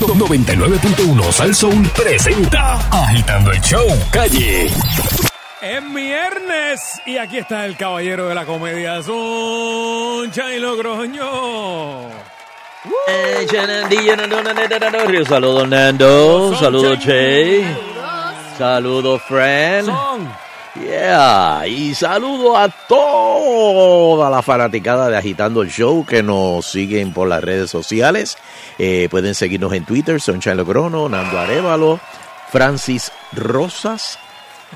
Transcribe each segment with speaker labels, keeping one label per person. Speaker 1: 99.1 Sal Soul presenta Agitando el Show Calle.
Speaker 2: Es viernes y aquí está el caballero de la comedia, Sunshine Logroño.
Speaker 3: Eh, Saludos Nando, saludos Che, saludos Friend,
Speaker 2: Son.
Speaker 3: yeah, y saludo a toda la fanaticada de Agitando el Show que nos siguen por las redes sociales. Eh, pueden seguirnos en Twitter, Sunshine Logrono, Nando Arevalo, Francis Rosas,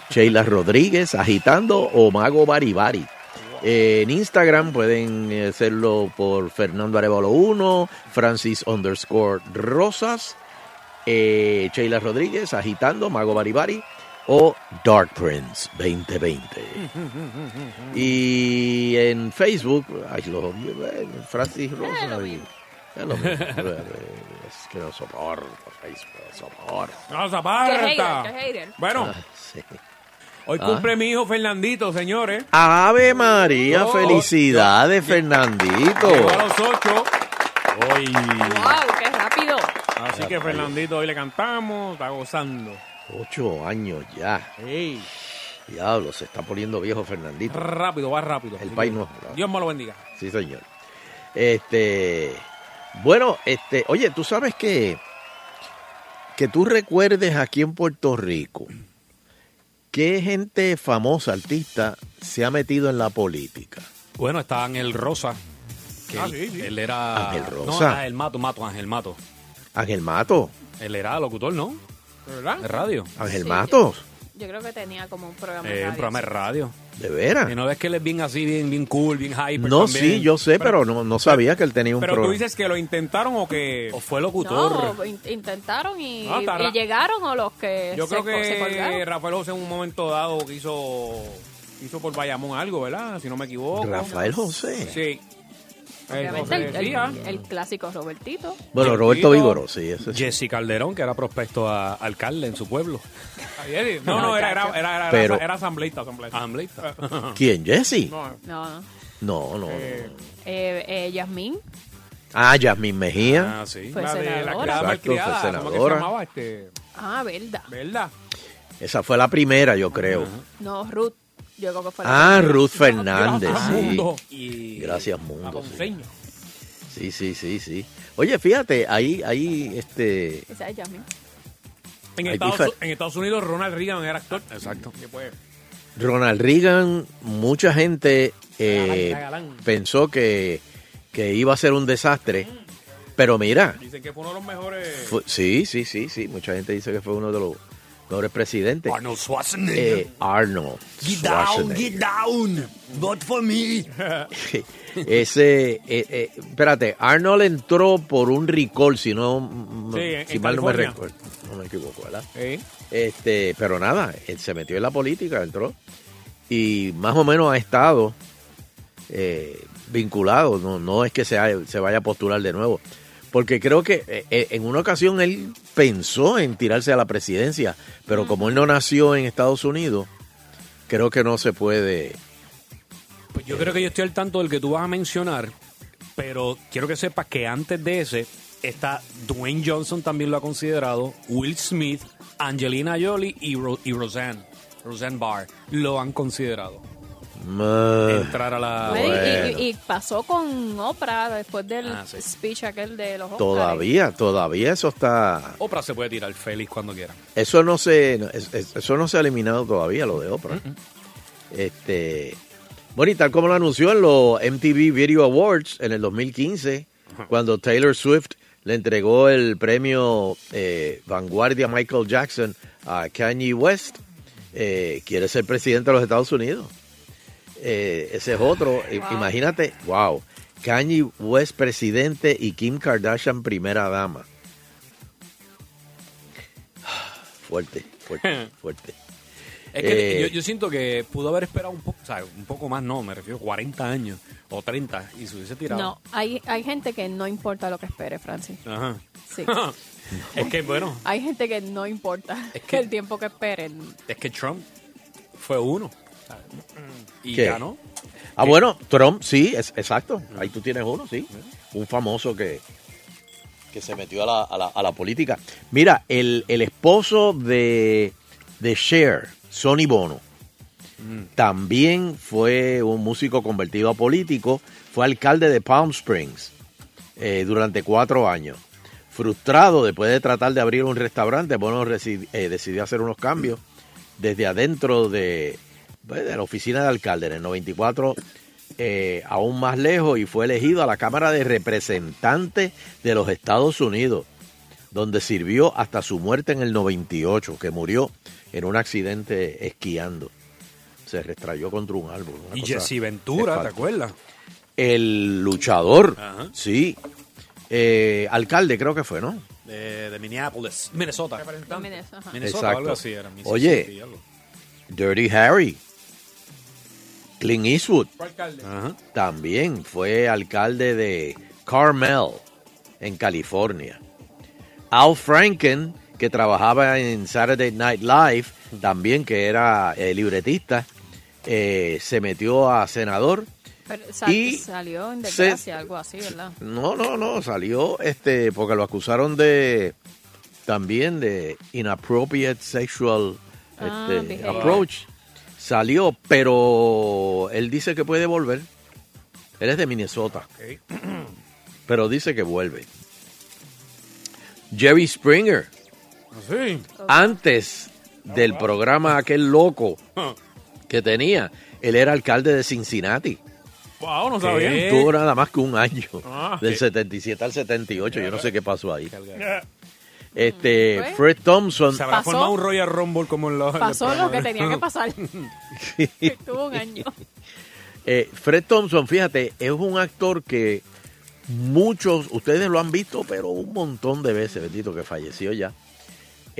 Speaker 3: Sheila Rodríguez, Agitando o Mago Baribari. Eh, en Instagram pueden eh, hacerlo por Fernando Arevalo 1, Francis underscore Rosas, eh, Sheila Rodríguez, Agitando, Mago Baribari o Dark Prince 2020. y en Facebook, ay, lo- eh, Francis
Speaker 4: Eh,
Speaker 3: Rosas. y- es lo mismo. Es que no soporto Facebook, no soporto.
Speaker 2: Vamos
Speaker 4: Qué hater, qué hater.
Speaker 2: Bueno,
Speaker 3: Ah, sí. Ah.
Speaker 2: hoy cumple mi hijo Fernandito, señores.
Speaker 3: Ave María,
Speaker 2: Oh,
Speaker 3: felicidades, Fernandito.
Speaker 2: Llegó a los ocho. Hoy.
Speaker 4: ¡Wow! ¡Qué rápido!
Speaker 2: Así que Fernandito, hoy le cantamos, está gozando.
Speaker 3: Ocho años ya.
Speaker 2: Ey,
Speaker 3: Diablo, se está poniendo viejo Fernandito.
Speaker 2: rápido, va rápido.
Speaker 3: El
Speaker 2: Así
Speaker 3: país
Speaker 2: que
Speaker 3: no.
Speaker 2: Dios me lo bendiga.
Speaker 3: Sí, señor. Este. Bueno, este. Oye, tú sabes que. Que tú recuerdes aquí en Puerto Rico. ¿Qué gente famosa, artista, se ha metido en la política?
Speaker 5: Bueno, está Ángel Rosa. Que
Speaker 2: Ah,
Speaker 5: él,
Speaker 2: sí, sí.
Speaker 5: él era.
Speaker 3: Ángel
Speaker 5: no,
Speaker 3: Rosa.
Speaker 5: Ángel Mato, Mato, Ángel Mato.
Speaker 3: Ángel Mato.
Speaker 5: Él era locutor, ¿no?
Speaker 2: ¿Verdad?
Speaker 5: De radio.
Speaker 3: Ángel
Speaker 4: Sí.
Speaker 3: Matos.
Speaker 4: Yo creo que tenía como un programa de
Speaker 5: Eh,
Speaker 4: radio.
Speaker 5: un programa de radio.
Speaker 3: De veras.
Speaker 5: Y no ves que él es bien así, bien, bien cool, bien hyper.
Speaker 3: No,
Speaker 5: también?
Speaker 3: sí, yo sé, pero no, no sabía que él tenía un
Speaker 2: Pues Pero tú
Speaker 3: programa.
Speaker 2: dices que lo intentaron o que.
Speaker 5: O fue
Speaker 4: No,
Speaker 5: locutor.
Speaker 4: in- intentaron y,
Speaker 2: No, está
Speaker 4: y
Speaker 2: ra-
Speaker 4: llegaron o los que
Speaker 2: Yo
Speaker 4: se,
Speaker 2: creo
Speaker 4: se
Speaker 2: que
Speaker 4: colgaron.
Speaker 2: Rafael José en un momento dado hizo, hizo por Bayamón algo, ¿verdad? Si no me equivoco.
Speaker 3: Rafael José.
Speaker 2: Sí. Eh,
Speaker 4: Obviamente,
Speaker 2: José
Speaker 4: el, el-
Speaker 2: decía.
Speaker 4: el clásico Robertito.
Speaker 3: Bueno, Roberto Vigoró, sí, ese sí.
Speaker 5: Jesse Calderón, que era prospecto a alcalde en su pueblo.
Speaker 2: Ayer, No, no, era, era, era, era,
Speaker 3: Pero-
Speaker 2: era asambleísta, asambleísta.
Speaker 5: Amblita.
Speaker 3: ¿Quién, Jesse?
Speaker 2: No,
Speaker 4: No, no.
Speaker 3: No, no. no.
Speaker 2: eh,
Speaker 4: Eh, eh, Yasmín
Speaker 3: Ah, Yasmín Mejía.
Speaker 5: Ah, sí.
Speaker 4: fue
Speaker 2: la de la
Speaker 4: senadora.
Speaker 3: Exacto, fue
Speaker 2: criada malcriada, ¿cómo que se
Speaker 3: senadora.
Speaker 2: llamaba? Este,
Speaker 4: Ah, verdad.
Speaker 2: ¿Verdad?
Speaker 3: Esa fue la primera, yo creo.
Speaker 4: No, Ruth. Yo creo que fue la
Speaker 3: Ah, Ruth Fernández,
Speaker 2: Gracias,
Speaker 3: sí.
Speaker 2: mundo. Y
Speaker 3: Gracias, mundo,
Speaker 2: a Ponceño.
Speaker 3: Sí, sí, sí, sí. Oye, fíjate, ahí, ahí, este...
Speaker 4: Esa es Yasmín.
Speaker 2: En,
Speaker 3: Hay
Speaker 2: Estados,
Speaker 3: difer-
Speaker 2: en Estados Unidos, Ronald Reagan era actor.
Speaker 5: Exacto.
Speaker 2: Y pues,
Speaker 3: Ronald Reagan, mucha gente eh,
Speaker 2: Era galán, Mm. era galán.
Speaker 3: pensó que, que iba a ser un desastre. Pero mira,
Speaker 2: dicen que fue uno de los mejores.
Speaker 3: fue- sí, sí, sí, sí. Mucha gente dice que fue uno de los mejores presidentes.
Speaker 5: Arnold Schwarzenegger.
Speaker 3: Eh, Arnold Schwarzenegger.
Speaker 5: down. Not for me.
Speaker 3: Ese, eh, eh, espérate, Arnold entró por un recall, si no, m-
Speaker 2: Sí, en-
Speaker 3: si
Speaker 2: en
Speaker 3: mal no me
Speaker 2: California.
Speaker 3: recuerdo, no me equivoco, ¿verdad?
Speaker 2: Eh,
Speaker 3: Este, pero nada, él se metió en la política, entró y más o menos ha estado eh, vinculado, no, no es que se, haya- se vaya a postular de nuevo, porque creo que eh, eh, en una ocasión él pensó en tirarse a la presidencia, pero como él no nació en Estados Unidos, creo que no se puede.
Speaker 5: Pues yo creo que yo estoy al tanto del que tú vas a mencionar, pero quiero que sepas que antes de ese está Dwayne Johnson también lo ha considerado, Will Smith, Angelina Jolie y, Ro- y Roseanne, Roseanne Barr lo han considerado
Speaker 3: Meh.
Speaker 5: entrar a la
Speaker 4: Bueno, y-
Speaker 3: Ah, bueno.
Speaker 4: Y, y pasó con Oprah después del
Speaker 5: Ah, sí.
Speaker 4: speech aquel de los Óscares.
Speaker 3: Todavía, todavía eso está.
Speaker 5: Oprah se puede tirar feliz cuando quiera.
Speaker 3: Eso no se, es- es- eso no se ha eliminado todavía, lo de Oprah.
Speaker 5: Mm,
Speaker 3: Este, bueno, y tal como lo anunció en los MTV Video Awards en el 2015, cuando Taylor Swift le entregó el premio eh, Vanguardia Michael Jackson a Kanye West, eh, quiere ser presidente de los Estados Unidos. Eh, ese es otro. I- Imagínate, wow. Kanye West presidente y Kim Kardashian primera dama. Fuerte, fuerte, fuerte.
Speaker 5: Es que
Speaker 3: Eh,
Speaker 5: yo, yo siento que pudo haber esperado un poco, o sea, un poco más, no, me refiero 40 años o 30 y se hubiese tirado.
Speaker 4: No, hay, hay gente que no importa lo que espere, Francis.
Speaker 5: Ajá.
Speaker 4: Sí.
Speaker 5: es que bueno,
Speaker 4: Hay gente que no importa
Speaker 5: Es que-
Speaker 4: que el tiempo que esperen.
Speaker 5: es que Trump fue uno ¿sabes? y
Speaker 3: Mm. ¿Qué?
Speaker 5: ganó.
Speaker 3: Ah, bueno, Trump, sí, es, exacto. Ahí tú tienes uno, sí. Un famoso que, que se metió a la, a la, a la política. Mira, el, el esposo de, de Cher, Sonny Bono, también fue un músico convertido a político, fue alcalde de Palm Springs eh, durante cuatro años. Frustrado después de tratar de abrir un restaurante, Bono reci- eh, decidió hacer unos cambios desde adentro de, pues, de la oficina de alcalde en el 94, eh, aún más lejos, y fue elegido a la Cámara de Representantes de los Estados Unidos, donde sirvió hasta su muerte en el 98, que murió en un accidente esquiando. Se restrayó contra un árbol. una
Speaker 5: Y
Speaker 3: cosa
Speaker 5: Jesse Ventura, ¿te
Speaker 3: espantosa.
Speaker 5: acuerdas?
Speaker 3: El luchador,
Speaker 5: Ajá.
Speaker 3: sí. Eh, alcalde creo que fue, ¿no?
Speaker 5: De, de Minneapolis, Minnesota.
Speaker 4: Minnesota, ajá.
Speaker 5: Minnesota,
Speaker 3: Exacto.
Speaker 5: algo así era. Mississippi,
Speaker 3: Oye.
Speaker 5: algo.
Speaker 3: Dirty Harry. Clint Eastwood.
Speaker 5: Ajá.
Speaker 3: También fue alcalde de Carmel, en California. Al Franken, que trabajaba en Saturday Night Live, también que era eh, libretista, eh, se metió a senador.
Speaker 4: Pero sal-
Speaker 3: Y
Speaker 4: salió en
Speaker 3: se-
Speaker 4: desgracia, algo así, ¿verdad?
Speaker 3: No, no, no, salió este porque lo acusaron de también de inappropriate sexual
Speaker 4: Ah,
Speaker 3: este,
Speaker 4: behavior.
Speaker 3: approach. Salió, pero él dice que puede volver. Él es de Minnesota. Pero dice que vuelve. Jerry Springer,
Speaker 5: Sí.
Speaker 3: antes del programa aquel loco que tenía, él era alcalde de Cincinnati.
Speaker 2: Wow, no
Speaker 5: ¿Qué?
Speaker 2: sabía.
Speaker 3: Tuvo nada más que un año,
Speaker 2: Ah,
Speaker 3: del
Speaker 2: sí.
Speaker 3: 77 al 78, yo no sé qué pasó ahí. Este,
Speaker 4: Pues.
Speaker 3: Fred Thompson,
Speaker 5: Se habrá
Speaker 4: Pasó.
Speaker 5: formado un Royal Rumble como en la. en el
Speaker 4: Pasó lo
Speaker 5: programa
Speaker 4: que
Speaker 5: de-
Speaker 4: tenía que pasar. Estuvo un año.
Speaker 3: eh, Fred Thompson, fíjate, es un actor que muchos, ustedes lo han visto, pero un montón de veces, bendito que falleció ya.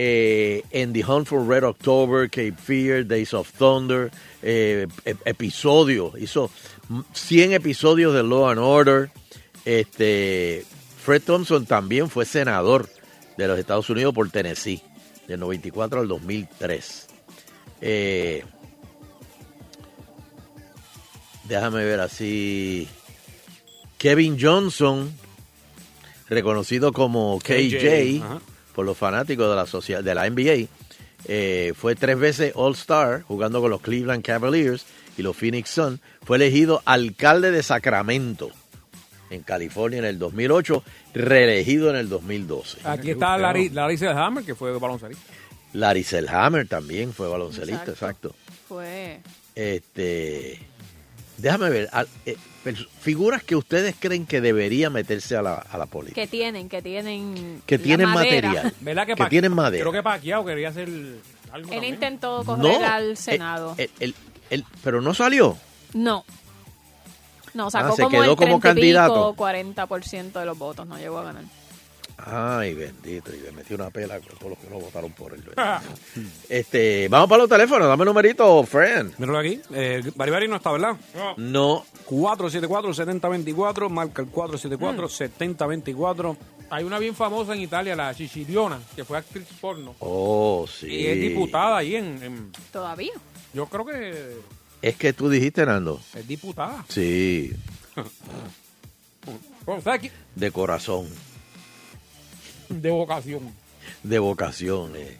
Speaker 3: Eh, en The Hunt for Red October, Cape Fear, Days of Thunder, eh, ep- episodios, hizo 100 episodios de Law and Order. Este, Fred Thompson también fue senador de los Estados Unidos por Tennessee, del 94 al 2003. Eh, déjame ver así. Kevin Johnson, reconocido como KJ,
Speaker 5: KJ, ajá.
Speaker 3: por los fanáticos de la, socia- de la NBA, eh, fue tres veces All-Star jugando con los Cleveland Cavaliers y los Phoenix Suns. Fue elegido alcalde de Sacramento, en California, en el 2008, reelegido en el 2012.
Speaker 2: Aquí está Larry, Larry Hammer, que fue baloncerista.
Speaker 3: Larry Selhammer también fue baloncelista, exacto.
Speaker 4: Exacto. Fue.
Speaker 3: Este, déjame ver, al- eh, pers- figuras que ustedes creen que debería meterse a la, a la política.
Speaker 4: Que tienen, que tienen.
Speaker 3: Que
Speaker 4: la
Speaker 3: tienen
Speaker 4: madera.
Speaker 3: material.
Speaker 2: ¿Verdad que,
Speaker 3: que
Speaker 2: Pa-
Speaker 3: tienen madera.
Speaker 2: Creo que Paquiao quería hacer algo.
Speaker 4: Él
Speaker 2: también.
Speaker 4: intentó correr al Senado.
Speaker 3: eh, el- el- el- pero no salió.
Speaker 4: no. No, sacó
Speaker 3: Ah, se
Speaker 4: como
Speaker 3: quedó
Speaker 4: el
Speaker 3: como
Speaker 4: 30 y
Speaker 3: candidato.
Speaker 4: pico, 40% de los votos, no llegó a ganar.
Speaker 3: Ay, bendito, y le metí una pela con todos los que no votaron por él. este, vamos para los teléfonos, dame numerito, friend.
Speaker 5: Míralo aquí. Eh, Baribari no está, ¿verdad?
Speaker 3: No,
Speaker 5: 474-7024, marca el
Speaker 3: Mm.
Speaker 5: 474-7024.
Speaker 2: Hay una bien famosa en Italia, la Chichiriona, que fue actriz porno.
Speaker 3: oh, sí.
Speaker 2: Y es diputada ahí en, en-
Speaker 4: Todavía.
Speaker 2: Yo creo que
Speaker 3: Es que tú dijiste, Nando.
Speaker 2: es diputada.
Speaker 3: Sí,
Speaker 2: Bueno, ¿sabes qué?
Speaker 3: de corazón,
Speaker 2: De vocación.
Speaker 3: de vocación, eh,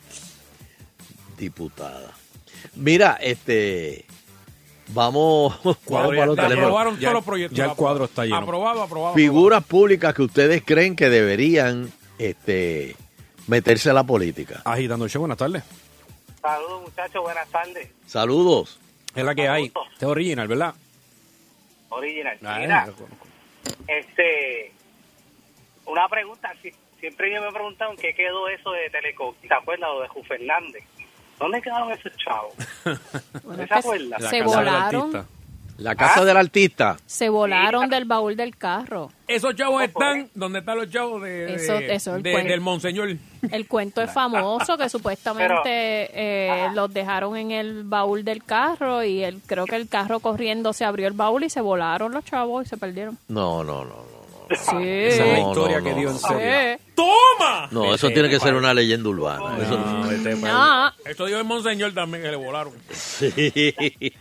Speaker 3: diputada. Mira, este, vamos, vamos para los
Speaker 2: Le
Speaker 3: teléfonos.
Speaker 2: aprobaron
Speaker 5: Ya-
Speaker 2: todos los proyectos.
Speaker 5: ya el cuadro está lleno.
Speaker 2: Aprobado, aprobado.
Speaker 3: Figuras públicas que ustedes creen que deberían, este, meterse a la política.
Speaker 5: Agitando el show, buenas tardes.
Speaker 6: Saludos muchachos, buenas tardes.
Speaker 3: Saludos.
Speaker 5: Es la que hay. Este es original, ¿verdad?
Speaker 6: Original.
Speaker 5: Ah,
Speaker 6: Mira,
Speaker 5: lo conozco.
Speaker 6: este, una pregunta. si- Siempre yo me he preguntado en qué quedó eso de Teleco. ¿Te acuerdas o de Ju Fernández? ¿Dónde quedaron esos chavos?
Speaker 4: Bueno,
Speaker 6: ¿Te
Speaker 4: es que Ah.
Speaker 6: acuerdas?
Speaker 5: La
Speaker 4: se
Speaker 5: casa del
Speaker 4: volaron,
Speaker 5: artista.
Speaker 3: La casa del artista.
Speaker 4: se
Speaker 2: ah.
Speaker 4: volaron del baúl del carro.
Speaker 2: Esos chavos están donde están los chavos de, de-
Speaker 4: Eso- eso, el
Speaker 2: de-
Speaker 4: cuento.
Speaker 2: del Monseñor.
Speaker 4: El cuento es famoso que supuestamente
Speaker 6: Pero-
Speaker 4: eh, los dejaron en el baúl del carro y el, creo que el carro corriendo se abrió el baúl y se volaron los chavos y se perdieron.
Speaker 3: No, no, no, no.
Speaker 4: Sí.
Speaker 5: Esa es la
Speaker 3: No,
Speaker 5: historia
Speaker 3: no,
Speaker 5: que
Speaker 3: no,
Speaker 5: dio en
Speaker 3: no.
Speaker 5: serio.
Speaker 4: Sí.
Speaker 2: ¡Toma!
Speaker 3: No, eso tiene que ser una leyenda urbana. Eso-
Speaker 4: No, este
Speaker 2: Esto dijo el Monseñor también que le volaron.
Speaker 3: sí.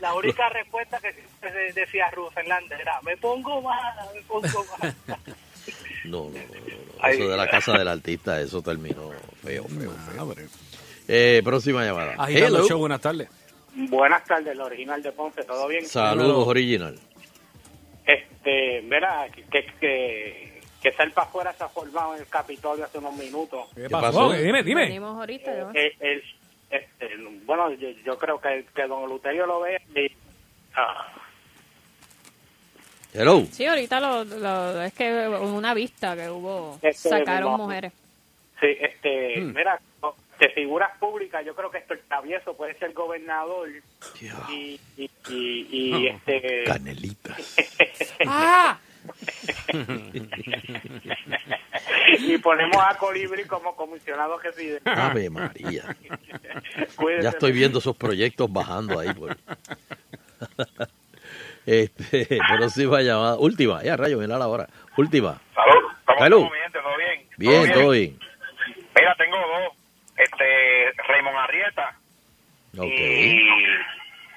Speaker 6: La única respuesta que siempre se decía Rubén Fernández era, me pongo más, me pongo más.
Speaker 3: No, no, no, no, no.
Speaker 6: Ay.
Speaker 3: Eso de la casa del artista, eso terminó feo, feo, feo.
Speaker 5: Madre.
Speaker 3: Eh, próxima llamada.
Speaker 5: Agitando
Speaker 3: Hello.
Speaker 5: el show, buenas tardes.
Speaker 6: Buenas tardes, el original de Ponce, ¿todo bien?
Speaker 3: Saludos, original.
Speaker 6: Este, mira, que, que, que Selpa fuera se ha formado en el Capitolio hace unos minutos.
Speaker 2: ¿Qué,
Speaker 3: ¿Qué
Speaker 2: pasó?
Speaker 3: pasó?
Speaker 2: Dime, dime.
Speaker 4: Venimos ahorita. ¿no?
Speaker 6: Eh, el- este, bueno, yo, yo creo que, que don Luterio lo ve y- ah,
Speaker 3: Hello.
Speaker 4: Sí, ahorita lo, lo- es que en una vista que hubo,
Speaker 6: Este,
Speaker 4: sacaron
Speaker 6: vamos.
Speaker 4: mujeres.
Speaker 6: sí, este,
Speaker 3: Hmm.
Speaker 6: mira, de figuras públicas, yo creo que esto el travieso puede ser gobernador y, y, y, y, este...
Speaker 3: Oh, Canelitas.
Speaker 4: ¡Ah!
Speaker 6: y ponemos a Colibri como comisionado que sí.
Speaker 3: Ave María.
Speaker 6: Cuídense.
Speaker 3: Ya estoy viendo esos proyectos bajando ahí. pues. Por... este, próxima llamada. Última. Ya, rayo, mira la hora. Última.
Speaker 7: Salud. ¿Cómo
Speaker 3: Salud.
Speaker 7: estamos, mi gente? ¿Todo bien?
Speaker 3: Bien, todo bien.
Speaker 7: Mira, tengo dos. Este, Raymond Arrieta
Speaker 3: Ok.
Speaker 7: y,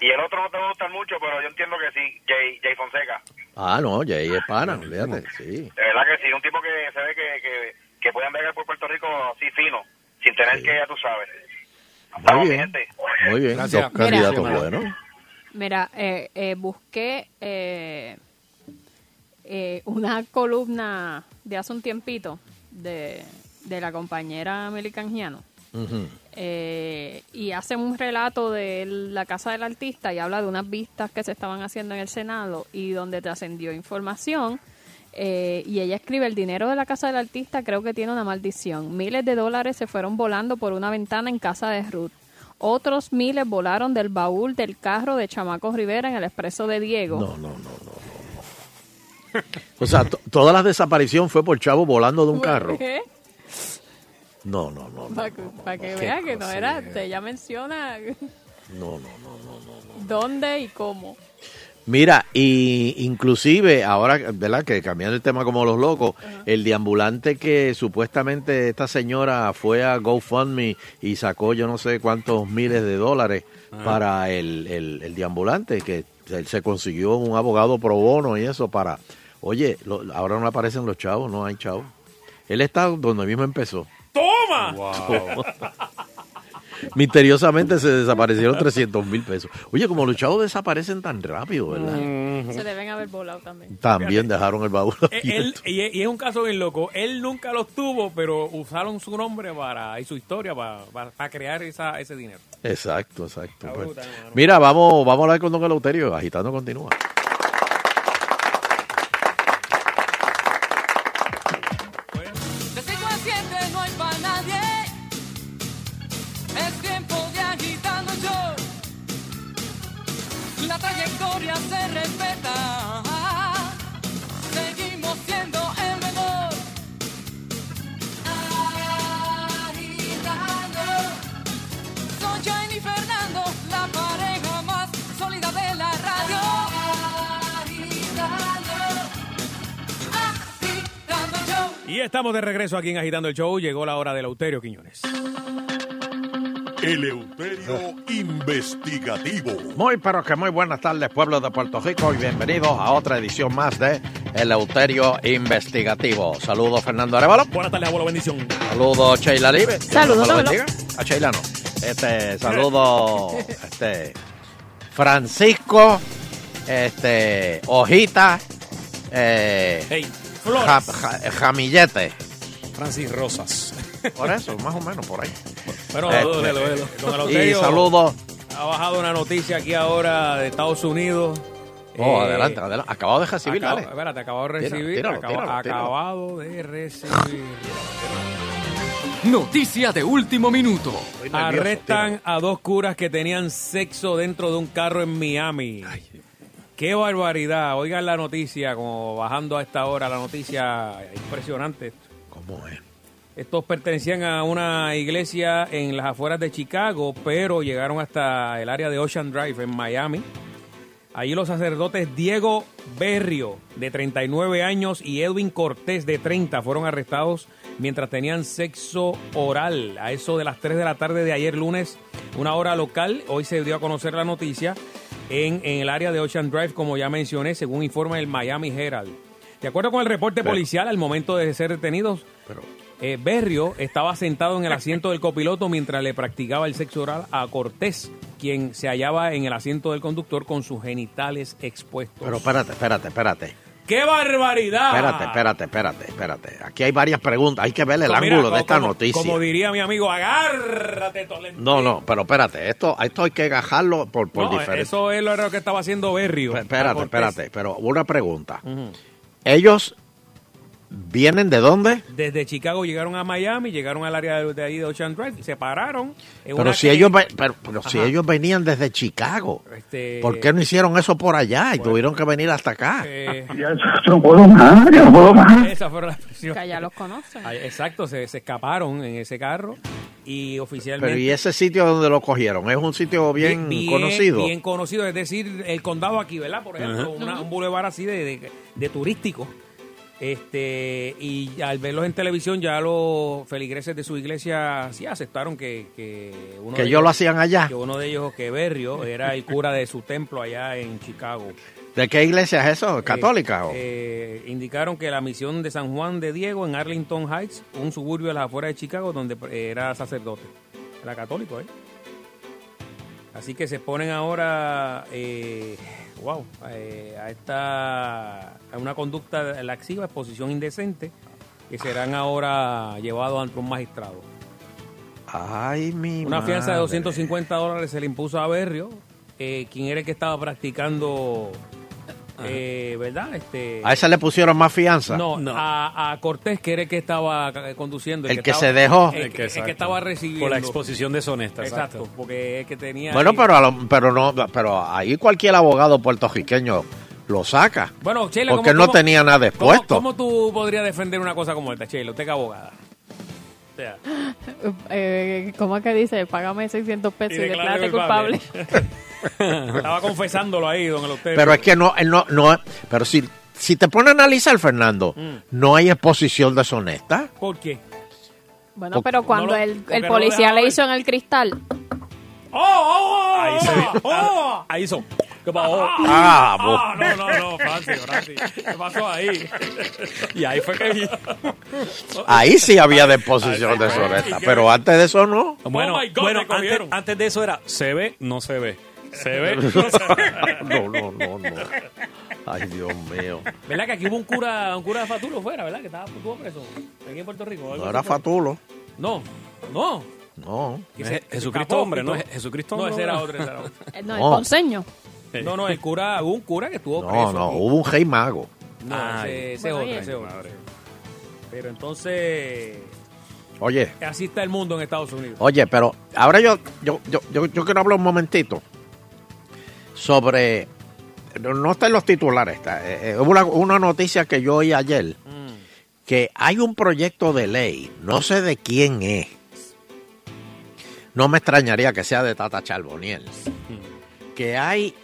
Speaker 7: y el otro no te va a gustar mucho, pero yo entiendo que sí, Jay, Jay Fonseca.
Speaker 3: Ah, no, ya ahí es pana, olvídate. Sí.
Speaker 7: De verdad que sí, un tipo que se ve que, que, que puede navegar por Puerto Rico así fino, sin tener
Speaker 3: Sí.
Speaker 7: que, ya tú sabes.
Speaker 3: Muy bien. Muy bien.
Speaker 5: Gracias.
Speaker 3: Dos candidatos
Speaker 4: Mira.
Speaker 3: buenos.
Speaker 4: Mira, eh, eh, busqué eh, eh, una columna de hace un tiempito de, de la compañera Melicangiano.
Speaker 3: Ujú.
Speaker 4: eh, y hace un relato de la casa del artista y habla de unas vistas que se estaban haciendo en el Senado y donde trascendió información. eh, y ella escribe, el dinero de la casa del artista creo que tiene una maldición. Miles de dólares se fueron volando por una ventana en casa de Ruth. Otros miles volaron del baúl del carro de Chamaco Rivera en el expreso de Diego.
Speaker 3: No, no, no, no, no. no. O sea, to- toda la desaparición fue por chavo volando de un carro.
Speaker 4: ¿Qué?
Speaker 3: No, no, no, no,
Speaker 4: Para que, pa' que vea que no era, ella menciona
Speaker 3: no, no, no.
Speaker 4: dónde y cómo.
Speaker 3: Mira, y inclusive ahora, ¿verdad? Que cambiando el tema como los locos, el deambulante que supuestamente esta señora fue a GoFundMe y sacó yo no sé cuántos miles de dólares para el, el, el deambulante, que él se consiguió un abogado pro bono y eso para... Oye, lo- ahora no aparecen los chavos, no hay chavos. Él está donde mismo empezó.
Speaker 2: ¡Toma!
Speaker 3: Misteriosamente se desaparecieron 300 mil pesos. Oye, como los chavos desaparecen tan rápido, ¿verdad?
Speaker 4: Se deben haber volado también.
Speaker 3: También dejaron el baúl.
Speaker 2: Eh, él, y, es- y es un caso bien loco. Él nunca los tuvo, pero usaron su nombre para y su historia para, para- para crear esa, ese dinero.
Speaker 3: Exacto, exacto.
Speaker 2: La
Speaker 3: Bueno,
Speaker 2: bruta, hermano.
Speaker 3: Mira, vamos, vamos a hablar con Don Eleuterio. Agitando continúa.
Speaker 8: Desde siempre no hay para nadie. Es tiempo de agitando yo. La trayectoria se respeta. Seguimos siendo el mejor. Agitando. Son Jenny y Fernando, la pareja más sólida de la radio. Agitando. Agitando yo.
Speaker 2: Y estamos de regreso aquí en Agitando el Show. Llegó la hora de Lauterio Quiñones.
Speaker 9: Eleuterio Investigativo.
Speaker 3: Muy, pero que muy buenas tardes, pueblo de Puerto Rico, y bienvenidos a otra edición más de Eleuterio Investigativo. Saludos, Fernando Arevalo.
Speaker 2: Buenas tardes, abuelo. Bendición.
Speaker 3: Saludos, Sheila Libre.
Speaker 4: Saludos,
Speaker 3: Dios me lo
Speaker 4: abuelo.
Speaker 3: bendiga. A Sheila no. Este, saludos, este, Francisco, este, Hojita, eh,
Speaker 5: Hey,
Speaker 3: Ja- Ja- Jamillete.
Speaker 5: Francis Rosas.
Speaker 3: Por eso, más o menos, por ahí.
Speaker 2: Pero,
Speaker 3: Eh,
Speaker 2: don Elo- Elo- don
Speaker 3: Y
Speaker 2: Eleuterio
Speaker 3: saludos.
Speaker 2: ha bajado una noticia aquí ahora de Estados Unidos.
Speaker 3: Oh,
Speaker 2: Eh,
Speaker 3: adelante, adelante. Acabado de recibir,
Speaker 2: acabo-
Speaker 3: dale.
Speaker 2: Espérate, acabado de
Speaker 3: Tíralo,
Speaker 2: recibir.
Speaker 3: tíralo,
Speaker 2: acabo-
Speaker 3: tíralo, tíralo.
Speaker 2: acabado de recibir.
Speaker 1: Noticia de último minuto.
Speaker 3: nervioso,
Speaker 2: Arrestan a dos curas que tenían sexo dentro de un carro en Miami. Qué barbaridad. Oigan la noticia, como bajando a esta hora, la noticia impresionante.
Speaker 3: ¿Cómo es?
Speaker 2: Estos pertenecían a una iglesia en las afueras de Chicago, pero llegaron hasta el área de Ocean Drive en Miami. Allí los sacerdotes Diego Berrio, de 39 años, y Edwin Cortés, de 30, fueron arrestados mientras tenían sexo oral a eso de las 3 de la tarde de ayer lunes, una hora local. Hoy se dio a conocer la noticia en, en el área de Ocean Drive, como ya mencioné, según informa el Miami Herald. De acuerdo con el reporte
Speaker 3: Pero-
Speaker 2: policial, al momento de ser detenidos, eh, Berrio estaba sentado en el asiento del copiloto mientras le practicaba el sexo oral a Cortés, quien se hallaba en el asiento del conductor con sus genitales expuestos.
Speaker 3: Pero espérate, espérate, espérate.
Speaker 2: ¡Qué barbaridad!
Speaker 3: Espérate, espérate, espérate, espérate. Aquí hay varias preguntas. Hay que ver el
Speaker 2: Pues Mira,
Speaker 3: ángulo
Speaker 2: como-
Speaker 3: de esta
Speaker 2: como-
Speaker 3: noticia.
Speaker 2: Como diría mi amigo, agárrate, Tolentino.
Speaker 3: no, no, pero espérate. Esto, esto hay que agajarlo por, por
Speaker 2: No,
Speaker 3: diferente.
Speaker 2: Eso es lo lo que estaba haciendo Berrio.
Speaker 3: Pe- Espérate,
Speaker 2: Cortés.
Speaker 3: espérate. Pero una pregunta.
Speaker 2: Ujú.
Speaker 3: ¿Ellos vienen de dónde?
Speaker 2: Desde Chicago llegaron a Miami, llegaron al área de, de ahí de Ocean Drive, se pararon.
Speaker 3: Pero
Speaker 2: en una
Speaker 3: si,
Speaker 2: calle-
Speaker 3: ellos, ve- pero, pero si
Speaker 2: Ajá.
Speaker 3: ellos venían desde Chicago,
Speaker 2: Este,
Speaker 3: ¿por qué no hicieron eso por allá y tuvieron que venir hasta acá?
Speaker 2: eh,
Speaker 7: Yo no puedo más, yo no puedo más.
Speaker 2: esa fue la expresión.
Speaker 4: Que allá los conocen.
Speaker 2: Ay, Exacto, se, se escaparon en ese carro y oficialmente...
Speaker 3: Pero ¿y ese sitio donde lo cogieron? ¿Es un sitio bien, conocido?
Speaker 2: Bien conocido, es decir, el condado aquí, ¿verdad? Por ejemplo, una- un bulevar así de, de- de turístico. Este, y al verlos en televisión, ya los feligreses de su iglesia sí aceptaron que, que uno
Speaker 3: que ellos
Speaker 2: de ellos-
Speaker 3: lo hacían allá.
Speaker 2: que uno de ellos, que Berrio, era el cura de su templo allá en Chicago.
Speaker 3: ¿De qué iglesia es eso? ¿Católica? o?
Speaker 2: Eh, eh, indicaron que la misión de San Juan de Diego en Arlington Heights, un suburbio de las afueras de Chicago, donde eh, era sacerdote. Era católico, ¿eh? Así que se ponen ahora, eh, wow, eh, a esta a una conducta laxiva, exposición indecente, que serán ahora llevados ante un magistrado.
Speaker 3: Ay, mi
Speaker 2: Una fianza de
Speaker 3: madre.
Speaker 2: 250 dólares se le impuso a Berrio, eh, quien era el que estaba practicando, eh, ¿verdad? Este,
Speaker 3: ¿A esa le pusieron más fianza?
Speaker 2: no,
Speaker 5: No.
Speaker 2: A, a Cortés, que era el que estaba eh, conduciendo.
Speaker 3: El que
Speaker 2: estaba-
Speaker 3: se dejó.
Speaker 2: El,
Speaker 5: El
Speaker 2: que,
Speaker 5: que-
Speaker 2: el que estaba recibiendo.
Speaker 5: Por la exposición deshonesta.
Speaker 2: Exacto, porque es que tenía.
Speaker 3: Bueno,
Speaker 2: ahí-
Speaker 3: pero, a lo- pero, no, pero ahí cualquier abogado puertorriqueño lo saca.
Speaker 2: Bueno, Sheila,
Speaker 3: porque
Speaker 2: ¿cómo-
Speaker 3: él no
Speaker 2: cómo-
Speaker 3: tenía nada
Speaker 2: ¿cómo,
Speaker 3: expuesto.
Speaker 2: ¿Cómo tú podrías defender una cosa como esta, Sheila? Usted que es abogada. O sea,
Speaker 4: Eh, ¿Cómo es que dice? Págame 600 pesos y,
Speaker 2: y declárate
Speaker 4: declárate culpable.
Speaker 2: estaba confesándolo ahí, don Eleuterio.
Speaker 3: Pero es que no, él no, no pero si, si te pone a analizar, Fernando,
Speaker 2: Mm.
Speaker 3: no hay exposición deshonesta.
Speaker 2: ¿Por qué?
Speaker 4: Bueno,
Speaker 3: Porque-
Speaker 4: pero cuando
Speaker 2: no lo-
Speaker 4: el,
Speaker 2: porque
Speaker 4: el
Speaker 2: no lo
Speaker 4: policía
Speaker 2: dejaba
Speaker 4: le
Speaker 2: ver.
Speaker 4: hizo en el cristal,
Speaker 2: ¡Oh! ¡Oh! oh,
Speaker 5: Ahí se ve.
Speaker 2: oh, oh!
Speaker 5: Ah, Ahí son. ¿Qué pasó?
Speaker 3: Ah,
Speaker 2: Ah, no, no, no, Francis, Francis. ¿Qué pasó ahí?
Speaker 5: Y ahí fue que.
Speaker 3: bo- ahí sí había de exposición deshonesta, pero antes de eso no.
Speaker 5: Bueno,
Speaker 2: Oh my God,
Speaker 5: bueno
Speaker 2: me
Speaker 5: antes,
Speaker 2: cogieron.
Speaker 5: antes de eso era, ¿se ve? No se ve. ¿Se ve? No se ve.
Speaker 3: No, no, no, no. Ay, Dios mío.
Speaker 2: ¿Verdad que aquí hubo un cura, un cura de Fatulo fuera, ¿verdad? Que estaba estuvo preso aquí en Puerto Rico.
Speaker 3: No era fatulo.
Speaker 2: No, no.
Speaker 3: No.
Speaker 2: Que
Speaker 5: No
Speaker 2: se-
Speaker 5: es
Speaker 2: se
Speaker 5: Jesucristo
Speaker 2: escapó,
Speaker 5: hombre, no
Speaker 2: Tito.
Speaker 5: es Jesucristo
Speaker 2: No,
Speaker 5: hombre,
Speaker 2: ese era
Speaker 5: ¿verdad?
Speaker 2: otro, ese era otro.
Speaker 4: eh, no,
Speaker 3: No.
Speaker 4: el conseño.
Speaker 2: No, no, el cura, hubo un cura que estuvo
Speaker 3: No,
Speaker 2: preso.
Speaker 3: no.
Speaker 2: aquí.
Speaker 3: Hubo un rey mago.
Speaker 2: No,
Speaker 5: Ay.
Speaker 2: ese, ese es
Speaker 4: Bueno,
Speaker 2: otro,
Speaker 4: oye.
Speaker 2: ese es otro. Pero entonces,
Speaker 3: Oye,
Speaker 2: así está el mundo en Estados Unidos.
Speaker 3: oye, pero ahora yo, yo, yo, yo, yo quiero hablar un momentito sobre. No, no está en los titulares. Está, eh, eh, hubo una, una noticia que yo oí ayer. que hay un proyecto de ley, no sé de quién es. No me extrañaría que sea de Tata Charboniel. Que hay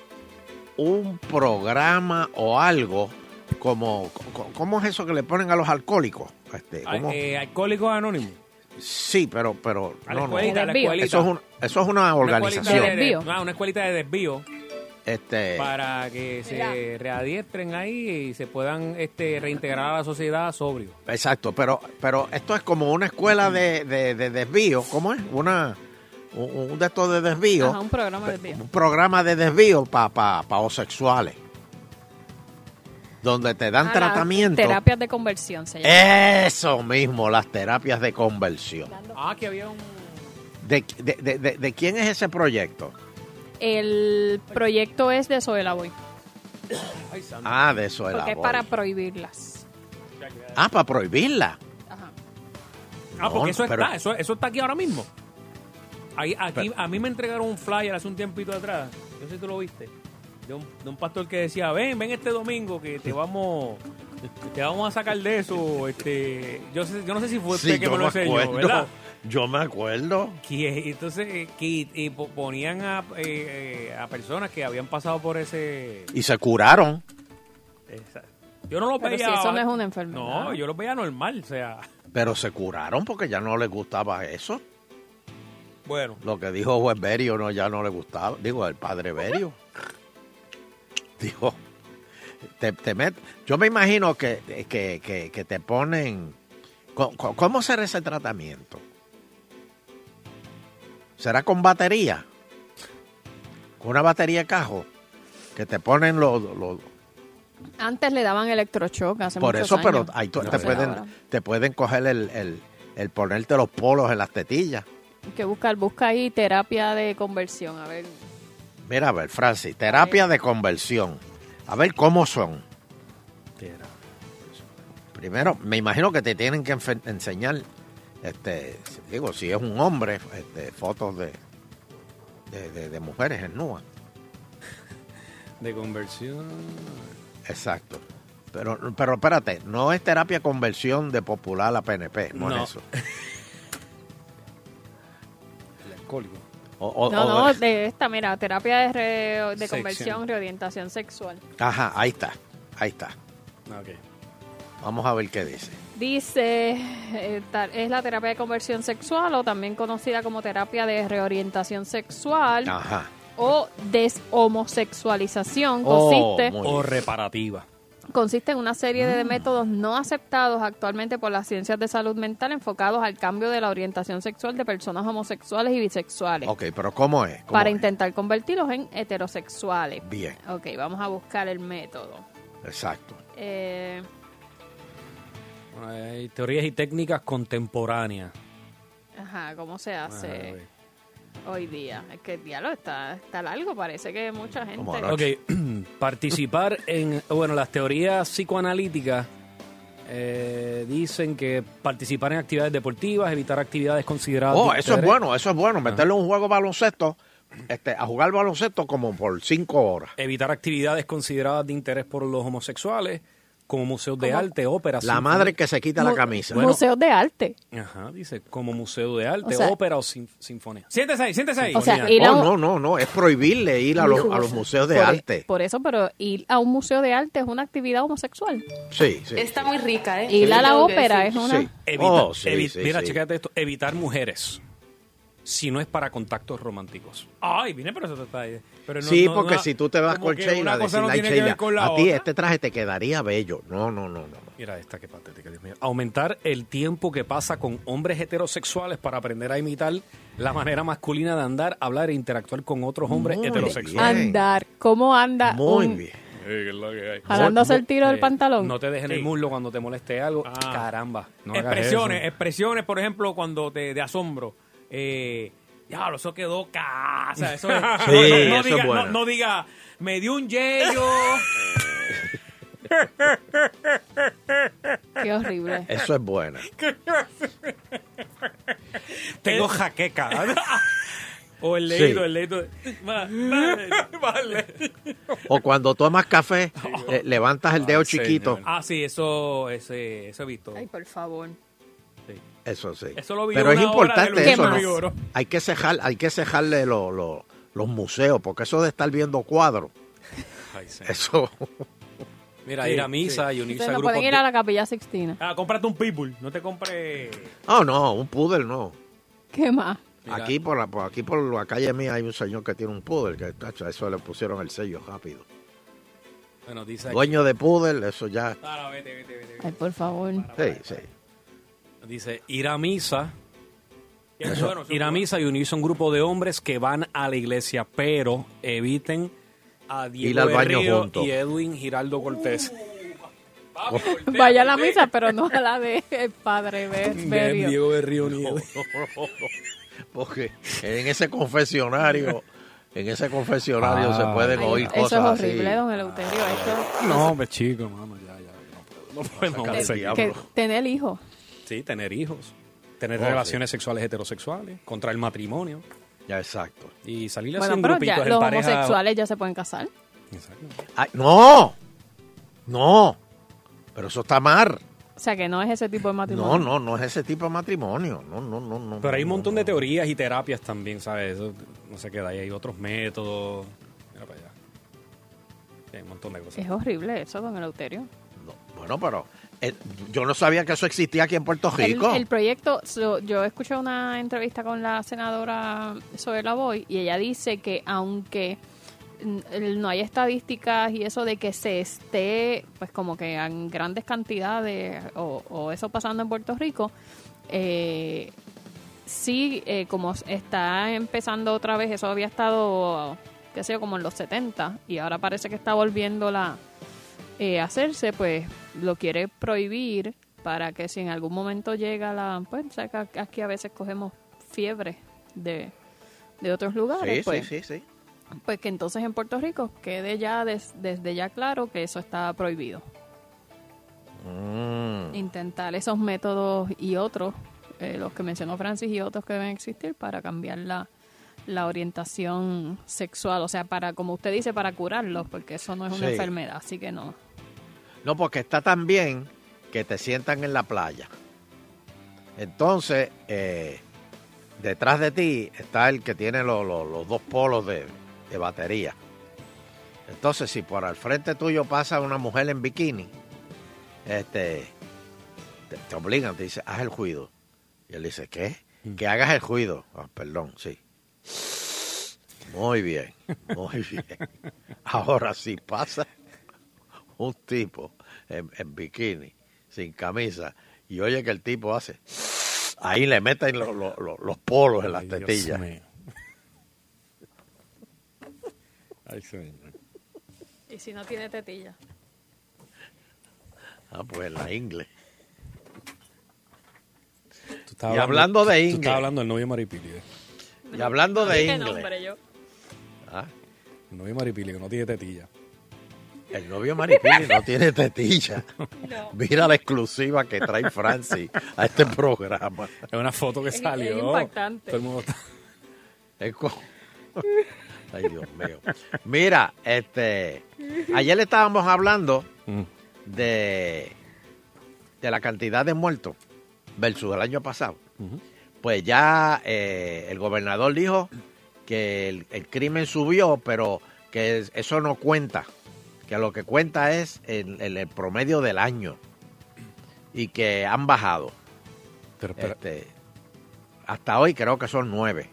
Speaker 3: un programa o algo como co- cómo es eso que le ponen a los alcohólicos. Este,
Speaker 2: Ah,
Speaker 3: ¿cómo?
Speaker 2: eh, Alcohólicos Anónimos.
Speaker 3: sí, pero pero
Speaker 2: A la
Speaker 3: no, no.
Speaker 2: escuelita, a la
Speaker 4: Desvío.
Speaker 2: escuelita.
Speaker 3: Eso es un- eso es una
Speaker 2: Una escuelita de-
Speaker 3: organización.
Speaker 4: Desvío.
Speaker 2: de- ah, una escuelita de desvío
Speaker 3: Este,
Speaker 2: para que se readiestren ahí y se puedan este, reintegrar a la sociedad sobrio.
Speaker 3: exacto, pero pero esto es como una escuela de, de- de desvío, ¿cómo es? Una un, un de estos de desvío.
Speaker 4: Ajá, un programa de
Speaker 3: pues, un programa de desvío para pa, pa homosexuales. Donde te dan tratamiento. Eh.
Speaker 4: Terapias Ah, de conversión se llama.
Speaker 3: Eso mismo, las terapias de conversión.
Speaker 2: Ah, que había un...
Speaker 3: ¿De, de, de- de- de quién es ese proyecto?
Speaker 4: El proyecto es de Soela Boy,
Speaker 2: Ay, santo.
Speaker 3: Ah, de eso era.
Speaker 4: porque es para prohibirlas.
Speaker 3: Ah, para prohibirla.
Speaker 4: Ajá.
Speaker 2: Ah,
Speaker 3: No,
Speaker 2: porque eso
Speaker 3: pero-
Speaker 2: está, eso, eso está aquí ahora mismo. Ahí, aquí, a mí me entregaron un flyer hace un tiempito atrás, yo sé si tú lo viste, de un, de un pastor que decía, ven, ven este domingo que te vamos, te vamos a sacar de eso. Este, yo, sé- yo no sé si fue usted
Speaker 3: Sí,
Speaker 2: que me
Speaker 3: yo
Speaker 2: lo
Speaker 3: me
Speaker 2: enseñó,
Speaker 3: acuerdo.
Speaker 2: ¿verdad?
Speaker 3: Yo me acuerdo.
Speaker 2: Que, entonces, eh, que, y po- ponían a, eh, eh, a personas que habían pasado por ese...
Speaker 3: Y se curaron.
Speaker 2: esa- yo no lo
Speaker 4: Pero
Speaker 2: veía...
Speaker 4: si eso no es una enfermedad.
Speaker 2: No, yo lo veía normal, o sea...
Speaker 3: Pero se curaron porque ya no les gustaba eso.
Speaker 2: Bueno,
Speaker 3: Lo que dijo juez Berio no, ya no le gustaba. Digo, el padre Berio. Dijo, te, te met- yo me imagino que, que, que- que te ponen... co- co- ¿Cómo será ese tratamiento? ¿Será con batería? ¿Con una batería de cajo? Que te ponen los... los-
Speaker 4: Antes le daban electrochoc hace
Speaker 3: por
Speaker 4: muchos
Speaker 3: eso, pero
Speaker 4: años.
Speaker 3: ahí tú-
Speaker 4: No
Speaker 3: te,
Speaker 4: sé ahora.
Speaker 3: pueden, te pueden coger el, el- el ponerte los polos en las tetillas.
Speaker 4: que buscar, busca ahí terapia de conversión, a ver.
Speaker 3: Mira, a ver, Francis, terapia de conversión. A ver cómo son. Primero, me imagino que te tienen que enfe- enseñar, este, digo, si es un hombre, este, fotos de, de, de- de mujeres en nua.
Speaker 5: De conversión.
Speaker 3: Exacto. Pero, pero espérate, no es terapia de conversión de popular a PNP, no,
Speaker 5: No.
Speaker 3: es eso.
Speaker 5: El alcohólico.
Speaker 3: O- o-
Speaker 4: no,
Speaker 3: o-
Speaker 4: no, de esta, mira, terapia de, re- de
Speaker 5: Sección.
Speaker 4: conversión, reorientación sexual.
Speaker 3: Ajá, ahí está, ahí está.
Speaker 5: Ah, ok.
Speaker 3: Vamos a ver qué dice.
Speaker 4: Dice, eh, ta- es la terapia de conversión sexual o también conocida como terapia de reorientación sexual
Speaker 3: Ajá.
Speaker 4: o deshomosexualización.
Speaker 3: Oh,
Speaker 4: Consiste,
Speaker 3: muy
Speaker 5: O
Speaker 3: bien. Mm.
Speaker 5: reparativa.
Speaker 4: consiste en una serie de métodos no aceptados actualmente por las ciencias de salud mental enfocados al cambio de la orientación sexual de personas homosexuales y bisexuales
Speaker 3: Ok, pero ¿cómo es? ¿Cómo
Speaker 4: para
Speaker 3: es?
Speaker 4: intentar convertirlos en heterosexuales.
Speaker 3: Bien,
Speaker 4: Ok, vamos a buscar el método.
Speaker 3: exacto.
Speaker 4: Eh,
Speaker 5: Bueno, hay eh, teorías y técnicas contemporáneas.
Speaker 4: ajá, ¿cómo se
Speaker 5: Ah,
Speaker 4: hace
Speaker 5: ok.
Speaker 4: hoy día? Es que el diálogo está, está largo, parece que mucha gente...
Speaker 3: Como ahora.
Speaker 5: Ok, participar en, bueno, las teorías psicoanalíticas eh, dicen que participar en actividades deportivas, evitar actividades consideradas...
Speaker 3: Oh, eso es
Speaker 5: dictadores-
Speaker 3: bueno, eso es
Speaker 2: Ah.
Speaker 3: bueno. Meterle un juego de baloncesto, este, a jugar baloncesto como por cinco horas.
Speaker 5: Evitar actividades consideradas de interés por los homosexuales, como museos de arte, ópera...
Speaker 3: La
Speaker 5: sinfonía-
Speaker 3: madre que se quita la
Speaker 4: Mu-
Speaker 3: camisa.
Speaker 4: Museos de arte.
Speaker 5: Ajá, dice, como museo de arte,
Speaker 4: O sea-
Speaker 5: ópera o sin- sinfonía.
Speaker 2: Siéntese ahí, siéntese ahí.
Speaker 4: O sea,
Speaker 5: Ponía-
Speaker 4: ir a
Speaker 3: Oh,
Speaker 4: un-
Speaker 3: no, no, no, es prohibirle ir a los, a los museos de
Speaker 4: por,
Speaker 3: arte.
Speaker 4: Por eso, pero ir a un museo de arte es una actividad homosexual.
Speaker 3: Sí, sí.
Speaker 10: Está muy rica, ¿eh?
Speaker 4: Ir a la
Speaker 10: Tengo que
Speaker 4: ópera
Speaker 10: decir.
Speaker 4: es una...
Speaker 3: Sí.
Speaker 5: Evita-
Speaker 3: Oh, sí,
Speaker 5: evi-
Speaker 3: sí,
Speaker 5: mira,
Speaker 3: sí.
Speaker 5: chécate esto, evitar mujeres, si no es para contactos románticos.
Speaker 2: Ay, vine, pero eso está ahí. Pero no-
Speaker 3: sí,
Speaker 2: no-
Speaker 3: porque
Speaker 2: no-
Speaker 3: si tú te vas
Speaker 2: como
Speaker 3: con
Speaker 2: que
Speaker 3: Sheila,
Speaker 2: una cosa
Speaker 3: decirle
Speaker 2: no
Speaker 3: "Ay,
Speaker 2: tiene que
Speaker 3: Sheila,
Speaker 2: ver con la
Speaker 3: a ti
Speaker 2: otra".
Speaker 3: este traje te quedaría bello. No, no, no, no.
Speaker 5: Mira esta, qué patética, Dios mío. Aumentar el tiempo que pasa con hombres heterosexuales para aprender a imitar la manera masculina de andar, hablar e interactuar con otros hombres
Speaker 3: Muy
Speaker 5: heterosexuales.
Speaker 3: Bien.
Speaker 4: Andar, ¿cómo anda
Speaker 3: Muy
Speaker 4: un-
Speaker 3: bien.
Speaker 4: jalándose el tiro del
Speaker 5: Eh,
Speaker 4: pantalón?
Speaker 5: No te dejes en el muslo cuando te moleste algo.
Speaker 2: Ah.
Speaker 5: Caramba. no hagas
Speaker 2: expresiones,
Speaker 5: eso.
Speaker 2: expresiones, por ejemplo, cuando te de asombro. Eh, ya, eso quedó casa. Eso, es-
Speaker 3: Sí, eso es
Speaker 2: diga,
Speaker 3: bueno.
Speaker 2: no- no diga, me dio un yello.
Speaker 4: Qué horrible.
Speaker 3: Eso es buena.
Speaker 2: Eh,
Speaker 5: Tengo jaqueca.
Speaker 2: o el
Speaker 3: Sí.
Speaker 2: leído, el leído. Ma- ma- vale.
Speaker 3: O cuando tomas café, le- levantas el dedo chiquito.
Speaker 5: señor.
Speaker 2: Ah, sí, eso, ese, eso he visto.
Speaker 4: Ay, por favor.
Speaker 3: Eso sí.
Speaker 2: Eso lo vi
Speaker 3: Pero es
Speaker 2: una hora de
Speaker 3: importante
Speaker 2: Luis
Speaker 3: eso,
Speaker 4: ¿Qué
Speaker 3: ¿no?
Speaker 2: más?
Speaker 3: Hay que cejar, hay que cejarle lo- lo- los museos, porque eso de estar viendo cuadros,
Speaker 5: Ay, señor.
Speaker 3: eso
Speaker 5: Mira,
Speaker 2: Sí,
Speaker 5: ir a misa y unirse
Speaker 4: Ustedes
Speaker 5: a
Speaker 4: no
Speaker 5: grupos
Speaker 4: pueden ir
Speaker 5: de-
Speaker 4: a la Capilla Sixtina.
Speaker 2: Ah, cómprate un people, no te compre.
Speaker 3: Oh, no, un poodle no.
Speaker 4: ¿Qué más?
Speaker 5: Mira.
Speaker 3: Aquí por, la, por aquí por la calle mía hay un señor que tiene un poodle, que tacho, eso le pusieron el sello rápido.
Speaker 5: Bueno, dice, aquí-
Speaker 3: Dueño de poodle, eso ya.
Speaker 2: Ah, vete, vete, vete. vete.
Speaker 4: Ay, por favor.
Speaker 3: Sí, sí.
Speaker 5: dice, ir a misa,
Speaker 2: Eso es bueno, eso es
Speaker 5: ir a
Speaker 2: bueno.
Speaker 5: misa y unirse a un grupo de hombres que van a la iglesia, pero eviten a Diego
Speaker 3: Ir al
Speaker 5: del
Speaker 3: baño
Speaker 5: Río
Speaker 3: juntos.
Speaker 5: y Edwin Giraldo Cortés.
Speaker 4: Vaya a la misa, pero no a la de el padre Ber- Berio.
Speaker 5: de Río Nieves.
Speaker 3: Porque en ese confesionario, en ese confesionario
Speaker 5: Ah.
Speaker 3: se pueden
Speaker 4: Ay,
Speaker 3: oír
Speaker 4: Eso es
Speaker 3: cosas
Speaker 4: horrible,
Speaker 3: así.
Speaker 4: don Eleuterio. Esto,
Speaker 5: No, pues chico, mano, ya, ya. No puedo, no puedo.
Speaker 3: Saca el
Speaker 5: seguir.
Speaker 3: diablo.
Speaker 4: que tener hijos.
Speaker 5: Sí, tener hijos, tener
Speaker 3: Oh,
Speaker 5: relaciones sexuales heterosexuales, contra el matrimonio
Speaker 3: Ya, exacto.
Speaker 5: y salir así
Speaker 4: Bueno,
Speaker 5: en
Speaker 4: pero ya
Speaker 5: grupitos en
Speaker 4: los
Speaker 5: pareja.
Speaker 4: homosexuales ya se pueden casar.
Speaker 5: Exacto.
Speaker 3: Ay, ¡No! ¡No! Pero eso está mal.
Speaker 4: O sea, que no es ese tipo de
Speaker 3: No,
Speaker 4: matrimonio.
Speaker 3: no, no es ese tipo de matrimonio. No, no, no, no.
Speaker 5: Pero hay un
Speaker 3: no,
Speaker 5: montón
Speaker 3: no.
Speaker 5: de teorías y terapias también, ¿sabes? Eso no se queda ahí, hay otros métodos. Mira para allá. Hay un montón de cosas.
Speaker 4: Es horrible eso, don Eleuterio.
Speaker 3: No, Bueno, pero eh, yo no sabía que eso existía aquí en Puerto
Speaker 4: El,
Speaker 3: Rico.
Speaker 4: el proyecto, so- yo escuché una entrevista con la senadora Zoe Lavoy y ella dice que aunque n- el- no hay estadísticas y eso de que se esté, pues como que en grandes cantidades o, o eso pasando en Puerto Rico, eh, sí, eh, como está empezando otra vez, eso había estado, qué sé yo, como en los 70 y ahora parece que está volviendo la, eh, hacerse, pues lo quiere prohibir para que si en algún momento llega la... Pues, o sea, que ac- aquí a veces cogemos fiebre de, de otros lugares,
Speaker 3: Sí, sí,
Speaker 4: pues,
Speaker 3: sí, sí.
Speaker 4: pues que entonces en Puerto Rico quede ya des- desde ya claro que eso está prohibido.
Speaker 3: Mm.
Speaker 4: Intentar esos métodos y otros, eh, los que mencionó Francis y otros que deben existir para cambiar la, la orientación sexual, o sea, para, como usted dice, para curarlos, porque eso no es una
Speaker 3: Sí.
Speaker 4: enfermedad, así que no.
Speaker 3: No, porque está tan bien que te sientan en la playa. Entonces, eh, detrás de ti está el que tiene lo- lo- los dos polos de, de batería. Entonces, si por al frente tuyo pasa una mujer en bikini, este, te, te obligan, te dice, haz el juido. Y él dice, ¿qué?
Speaker 5: Mm.
Speaker 3: Que hagas el juido. Ah, perdón, sí. Muy bien, muy bien. Ahora sí pasa un tipo en, en bikini, sin camisa, y oye que el tipo hace. Ahí le meten lo- lo- lo- los polos en las
Speaker 5: Ay, Dios
Speaker 3: tetillas.
Speaker 5: mío. Ay, señor.
Speaker 4: Y si no tiene tetilla.
Speaker 3: Ah, pues en la ingle.
Speaker 5: Tú estabas
Speaker 3: Y hablando de
Speaker 5: tú-
Speaker 3: Ingle.
Speaker 5: Tú estabas hablando del novio de Maripili. ¿eh?
Speaker 3: Y hablando de
Speaker 4: Dije
Speaker 3: ingle.
Speaker 4: nombre yo.
Speaker 3: ah,
Speaker 5: El novio de Maripili que no tiene tetilla.
Speaker 3: el novio Maripili no tiene tetilla. Mira la exclusiva que trae Francis a este programa.
Speaker 5: Es una foto que
Speaker 4: Es- es
Speaker 5: salió.
Speaker 4: impactante.
Speaker 5: Todo el mundo está-
Speaker 3: Es co- Ay, Dios mío. Mira, este. Ayer estábamos hablando
Speaker 5: Mm.
Speaker 3: de. de la cantidad de muertos versus el año pasado. Pues ya eh, el gobernador dijo que el, el crimen subió, pero que es- eso no cuenta. Que lo que cuenta es el, el- el promedio del año. Y que han bajado.
Speaker 5: Pero espera,
Speaker 3: Este, hasta hoy creo que son nueve.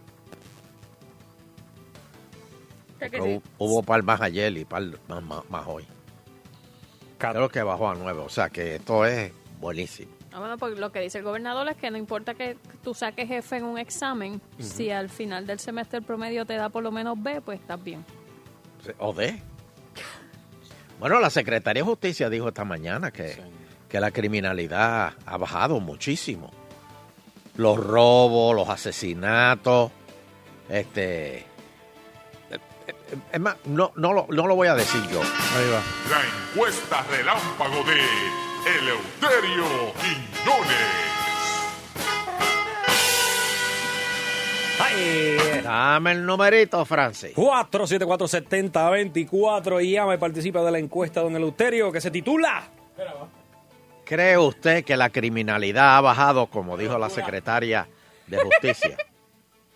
Speaker 3: Pero hu- Hubo par más ayer y par más, más- más hoy.
Speaker 5: Cat-
Speaker 3: Creo que bajó a nueve. O sea que esto es buenísimo.
Speaker 4: Ah, bueno, porque lo que dice el gobernador es que no importa que tú saques F en un examen, si al final del semestre el promedio te da por lo menos B, pues estás bien.
Speaker 3: O de. Bueno, la Secretaría de Justicia dijo esta mañana que, que la criminalidad ha bajado muchísimo. Los robos, los asesinatos, este. eh, eh, Es más, no, no, lo, no lo voy a decir yo.
Speaker 5: Ahí va.
Speaker 9: La encuesta relámpago de Eleuterio Quiñones.
Speaker 3: Dame el numerito, Francis.
Speaker 5: 4747024 y llama y participa de la encuesta Don Eleuterio que se titula
Speaker 3: ¿Cree usted que la criminalidad ha bajado, como dijo la secretaria de Justicia?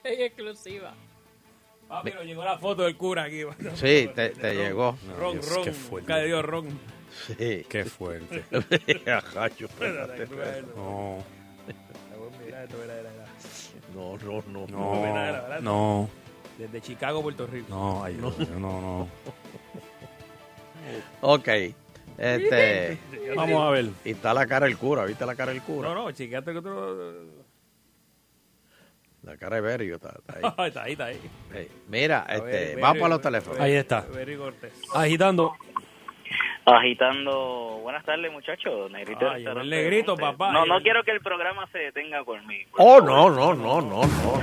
Speaker 4: En exclusiva.
Speaker 2: Papi, nos Ah, llegó la foto del cura aquí.
Speaker 3: Sí, te, te llegó.
Speaker 2: Ron,
Speaker 5: Dios,
Speaker 2: ron.
Speaker 5: qué fuerte.
Speaker 2: Nunca dio ron.
Speaker 3: Sí.
Speaker 5: Qué fuerte.
Speaker 3: Ajá, yo-
Speaker 5: No,
Speaker 3: No, no, no.
Speaker 5: no, no,
Speaker 2: Desde Chicago, Puerto Rico.
Speaker 5: no, ay, Dios mío, no, no.
Speaker 3: Ok. Este,
Speaker 5: Vamos a ver.
Speaker 3: y está la cara del cura, ¿viste la cara del cura?
Speaker 2: No, no, chiquete que otro.
Speaker 3: La cara de Berrio está, está ahí.
Speaker 2: está ahí, está ahí.
Speaker 3: Sí. Mira, este,
Speaker 2: ver,
Speaker 3: vamos
Speaker 2: ver,
Speaker 3: para los
Speaker 2: ver,
Speaker 3: teléfonos.
Speaker 5: Ahí está.
Speaker 2: Berry Cortés.
Speaker 5: Agitando.
Speaker 7: Agitando. Buenas tardes, muchachos. Negrito.
Speaker 2: Ah,
Speaker 7: del
Speaker 2: llegó el
Speaker 7: Cerro
Speaker 2: negrito,
Speaker 7: Pregunte.
Speaker 2: papá.
Speaker 7: No, no quiero que el programa se detenga conmigo.
Speaker 3: Oh, no, no, no, no, no.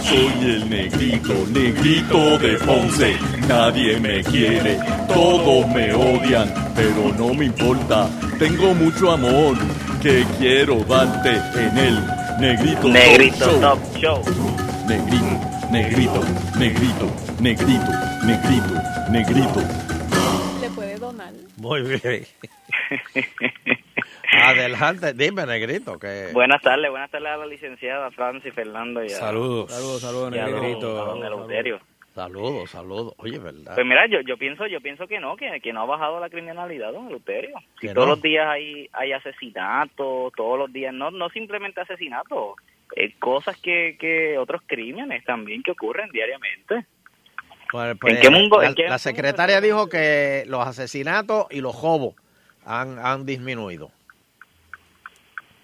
Speaker 9: Soy el negrito, negrito de Ponce. Nadie me quiere, todos me odian, pero no me importa. Tengo mucho amor que quiero darte en el negrito. Talk
Speaker 7: Negrito
Speaker 9: Show.
Speaker 7: Top Show.
Speaker 9: Negrito, negrito, negrito, negrito, negrito, negrito.
Speaker 4: ¿Le puede donar?
Speaker 3: Muy bien. Adelante, dime, negrito, que...
Speaker 7: Buenas tardes, buenas tardes a la licenciada Francis Fernando y a,
Speaker 3: Saludos.
Speaker 2: Saludos, saludos,
Speaker 7: y a don,
Speaker 2: negrito.
Speaker 7: a don Eleuterio.
Speaker 3: Saludos, saludos. Oye, ¿verdad?
Speaker 7: Pues mira, yo, yo pienso yo pienso que no, que, que no ha bajado la criminalidad, don Eleuterio. Si
Speaker 3: Que
Speaker 7: todos
Speaker 3: no.
Speaker 7: los días hay, hay asesinatos, todos los días, no no simplemente asesinatos,
Speaker 10: eh, cosas que, que otros crímenes también que ocurren diariamente.
Speaker 3: Pues- pues,
Speaker 10: ¿En qué mundo-
Speaker 3: La,
Speaker 10: en qué
Speaker 3: la secretaria dijo que los asesinatos y los jobos han, han disminuido.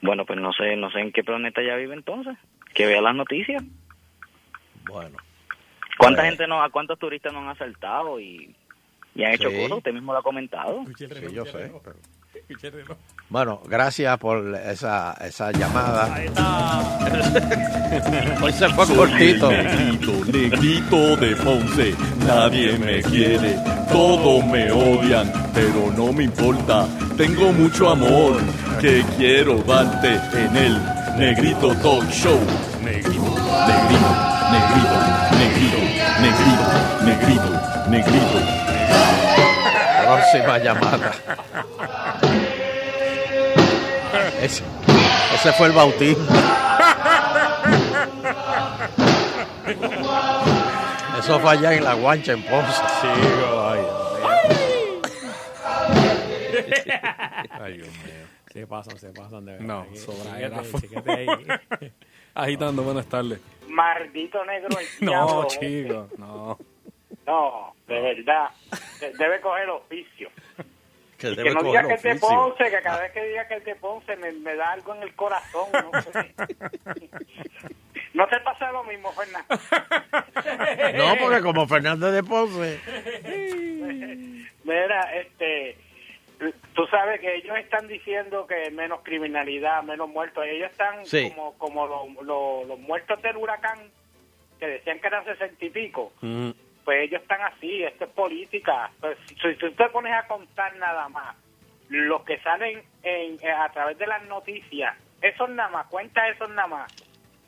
Speaker 10: Bueno, pues no sé, no sé en qué planeta ya vive entonces. Que vea las noticias.
Speaker 3: Bueno.
Speaker 10: ¿Cuánta
Speaker 3: Pues-
Speaker 10: gente no, a cuántos turistas nos han asaltado y, y han hecho
Speaker 3: Sí.
Speaker 10: cosas? Usted mismo lo ha comentado.
Speaker 3: Sí, yo sé. pero- Bueno, gracias por esa, esa llamada. Hoy se fue cortito.
Speaker 9: Negrito, negrito de Ponce, nadie me quiere, todos me odian, pero no me importa, tengo mucho amor que quiero darte en el Negrito Talk Show. Negrito, negrito, negrito, negrito, negrito, negrito, negrito.
Speaker 3: Próxima llamada. Ese, ese fue el bautismo. Eso fue allá en la guancha en Ponce. este.
Speaker 2: Se pasan, se pasan de verdad.
Speaker 5: No,
Speaker 2: Aquí,
Speaker 5: sobra
Speaker 2: chéquete,
Speaker 5: grafo.
Speaker 2: chéquete ahí.
Speaker 5: Agitando, buenas tardes.
Speaker 7: Maldito negro el diablo,
Speaker 5: No,
Speaker 7: ese.
Speaker 5: chico, no.
Speaker 7: No, de verdad. De- Debe coger oficio.
Speaker 3: Que
Speaker 7: Que
Speaker 3: debe
Speaker 7: no diga
Speaker 3: coger
Speaker 7: que es de
Speaker 3: oficio.
Speaker 7: Ponce, que cada vez que diga que es de Ponce me, me da algo en el corazón. No, sé. ¿No te pasa lo mismo, Fernando.
Speaker 3: No, porque como Fernández de Ponce.
Speaker 7: Mira, este, tú sabes que ellos están diciendo que menos criminalidad, menos muertos. Ellos están
Speaker 3: Sí.
Speaker 7: como, como lo- lo- los muertos del huracán, que decían que eran sesenta y pico. Pues ellos están así, esto es política. Pues, si tú te pones a contar nada más, los que salen en- eh, a través de las noticias, esos nada más, cuenta esos nada más.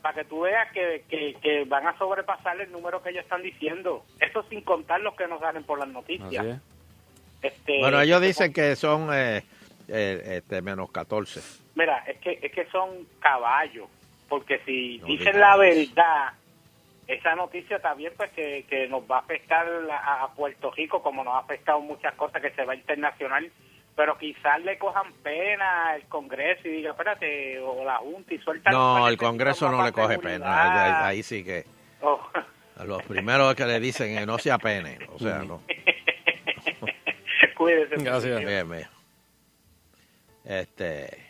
Speaker 7: Para que tú veas que, que, que van a sobrepasar el número que ellos están diciendo. Eso sin contar los que no salen por las
Speaker 5: Así
Speaker 7: noticias.
Speaker 3: Ah,
Speaker 5: es.
Speaker 7: Este,
Speaker 3: Bueno, ellos dicen que son eh, eh, este, menos 14.
Speaker 7: Mira, es que, es que son caballos, porque si
Speaker 3: No
Speaker 7: dicen
Speaker 3: digas.
Speaker 7: la verdad, esa noticia está bien, pues que, que nos va a afectar a, a Puerto Rico, como nos ha afectado muchas cosas, que se va internacional, pero quizás le cojan pena al Congreso y diga, espérate, o la Junta y suelta.
Speaker 3: No, el Congreso no le coge pena. Ahí, ahí sí que
Speaker 7: Oh.
Speaker 3: a los primeros que le dicen eh, no se apene. O sea, no.
Speaker 7: Cuídese.
Speaker 5: Gracias.
Speaker 3: Mire, mire. Este.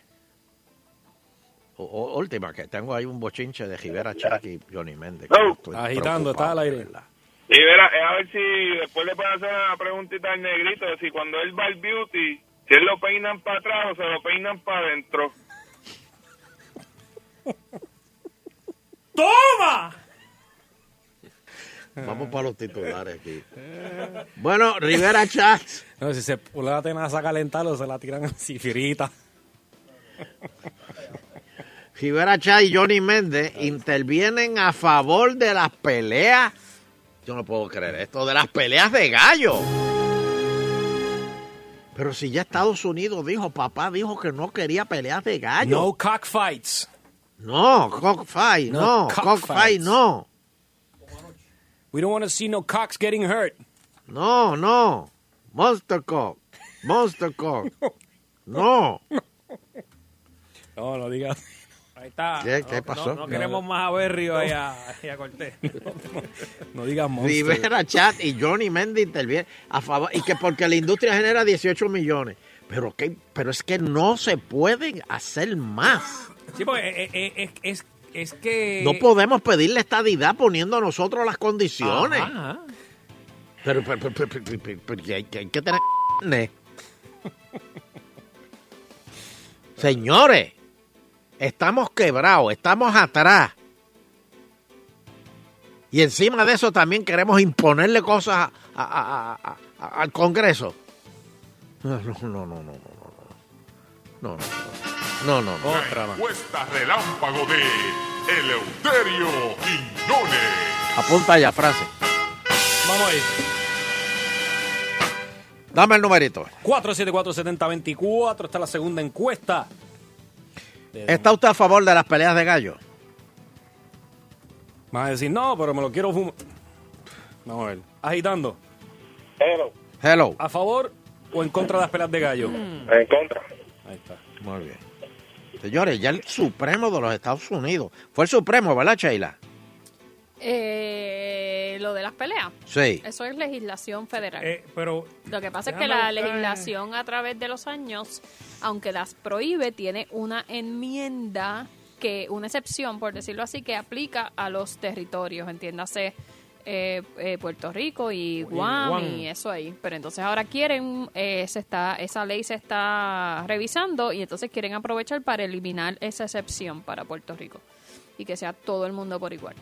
Speaker 3: u- u- última, que tengo ahí un bochinche de Rivera Chaki y Johnny Méndez. que yo estoy
Speaker 5: Agitando, está al
Speaker 3: preocupado,
Speaker 5: aire.
Speaker 3: ¿verdad?
Speaker 7: Y verá, a ver si después le pueden hacer una preguntita al negrito, si cuando él va al beauty, si él lo peinan para atrás o se lo peinan para adentro.
Speaker 3: Vamos para los titulares aquí.
Speaker 5: Eh.
Speaker 3: Bueno, Rivera Chats.
Speaker 5: No, si se pone la tenaza a calentarlo, se la tiran así frita.
Speaker 3: Rivera Chá y Johnny Méndez intervienen a favor de las peleas. Yo no puedo creer esto, de las peleas de gallo. Pero si ya Estados Unidos dijo, papá dijo que no quería peleas de gallo.
Speaker 5: No cockfights.
Speaker 3: No, cockfight, no,
Speaker 5: No
Speaker 3: cockfight,
Speaker 5: cockfights.
Speaker 3: no.
Speaker 5: We don't want to see no cocks getting hurt.
Speaker 3: No, no. Monster cock, monster cock. No.
Speaker 5: No, no digas.
Speaker 2: Ahí está.
Speaker 3: ¿Qué- qué
Speaker 2: No,
Speaker 3: pasó?
Speaker 2: No, no queremos más a Berrio y a, y a Cortés.
Speaker 5: No digas monster.
Speaker 3: Rivera Chat y Johnny Méndez intervienen a favor y que porque la industria genera 18 millones. Pero que, pero es que no se pueden hacer más.
Speaker 2: Sí, porque eh, eh, eh, es, es que...
Speaker 3: No podemos pedirle estadidad poniendo a nosotros las condiciones.
Speaker 2: Ajá.
Speaker 3: Pero, pero, pero, pero, pero, pero, pero, que hay, que hay que tener carne. Señores, estamos quebrados, estamos atrás. Y encima de eso también queremos imponerle cosas a- a- a- a- a- al Congreso. No, no, no, no, no, no, no, no, no, no, no, no, no.
Speaker 5: Otra más.
Speaker 9: Cuesta relámpago de Eleuterio Quiñones.
Speaker 3: Apunta allá, frase.
Speaker 5: Vamos ahí.
Speaker 3: Dame el numerito.
Speaker 5: 474-7024. Está la segunda encuesta.
Speaker 3: ¿Está usted a favor de las peleas de gallo?
Speaker 5: Vas a decir, no, pero me lo quiero fumar. Vamos a ver. Agitando.
Speaker 7: Pero,
Speaker 3: Hello.
Speaker 5: ¿A favor o en contra de las pelas de gallo?
Speaker 7: en contra.
Speaker 5: Ahí está.
Speaker 3: Muy bien. Señores, ya el Supremo de los Estados Unidos. Fue el Supremo, ¿verdad, Sheila?
Speaker 4: Eh, lo de las peleas.
Speaker 3: Sí.
Speaker 4: Eso es legislación federal.
Speaker 2: Eh, pero
Speaker 4: Lo que pasa es
Speaker 2: Déjame
Speaker 4: que la
Speaker 2: buscar.
Speaker 4: legislación a través de los años, aunque las prohíbe, tiene una enmienda que una excepción, por decirlo así, que aplica a los territorios, entiéndase eh, eh, Puerto Rico y Guam,
Speaker 2: Guam.
Speaker 4: y eso ahí. Pero entonces ahora quieren, eh, se está, esa ley se está revisando y entonces quieren aprovechar para eliminar esa excepción para Puerto Rico y que sea todo el mundo por igual.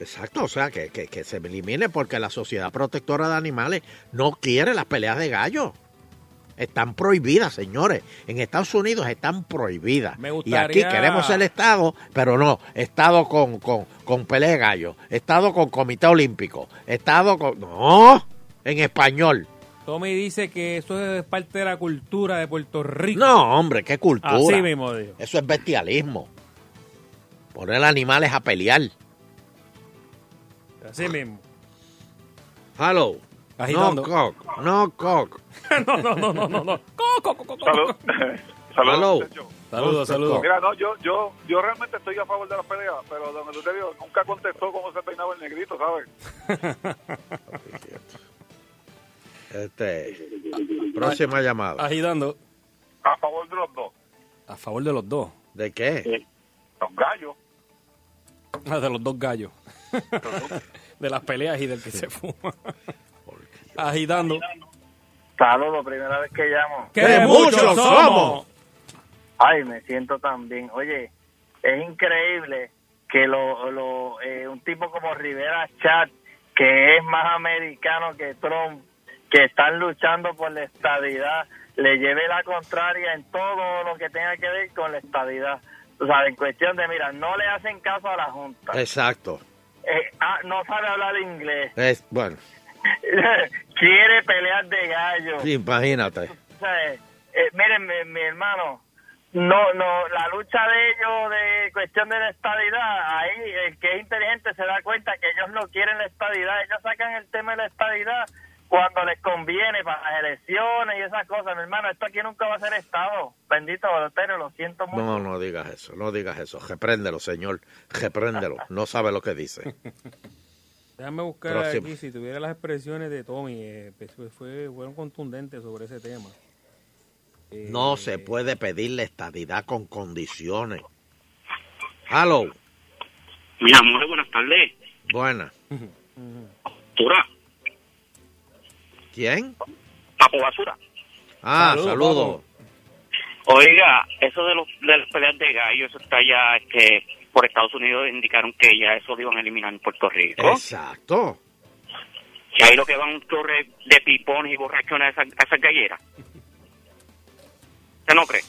Speaker 3: Exacto, o sea, que, que- que se elimine porque la Sociedad Protectora de Animales no quiere las peleas de gallos. Están prohibidas, señores. En Estados Unidos están prohibidas.
Speaker 2: Me
Speaker 3: Y aquí
Speaker 2: gustaría-
Speaker 3: queremos el Estado, pero no. Estado con, con, con pelea de gallos. Estado con Comité Olímpico. Estado con... No, en español.
Speaker 2: Tommy dice que eso es parte de la cultura de Puerto Rico.
Speaker 3: No, hombre, qué cultura.
Speaker 2: Así mismo dijo.
Speaker 3: Eso es bestialismo. Poner animales a pelear.
Speaker 2: Así mismo.
Speaker 3: Hello.
Speaker 2: Agitando.
Speaker 3: No cock. No cock.
Speaker 2: no, no, no, no, no, no.
Speaker 11: Salud. Saludos,
Speaker 3: Hello.
Speaker 11: muchachos.
Speaker 5: Saludos, saludos.
Speaker 11: Mira, no, yo, yo, yo realmente estoy a favor de las peleas, pero don Eleuterio nunca contestó cómo se peinaba el negrito, ¿sabes?
Speaker 3: Este, próxima llamada.
Speaker 5: Agitando.
Speaker 11: A favor de los dos.
Speaker 5: A favor de los dos.
Speaker 3: ¿De qué?
Speaker 11: Los gallos.
Speaker 5: Ah, De los dos gallos. de las peleas y del que se fuma. Agitando.
Speaker 12: Saludos, primera vez que llamo.
Speaker 3: ¡Qué muchos somos!
Speaker 12: Ay, me siento tan bien. Oye, es increíble que lo, lo, eh, un tipo como Rivera Chat, que es más americano que Trump, que están luchando por la estadidad, le lleve la contraria en todo lo que tenga que ver con la estadidad. O sea, en cuestión de, mira, no le hacen caso a la Junta.
Speaker 3: Exacto.
Speaker 12: Eh, ah, no sabe hablar inglés.
Speaker 3: Es, bueno,
Speaker 12: Quiere pelear de gallo.
Speaker 3: imagínate.
Speaker 12: O sea, eh, eh, miren, mi, mi hermano, no, no, la lucha de ellos de cuestión de la estabilidad, ahí el que es inteligente se da cuenta que ellos no quieren la estabilidad, ellos sacan el tema de la estabilidad cuando les conviene para las elecciones y esas cosas, mi hermano, esto aquí nunca va a ser Estado, bendito Valotero, lo siento mucho.
Speaker 3: No, no digas eso, no digas eso. Repréndelo, señor. Repréndelo. No sabe lo que dice.
Speaker 2: Déjame buscar
Speaker 3: Próximo.
Speaker 2: aquí si tuviera las expresiones de Tommy. eh, pues, fue- fue- fueron contundentes sobre ese tema. Eh,
Speaker 3: No se puede pedir la estadidad con condiciones. Hello.
Speaker 6: Mi amor, buenas tardes.
Speaker 3: Buena.
Speaker 6: Basura.
Speaker 3: ¿Quién?
Speaker 6: Papo Basura.
Speaker 3: Ah,
Speaker 6: Saludos,
Speaker 3: saludo.
Speaker 6: Oiga, eso de, los, de las peleas de gallo, eso está ya, este, por Estados Unidos indicaron que ya eso lo iban a eliminar en Puerto Rico.
Speaker 3: Exacto.
Speaker 6: Y ahí lo que van un torre de pipones y borrachones a esas, a esas galleras. ¿Usted no cree?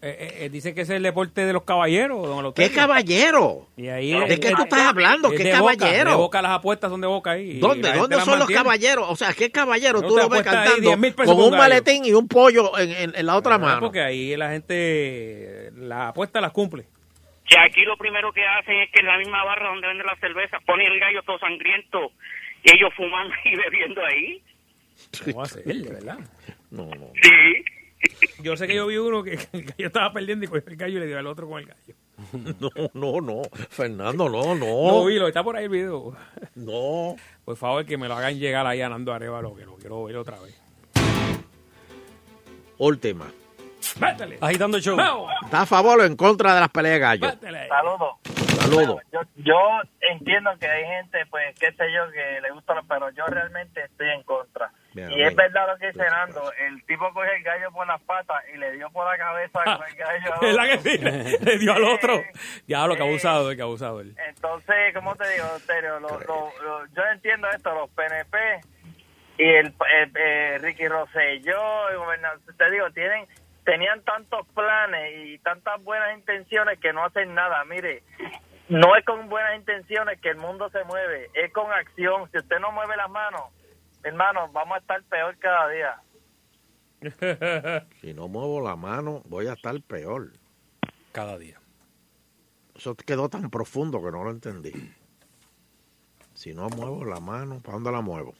Speaker 2: eh, eh, eh, dice que ese es el deporte de los caballeros, don
Speaker 3: ¿Qué
Speaker 2: Eleuterio.
Speaker 3: caballero?
Speaker 2: Y ahí
Speaker 3: ¿De
Speaker 2: es-
Speaker 3: qué tú estás hablando?
Speaker 2: es
Speaker 3: ¿Qué
Speaker 2: de boca, de
Speaker 3: caballero?
Speaker 2: boca, las apuestas son de boca ahí. y la
Speaker 3: ¿Dónde?
Speaker 2: gente
Speaker 3: ¿Dónde
Speaker 2: las
Speaker 3: son los
Speaker 2: mantiene.
Speaker 3: caballeros? O sea, ¿qué caballero
Speaker 2: No
Speaker 3: tú
Speaker 2: te
Speaker 3: lo ves
Speaker 2: apuestas ahí
Speaker 3: cantando
Speaker 2: 10.000 pesos
Speaker 3: con
Speaker 2: con
Speaker 3: un
Speaker 2: gallo.
Speaker 3: maletín y un pollo en, en- en la otra
Speaker 2: Ah,
Speaker 3: mano?
Speaker 2: Porque ahí la gente, eh, las apuestas las cumple.
Speaker 6: Que aquí lo primero que hacen es que en la misma barra donde venden la cerveza ponen el gallo todo sangriento y ellos fumando y bebiendo ahí.
Speaker 2: ¿Cómo va a ser, de verdad?
Speaker 3: No, no.
Speaker 6: Sí.
Speaker 2: Yo sé que yo vi uno que que el gallo estaba perdiendo y cogió el gallo y le dio al otro con el gallo.
Speaker 3: No, no, no. Fernando, no,
Speaker 2: No,
Speaker 3: no.
Speaker 2: vi, lo está por ahí el video.
Speaker 3: No.
Speaker 2: Por favor, que me lo hagan llegar ahí a Nando Arevalo, que lo quiero ver otra vez.
Speaker 3: Última.
Speaker 2: ¡Métele!
Speaker 5: Agitando el show.
Speaker 2: ¡Vamos!
Speaker 3: ¿Está a favor o en contra de las peleas de gallo?
Speaker 2: ¡Métele!
Speaker 12: Saludos.
Speaker 3: Saludos.
Speaker 12: Yo, yo entiendo que hay gente, pues, qué sé yo, que le gusta, lo- pero yo realmente estoy en contra.
Speaker 3: Bien,
Speaker 12: y es
Speaker 3: bien.
Speaker 12: verdad lo que dice Nando, el tipo coge el gallo por las patas y le dio por la cabeza con el gallo.
Speaker 2: ¿Verdad que sí? Le, le dio al otro. Diablo, que abusado, eh, que abusado él.
Speaker 12: Entonces, ¿cómo te digo, Terio? Lo- lo- lo- yo entiendo esto, los PNP y el, eh, eh, Ricky Rosselló, el gobernador, te digo, tienen tenían tantos planes y tantas buenas intenciones que no hacen nada. Mire, no es con buenas intenciones que el mundo se mueve, es con acción. Si usted no mueve las manos, hermano, vamos a estar peor cada día.
Speaker 3: Si no muevo la mano, voy a estar peor.
Speaker 5: Cada día.
Speaker 3: Eso quedó tan profundo que no lo entendí. Si no muevo la mano, ¿para dónde la muevo?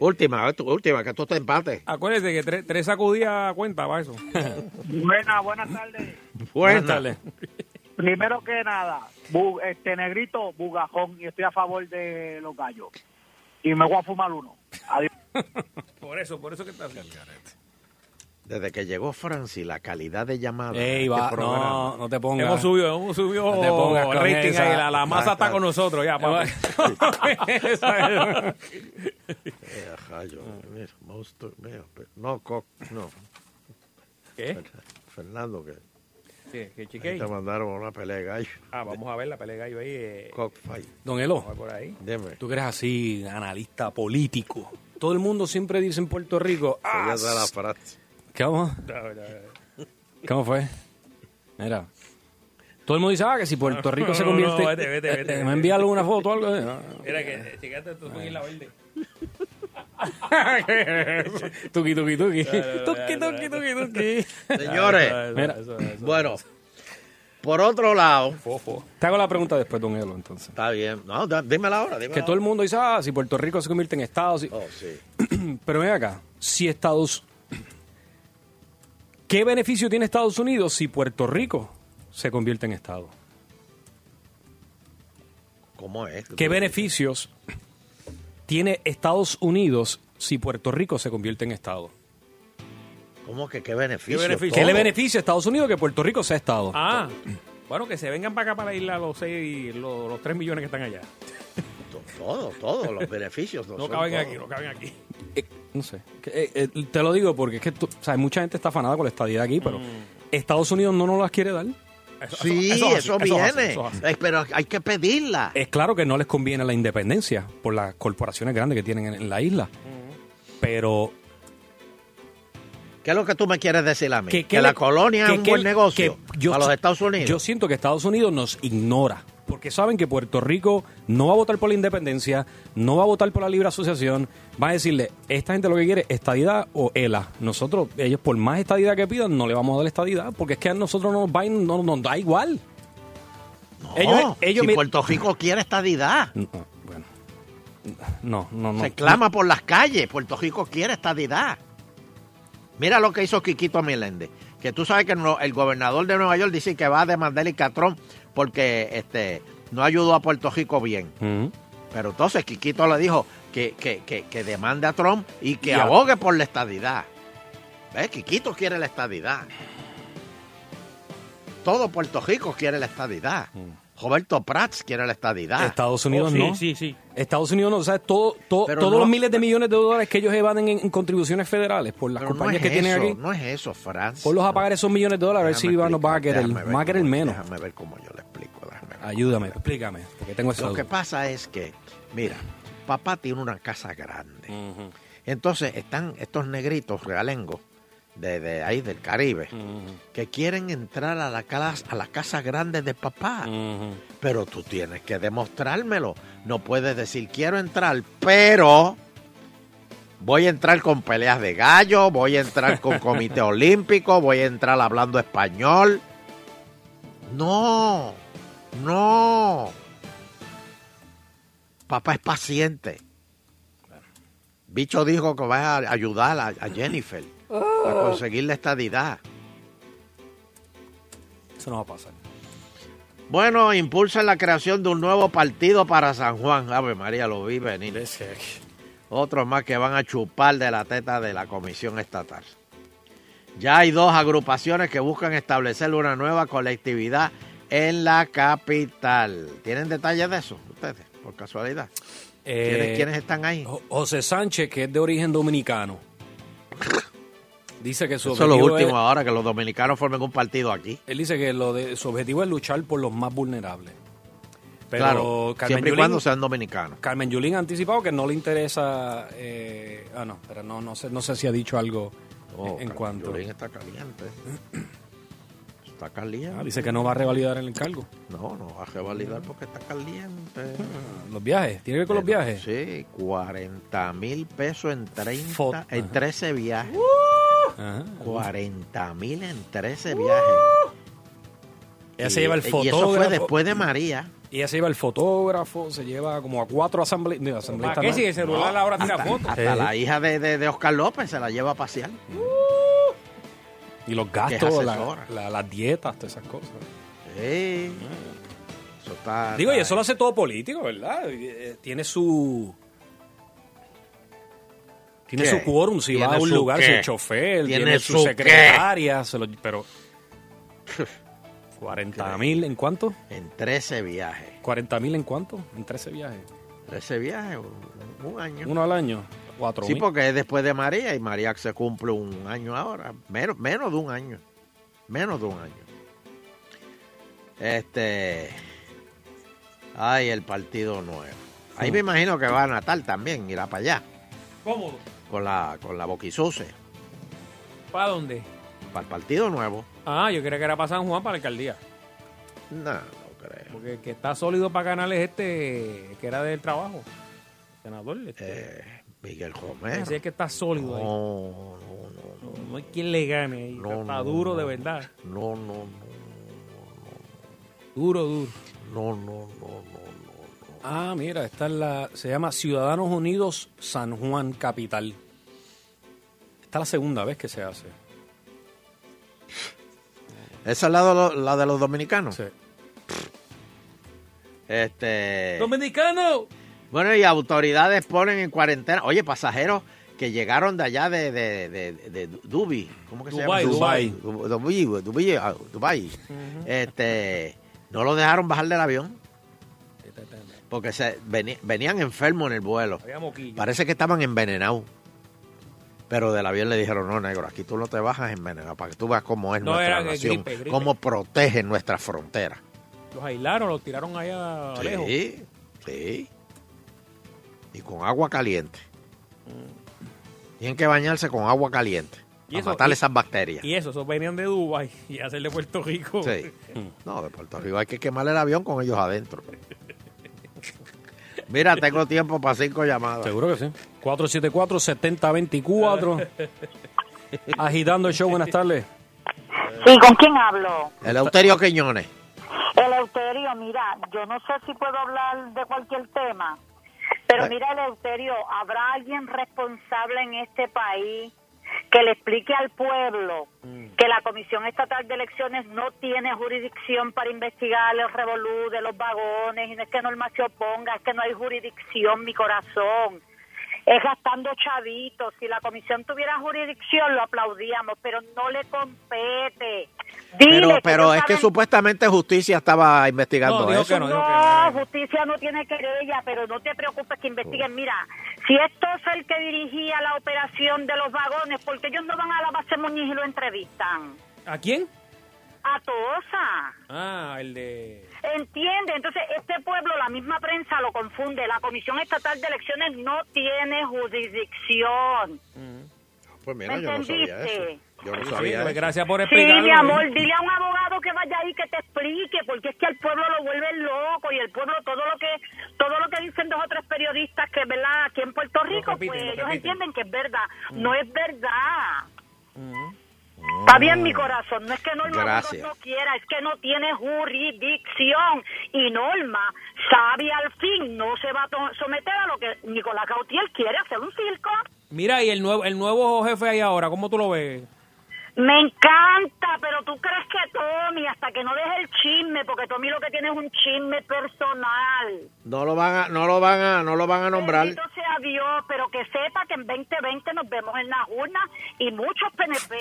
Speaker 3: Última, tu- última, que tú estás empate.
Speaker 2: Acuérdese que tres, tres sacudidas a cuenta va eso.
Speaker 7: Buenas, buenas tardes.
Speaker 3: Buenas
Speaker 2: tardes.
Speaker 7: Primero que nada, bu- este negrito, bugajón, y estoy a favor de los gallos. Y me voy a fumar uno. Adiós.
Speaker 2: Por eso, por eso que está haciendo.
Speaker 3: Desde que llegó Franci, la calidad de llamada.
Speaker 5: Ey,
Speaker 3: de
Speaker 5: va,
Speaker 3: este programa.
Speaker 5: no, no te pongas.
Speaker 2: Hemos subido, hemos subido
Speaker 5: No te pongas con
Speaker 2: rating
Speaker 5: esa.
Speaker 2: ahí, la, la masa está con nosotros ya, papá. Esa es.
Speaker 3: Eh, rayo, mira, monstruo, mira, pero- no, co- no.
Speaker 2: ¿Qué?
Speaker 3: Fernando, que
Speaker 2: ¿Qué, qué
Speaker 3: ahí
Speaker 2: chiquillo?
Speaker 3: te mandaron a una pelea de gallo.
Speaker 2: Ah, vamos a ver la pelea de gallo ahí. eh,
Speaker 3: Cockfight.
Speaker 5: Don Elo,
Speaker 2: vamos por ahí.
Speaker 3: Dime.
Speaker 5: tú que eres así, analista político. Todo el mundo siempre dice en Puerto Rico, ah,
Speaker 3: Ella da la frase.
Speaker 5: ¿qué vamos? ¿Cómo fue? Mira. Todo el mundo dice, ah, que si Puerto Rico se
Speaker 2: No, no, no,
Speaker 5: convierte...
Speaker 2: vete, vete,
Speaker 5: eh,
Speaker 2: vete,
Speaker 5: eh,
Speaker 2: vete.
Speaker 5: ¿Me envía alguna foto o algo? Eh, no.
Speaker 2: Mira que llegaste tú en la verde.
Speaker 5: tuki, tuki, tuki.
Speaker 2: Tuki, tuki, tuki, tuki.
Speaker 3: Señores,
Speaker 5: Mira,
Speaker 3: bueno, por otro lado,
Speaker 5: te hago la pregunta después, don Elo, entonces.
Speaker 3: está bien. No, da- dímela ahora, dímela
Speaker 5: Que todo el mundo dice, ah, si Puerto Rico se convierte en Estados... si-
Speaker 3: ahora. Oh, sí.
Speaker 5: Pero ven acá, si Estados... ¿Qué beneficio tiene Estados Unidos si Puerto Rico se convierte en Estado?
Speaker 3: ¿Cómo es?
Speaker 5: ¿Qué beneficios tiene Estados Unidos si Puerto Rico se convierte en Estado?
Speaker 3: ¿Cómo que qué beneficio?
Speaker 2: ¿Qué beneficio?
Speaker 5: ¿Qué le
Speaker 3: Todo.
Speaker 5: beneficia a Estados Unidos que Puerto Rico sea Estado?
Speaker 2: Ah, bueno, que se vengan para acá para la isla los seis, los, los tres millones que están allá.
Speaker 3: Todo, todo, los beneficios.
Speaker 2: No caben aquí, no caben aquí.
Speaker 5: Eh, no sé. Que, eh, eh, te lo digo porque es que tú- o sea, hay mucha gente está afanada con la estadía aquí, pero Estados Unidos no nos las quiere dar.
Speaker 2: Mm. Eso-
Speaker 3: Sí,
Speaker 2: eso-
Speaker 3: eso,
Speaker 2: es así, eso es así,
Speaker 3: viene.
Speaker 2: eso es así.
Speaker 3: Eh, Pero hay que pedirla.
Speaker 5: Es claro que no les conviene la independencia por las corporaciones grandes que tienen en, en la isla. Pero
Speaker 3: ¿Qué es lo que tú me quieres decir a mí? Que,
Speaker 5: que- que
Speaker 3: la
Speaker 5: le-
Speaker 3: colonia
Speaker 5: que-
Speaker 3: es un
Speaker 5: que-
Speaker 3: buen negocio
Speaker 5: que yo-
Speaker 3: para los Estados Unidos.
Speaker 5: Yo siento que Estados Unidos nos ignora, porque saben que Puerto Rico no va a votar por la independencia, no va a votar por la libre asociación, va a decirle, esta gente lo que quiere, estadidad o ELA. Nosotros, ellos por más estadidad que pidan, no le vamos a dar estadidad, porque es que a nosotros no nos, va, y no, nos da igual.
Speaker 3: No,
Speaker 5: ellos- ellos
Speaker 3: si
Speaker 5: mi-
Speaker 3: Puerto Rico quiere estadidad,
Speaker 5: No, bueno. No, no, no.
Speaker 3: se clama por las calles. Puerto Rico quiere estadidad. Mira lo que hizo Quiquito Meléndez. Que tú sabes que no- el gobernador de Nueva York dice que va a demandar el Catrón porque este, no ayudó a Puerto Rico bien.
Speaker 5: Mm.
Speaker 3: Pero entonces Quiquito le dijo que, que, que- que demande a Trump y que
Speaker 5: Y a-
Speaker 3: abogue por la estadidad. ¿Ves? Quiquito quiere la estadidad. Todo Puerto Rico quiere la estadidad. Roberto Prats quiere la estadidad.
Speaker 5: Mm. Estados Unidos
Speaker 2: Oh, sí,
Speaker 5: no.
Speaker 2: sí, sí.
Speaker 5: Estados Unidos no, o sea, todo, todo-
Speaker 3: Pero
Speaker 5: todos
Speaker 3: no-
Speaker 5: los miles de millones de dólares que ellos evaden en, en contribuciones federales por las
Speaker 3: Pero no
Speaker 5: compañías
Speaker 3: es
Speaker 5: que tienen
Speaker 3: eso,
Speaker 5: aquí.
Speaker 3: no es eso, Franz.
Speaker 5: Ponlos a pagar esos millones de dólares a ver si
Speaker 3: Déjame
Speaker 5: van- nos van a
Speaker 3: explicar,
Speaker 5: querer.
Speaker 3: déjame ver
Speaker 5: Van a querer
Speaker 3: cómo-
Speaker 5: menos.
Speaker 3: Déjame ver cómo yo le explico. déjame ver.
Speaker 5: Ayúdame, explícame, porque tengo esa
Speaker 3: Lo que
Speaker 5: duda.
Speaker 3: pasa es que, mira, papá tiene una casa grande. Entonces están estos negritos realengos de, de ahí del Caribe que quieren entrar a la, casa, a la casa grande de papá. Pero tú tienes que demostrármelo. No puedes decir quiero entrar, pero voy a entrar con peleas de gallo, voy a entrar con comité olímpico, voy a entrar hablando español. No, no. Papá es paciente. Bicho dijo que va a ayudar a, a Jennifer a
Speaker 8: Oh.
Speaker 3: conseguir la estadidad.
Speaker 5: Eso no va a pasar.
Speaker 3: Bueno, impulsa la creación de un nuevo partido para San Juan. Ave María, lo vi venir. Otros más que van a chupar de la teta de la Comisión Estatal. Ya hay dos agrupaciones que buscan establecer una nueva colectividad en la capital. ¿Tienen detalles de eso ustedes, por casualidad? ¿Quiénes,
Speaker 5: Eh,
Speaker 3: quiénes están ahí?
Speaker 5: Jo- José Sánchez, que es de origen dominicano, dice que su
Speaker 3: Eso es lo
Speaker 5: objetivo
Speaker 3: último
Speaker 5: es-
Speaker 3: ahora, que los dominicanos formen un partido aquí.
Speaker 5: él dice que lo de, su objetivo es luchar por los más vulnerables. Pero
Speaker 3: claro,
Speaker 5: Carmen
Speaker 3: siempre y
Speaker 5: Yulín-
Speaker 3: cuando sean dominicanos.
Speaker 5: Carmen Yulín ha anticipado que no le interesa. eh, ah, no, pero no, no sé, no sé si ha dicho algo
Speaker 3: Oh,
Speaker 5: en- en
Speaker 3: Carmen
Speaker 5: cuanto.
Speaker 3: Yulín está caliente. Está caliente.
Speaker 5: Ah, dice que no va a revalidar el encargo.
Speaker 3: No, no va a revalidar porque está caliente.
Speaker 5: Mm, Los viajes, tiene que ver con los
Speaker 3: Pero,
Speaker 5: viajes.
Speaker 3: Sí, 40 mil pesos en, 30,
Speaker 5: Fo-
Speaker 3: en 13 viajes.
Speaker 5: Ajá.
Speaker 3: 40 mil en 13 viajes.
Speaker 5: Ella se
Speaker 3: Y-
Speaker 5: lleva el
Speaker 3: Y eso fue
Speaker 5: fotógrafo.
Speaker 3: después de María.
Speaker 5: Y ella se lleva el fotógrafo, se lleva como a cuatro asambleístas. No, asambleístas
Speaker 2: qué
Speaker 5: no.
Speaker 2: si el celular ahora tira
Speaker 5: Hasta-
Speaker 2: fotos?
Speaker 5: hasta
Speaker 3: Hasta la hija de, de- de Oscar López se la lleva a pasear.
Speaker 5: Y los
Speaker 3: Que es
Speaker 5: gastos, la-
Speaker 3: asesora.
Speaker 5: la- las dietas, todas esas cosas.
Speaker 3: Sí. Eso está.
Speaker 5: Digo, y eso lo hace todo político, ¿verdad? Y, eh, Tiene su... Tiene
Speaker 3: ¿Qué?
Speaker 5: su quórum, si va
Speaker 3: ¿Tiene
Speaker 5: a un
Speaker 3: su
Speaker 5: lugar,
Speaker 3: qué?
Speaker 5: su chofer,
Speaker 3: ¿Tiene
Speaker 5: tiene, su,
Speaker 3: su qué?
Speaker 5: secretaria, se lo- pero... 40 mil en cuánto?
Speaker 3: En 13 viajes.
Speaker 5: 40 mil en cuánto? En 13 viajes.
Speaker 3: 13 viajes, un- un año.
Speaker 5: Uno al año, 4
Speaker 3: Sí,
Speaker 5: mil.
Speaker 3: porque es después de María y María se cumple un año ahora, menos, menos de un año, menos de un año. Este, ay, el partido nuevo. Ahí me imagino que va a Natal también, irá para allá
Speaker 2: Cómodo.
Speaker 3: con la con la boquisuce,
Speaker 2: ¿Para dónde?
Speaker 3: para el partido nuevo.
Speaker 2: Ah, yo creía que era para San Juan, para la alcaldía.
Speaker 3: No, no creo.
Speaker 2: Porque el que está sólido para canales este, que era del trabajo. Senador. Este.
Speaker 3: Miguel Romero.
Speaker 2: Ese es que está sólido ahí.
Speaker 3: Eh, No, no,
Speaker 2: no. No hay quien le gane ahí.
Speaker 3: No,
Speaker 2: está
Speaker 3: no,
Speaker 2: duro
Speaker 3: no.
Speaker 2: de verdad.
Speaker 3: No, no, no.
Speaker 2: Duro, duro.
Speaker 3: No, no, no, no.
Speaker 5: Ah, mira, esta es la. Se llama Ciudadanos Unidos San Juan Capital. Esta es la segunda vez que se hace.
Speaker 3: Esa es la de, los- la de los dominicanos.
Speaker 5: Sí.
Speaker 3: Este.
Speaker 2: ¡Dominicano!
Speaker 3: Bueno, y autoridades ponen en cuarentena. Oye, pasajeros que llegaron de allá de, de, de, de Dubi. ¿Cómo que
Speaker 5: Dubái,
Speaker 3: se llama? Dubai. Dubai. Dubai. ah, Dubái. Este. No lo dejaron bajar del avión porque se veni- venían enfermos en el vuelo.
Speaker 2: Había moquillo.
Speaker 3: Parece que estaban envenenados. Pero del avión le dijeron, no, negro, aquí tú no te bajas envenenado para que tú veas cómo es
Speaker 2: No,
Speaker 3: nuestra
Speaker 2: era que
Speaker 3: nación,
Speaker 2: gripe, gripe.
Speaker 3: cómo protege nuestra frontera.
Speaker 2: Los aislaron, los tiraron allá lejos.
Speaker 3: Sí, sí. Y con agua caliente. Tienen que bañarse con agua caliente.
Speaker 2: Y
Speaker 3: Para
Speaker 2: eso-
Speaker 3: matar
Speaker 2: y-
Speaker 3: esas bacterias.
Speaker 2: Y eso, esos venían de Dubái y hacer de Puerto Rico.
Speaker 3: Sí. No, de Puerto Rico hay que quemar el avión con ellos adentro. Mira, tengo tiempo para cinco llamadas.
Speaker 5: Seguro que sí. 474-7024. Agitando el show, buenas tardes.
Speaker 13: Sí, ¿con quién hablo?
Speaker 3: Eleuterio Quiñones.
Speaker 13: Eleuterio, mira, yo no sé si puedo hablar de cualquier tema, pero mira, Eleuterio, ¿habrá alguien responsable en este país que le explique al pueblo
Speaker 3: Mm.
Speaker 13: que la Comisión Estatal de Elecciones no tiene jurisdicción para investigar los revolú de los vagones? Y no es que Norma se oponga, es que no hay jurisdicción, mi corazón. Es gastando chavitos. Si la comisión tuviera jurisdicción, lo aplaudíamos, pero no le compete. Dile
Speaker 3: Pero,
Speaker 13: que
Speaker 3: pero
Speaker 13: ellos
Speaker 3: es que
Speaker 13: saben
Speaker 3: supuestamente justicia estaba investigando
Speaker 13: no, dijo
Speaker 3: eso.
Speaker 13: que no, justicia no tiene querella, pero no te preocupes que investiguen. Mira, si esto es el que dirigía la operación de los vagones, porque ellos no van a la base Muñiz y lo entrevistan.
Speaker 2: ¿A quién?
Speaker 13: A Tosa.
Speaker 2: Ah, el de.
Speaker 13: Entiende, entonces este pueblo, la misma prensa lo confunde. La Comisión Estatal de Elecciones no tiene jurisdicción.
Speaker 3: Pues
Speaker 13: mira, yo no sabía ¿Entendiste? eso.
Speaker 3: Yo no
Speaker 2: Sí,
Speaker 3: sabía
Speaker 2: pues
Speaker 3: eso.
Speaker 2: gracias por
Speaker 13: Sí,
Speaker 2: explicarlo. ¿eh?
Speaker 13: mi
Speaker 14: ¿eh?
Speaker 13: amor, dile a un abogado que vaya ahí que te explique, porque es que al pueblo lo vuelven loco y el pueblo todo lo que todo lo que dicen dos o tres periodistas que verdad aquí en Puerto Rico,
Speaker 14: repiten,
Speaker 13: pues
Speaker 14: lo
Speaker 13: ellos
Speaker 14: repiten. Mm.
Speaker 13: entienden que es verdad, no es verdad.
Speaker 14: Oh.
Speaker 13: Está bien mi corazón, no es que Norma
Speaker 3: Gracias.
Speaker 13: Burgos no quiera, es que no tiene jurisdicción y Norma sabe al fin no se va a to- someter a lo que Nicolás Gautier quiere hacer un circo.
Speaker 2: Mira, y el nuevo, el nuevo jefe ahí ahora, ¿cómo tú lo ves?
Speaker 13: Me encanta, pero tú crees que Tommy, hasta que no deje el chisme, porque Tommy lo que tiene es un chisme personal.
Speaker 3: No lo van a, no lo van a, no lo van a nombrar.
Speaker 13: Bendito sea Dios, pero que sepa que en 2020 nos vemos en la urna y muchos PNP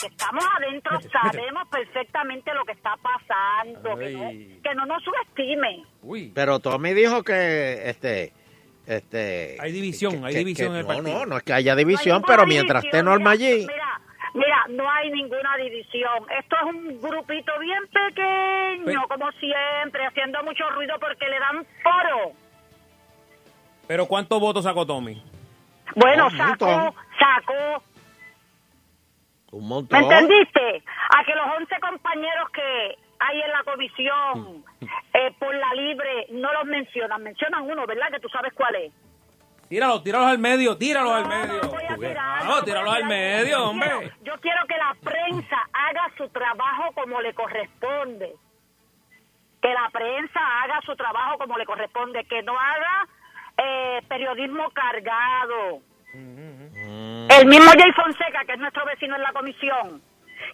Speaker 13: que estamos adentro sabemos perfectamente lo que está pasando. Que
Speaker 3: Ay.
Speaker 13: no, que no nos subestime.
Speaker 3: Pero Tommy dijo que este este
Speaker 2: Hay división, hay
Speaker 3: que-
Speaker 2: división
Speaker 3: que
Speaker 2: en el
Speaker 3: no,
Speaker 2: partido.
Speaker 3: No, no es que haya división, pero mientras esté
Speaker 13: división,
Speaker 3: Norma
Speaker 13: mira,
Speaker 3: allí,
Speaker 13: Mira, mira, no hay ninguna división. Esto es un grupito bien pequeño,
Speaker 2: Pe-
Speaker 13: como siempre, haciendo mucho ruido porque le dan foro.
Speaker 2: Pero ¿cuántos votos sacó Tommy?
Speaker 13: Bueno,
Speaker 2: Un montón.
Speaker 13: sacó, sacó.
Speaker 3: un
Speaker 13: ¿Me
Speaker 3: montón.
Speaker 13: entendiste? A que los 11 compañeros que hay en la comisión eh, por la libre no los mencionan. Mencionan uno, ¿verdad? Que tú sabes cuál es.
Speaker 2: Tíralo, tíralos al medio, tíralos al medio. No, tíralos al medio, Eh, hombre.
Speaker 13: Yo quiero que la prensa haga su trabajo como le corresponde. que la prensa haga su trabajo como le corresponde, que no haga eh, periodismo cargado. El mismo Jay Fonseca, que es nuestro vecino en la comisión,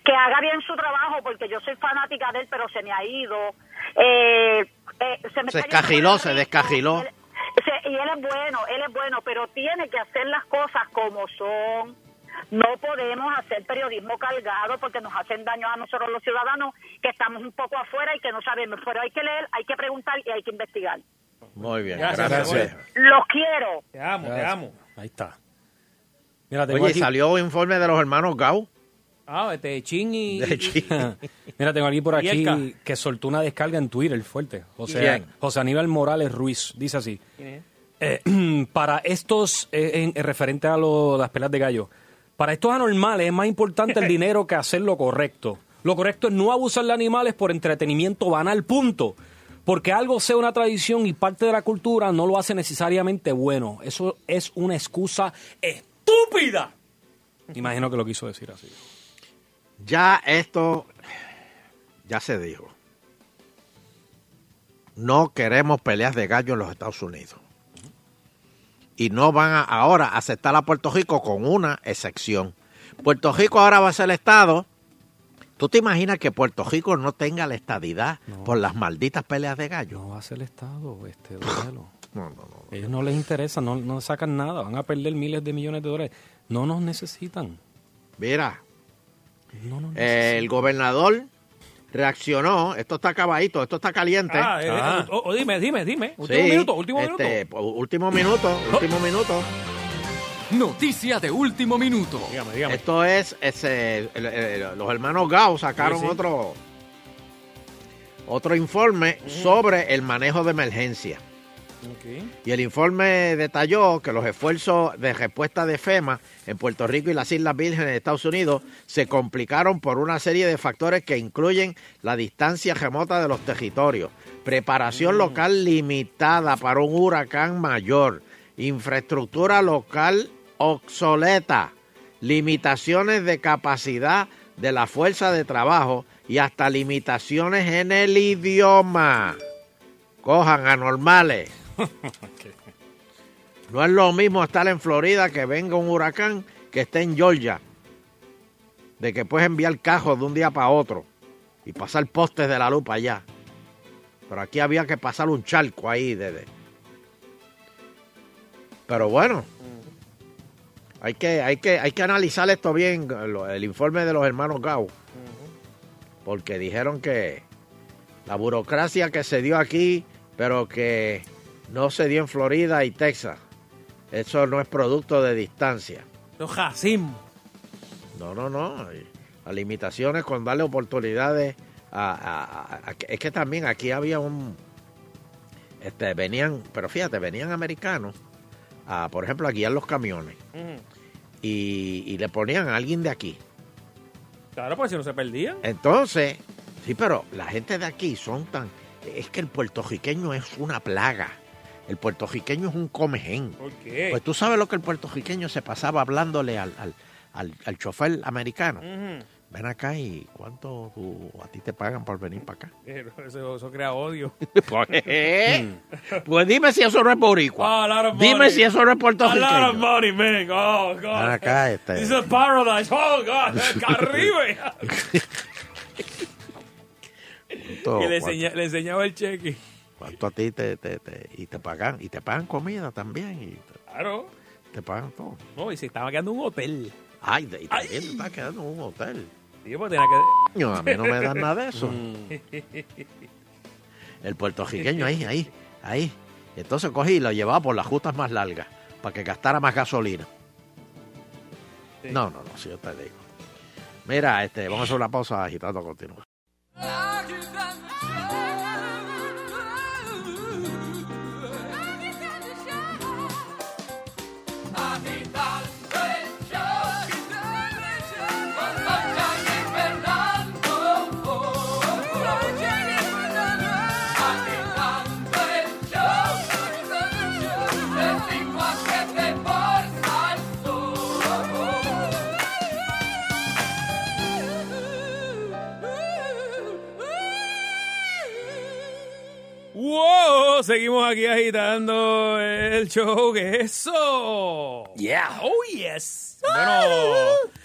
Speaker 13: que haga bien su trabajo, porque yo soy fanática de él, pero se me ha ido. Eh, eh, se me
Speaker 3: Se
Speaker 13: está yendo
Speaker 3: escajiló, se descajiló.
Speaker 13: se- y él es bueno, él es bueno, pero tiene que hacer las cosas como son. No podemos hacer periodismo cargado porque nos hacen daño a nosotros los ciudadanos que estamos un poco afuera y que no sabemos. Pero hay que leer, hay que preguntar y hay que investigar.
Speaker 3: Muy bien,
Speaker 2: Gracias,
Speaker 3: gracias.
Speaker 2: Gregorio.
Speaker 13: Los quiero.
Speaker 2: Te amo, te
Speaker 3: Gracias.
Speaker 2: amo.
Speaker 5: Ahí está.
Speaker 3: Oye, ¿y salió informe de los hermanos Gau.
Speaker 2: Ah, este Chin y. Ah,
Speaker 3: De Chin.
Speaker 5: Mira, tengo alguien por
Speaker 2: Y
Speaker 5: aquí
Speaker 2: Elka.
Speaker 5: que soltó una descarga en Twitter fuerte. José,
Speaker 2: ¿Quién?
Speaker 5: José Aníbal Morales Ruiz dice así.
Speaker 2: ¿Quién es?
Speaker 5: Eh, para estos, eh, en- en referente a lo- las pelas de gallo, para estos anormales es más importante el dinero que hacer lo correcto. Lo correcto es no abusar de animales por entretenimiento banal, punto. Porque algo sea una tradición y parte de la cultura no lo hace necesariamente bueno. Eso es una excusa estúpida. Me Imagino que lo quiso decir así.
Speaker 3: Ya esto, ya se dijo. No queremos peleas de gallo en los Estados Unidos. Y no van a, ahora a aceptar a Puerto Rico con una excepción. Puerto Rico ahora va a ser Estado. ¿Tú te imaginas que Puerto Rico no tenga la estadidad por las malditas peleas de gallo?
Speaker 5: No va a ser el Estado, este duelo. Ellos no les interesa, no, no sacan nada, van a perder miles de millones de dólares. No nos necesitan.
Speaker 3: Mira,
Speaker 5: No nos
Speaker 3: eh, el gobernador reaccionó. Esto está acabadito, esto está caliente.
Speaker 2: Ah, eh, eh, o- o dime, dime, dime. Último
Speaker 3: Este, Sí,
Speaker 2: minuto, último
Speaker 3: este,
Speaker 2: minuto.
Speaker 3: po- Último minuto, último minuto.
Speaker 15: Noticia de último minuto.
Speaker 3: Esto es, ese, el- el- los hermanos Gao sacaron
Speaker 15: Sí, sí.
Speaker 3: otro otro informe sobre el manejo de emergencia. Y el informe detalló que los esfuerzos de respuesta de FEMA en Puerto Rico y las Islas Vírgenes de Estados Unidos se complicaron por una serie de factores que incluyen la distancia remota de los territorios, preparación local limitada para un huracán mayor, infraestructura local obsoleta, limitaciones de capacidad de la fuerza de trabajo y hasta limitaciones en el idioma. Cojan anormales. No es lo mismo estar en Florida que venga un huracán que esté en Georgia. De que puedes enviar cajos de un día para otro y pasar postes de la luz para allá. Pero aquí había que pasar un charco ahí. De, de- Pero bueno, hay que, hay, que, hay que analizar esto bien, lo- el informe de los hermanos Gau. Porque dijeron que la burocracia que se dio aquí, pero que no se dio en Florida y Texas. Eso no es producto de distancia.
Speaker 2: No, Jacim.
Speaker 3: No, no, no. eh, Las limitaciones con darle oportunidades a, a- a- a- Es que también aquí había un... Este, venían, pero fíjate, venían americanos, a, por ejemplo, a guiar los camiones y, y le ponían a alguien de aquí.
Speaker 2: Claro, pues si no se perdía.
Speaker 3: Entonces, sí, pero la gente de aquí son tan... Es que el puertorriqueño es una plaga. El puertorriqueño es un comején.
Speaker 2: ¿Por qué?
Speaker 3: Pues tú sabes lo que el puertorriqueño se pasaba hablándole al, al, al- al chofer americano.
Speaker 2: Ujú.
Speaker 3: Ven acá y cuánto tú- a ti te pagan por venir para acá.
Speaker 2: Eh, Eso, eso crea odio.
Speaker 3: ¿Eh? pues dime si eso no es boricua.
Speaker 2: A lot of money.
Speaker 3: Dime si eso no es
Speaker 2: A lot of
Speaker 3: puertorriqueño.
Speaker 2: money, man. Oh, God.
Speaker 3: Ven acá,
Speaker 2: This
Speaker 3: este.
Speaker 2: is paradise. Oh, God. Caribe.
Speaker 3: Todo,
Speaker 2: que le,
Speaker 3: cuánto.
Speaker 2: enseña- le enseñaba el cheque.
Speaker 3: ¿Cuánto a ti te, te- te- y te pagan? Y te pagan comida también. Y te,
Speaker 2: Claro.
Speaker 3: te pagan todo.
Speaker 2: No, y se estaba quedando en un hotel.
Speaker 3: Ay, de- y también te está quedando en un hotel.
Speaker 2: Sí, pues tenía que...
Speaker 3: Coño, a mí no me dan nada de eso. El puertorriqueño ahí, ahí, ahí. Entonces cogí y lo llevaba por las justas más largas para que gastara más gasolina. No, no, no, si yo te digo. Mira, este, vamos a hacer una pausa agitando continúa.
Speaker 8: Oh, oh, oh.
Speaker 2: ¡Wow! Seguimos aquí agitando el show. ¿Qué es eso?
Speaker 3: Yeah.
Speaker 2: ¡Oh, yes! Bueno,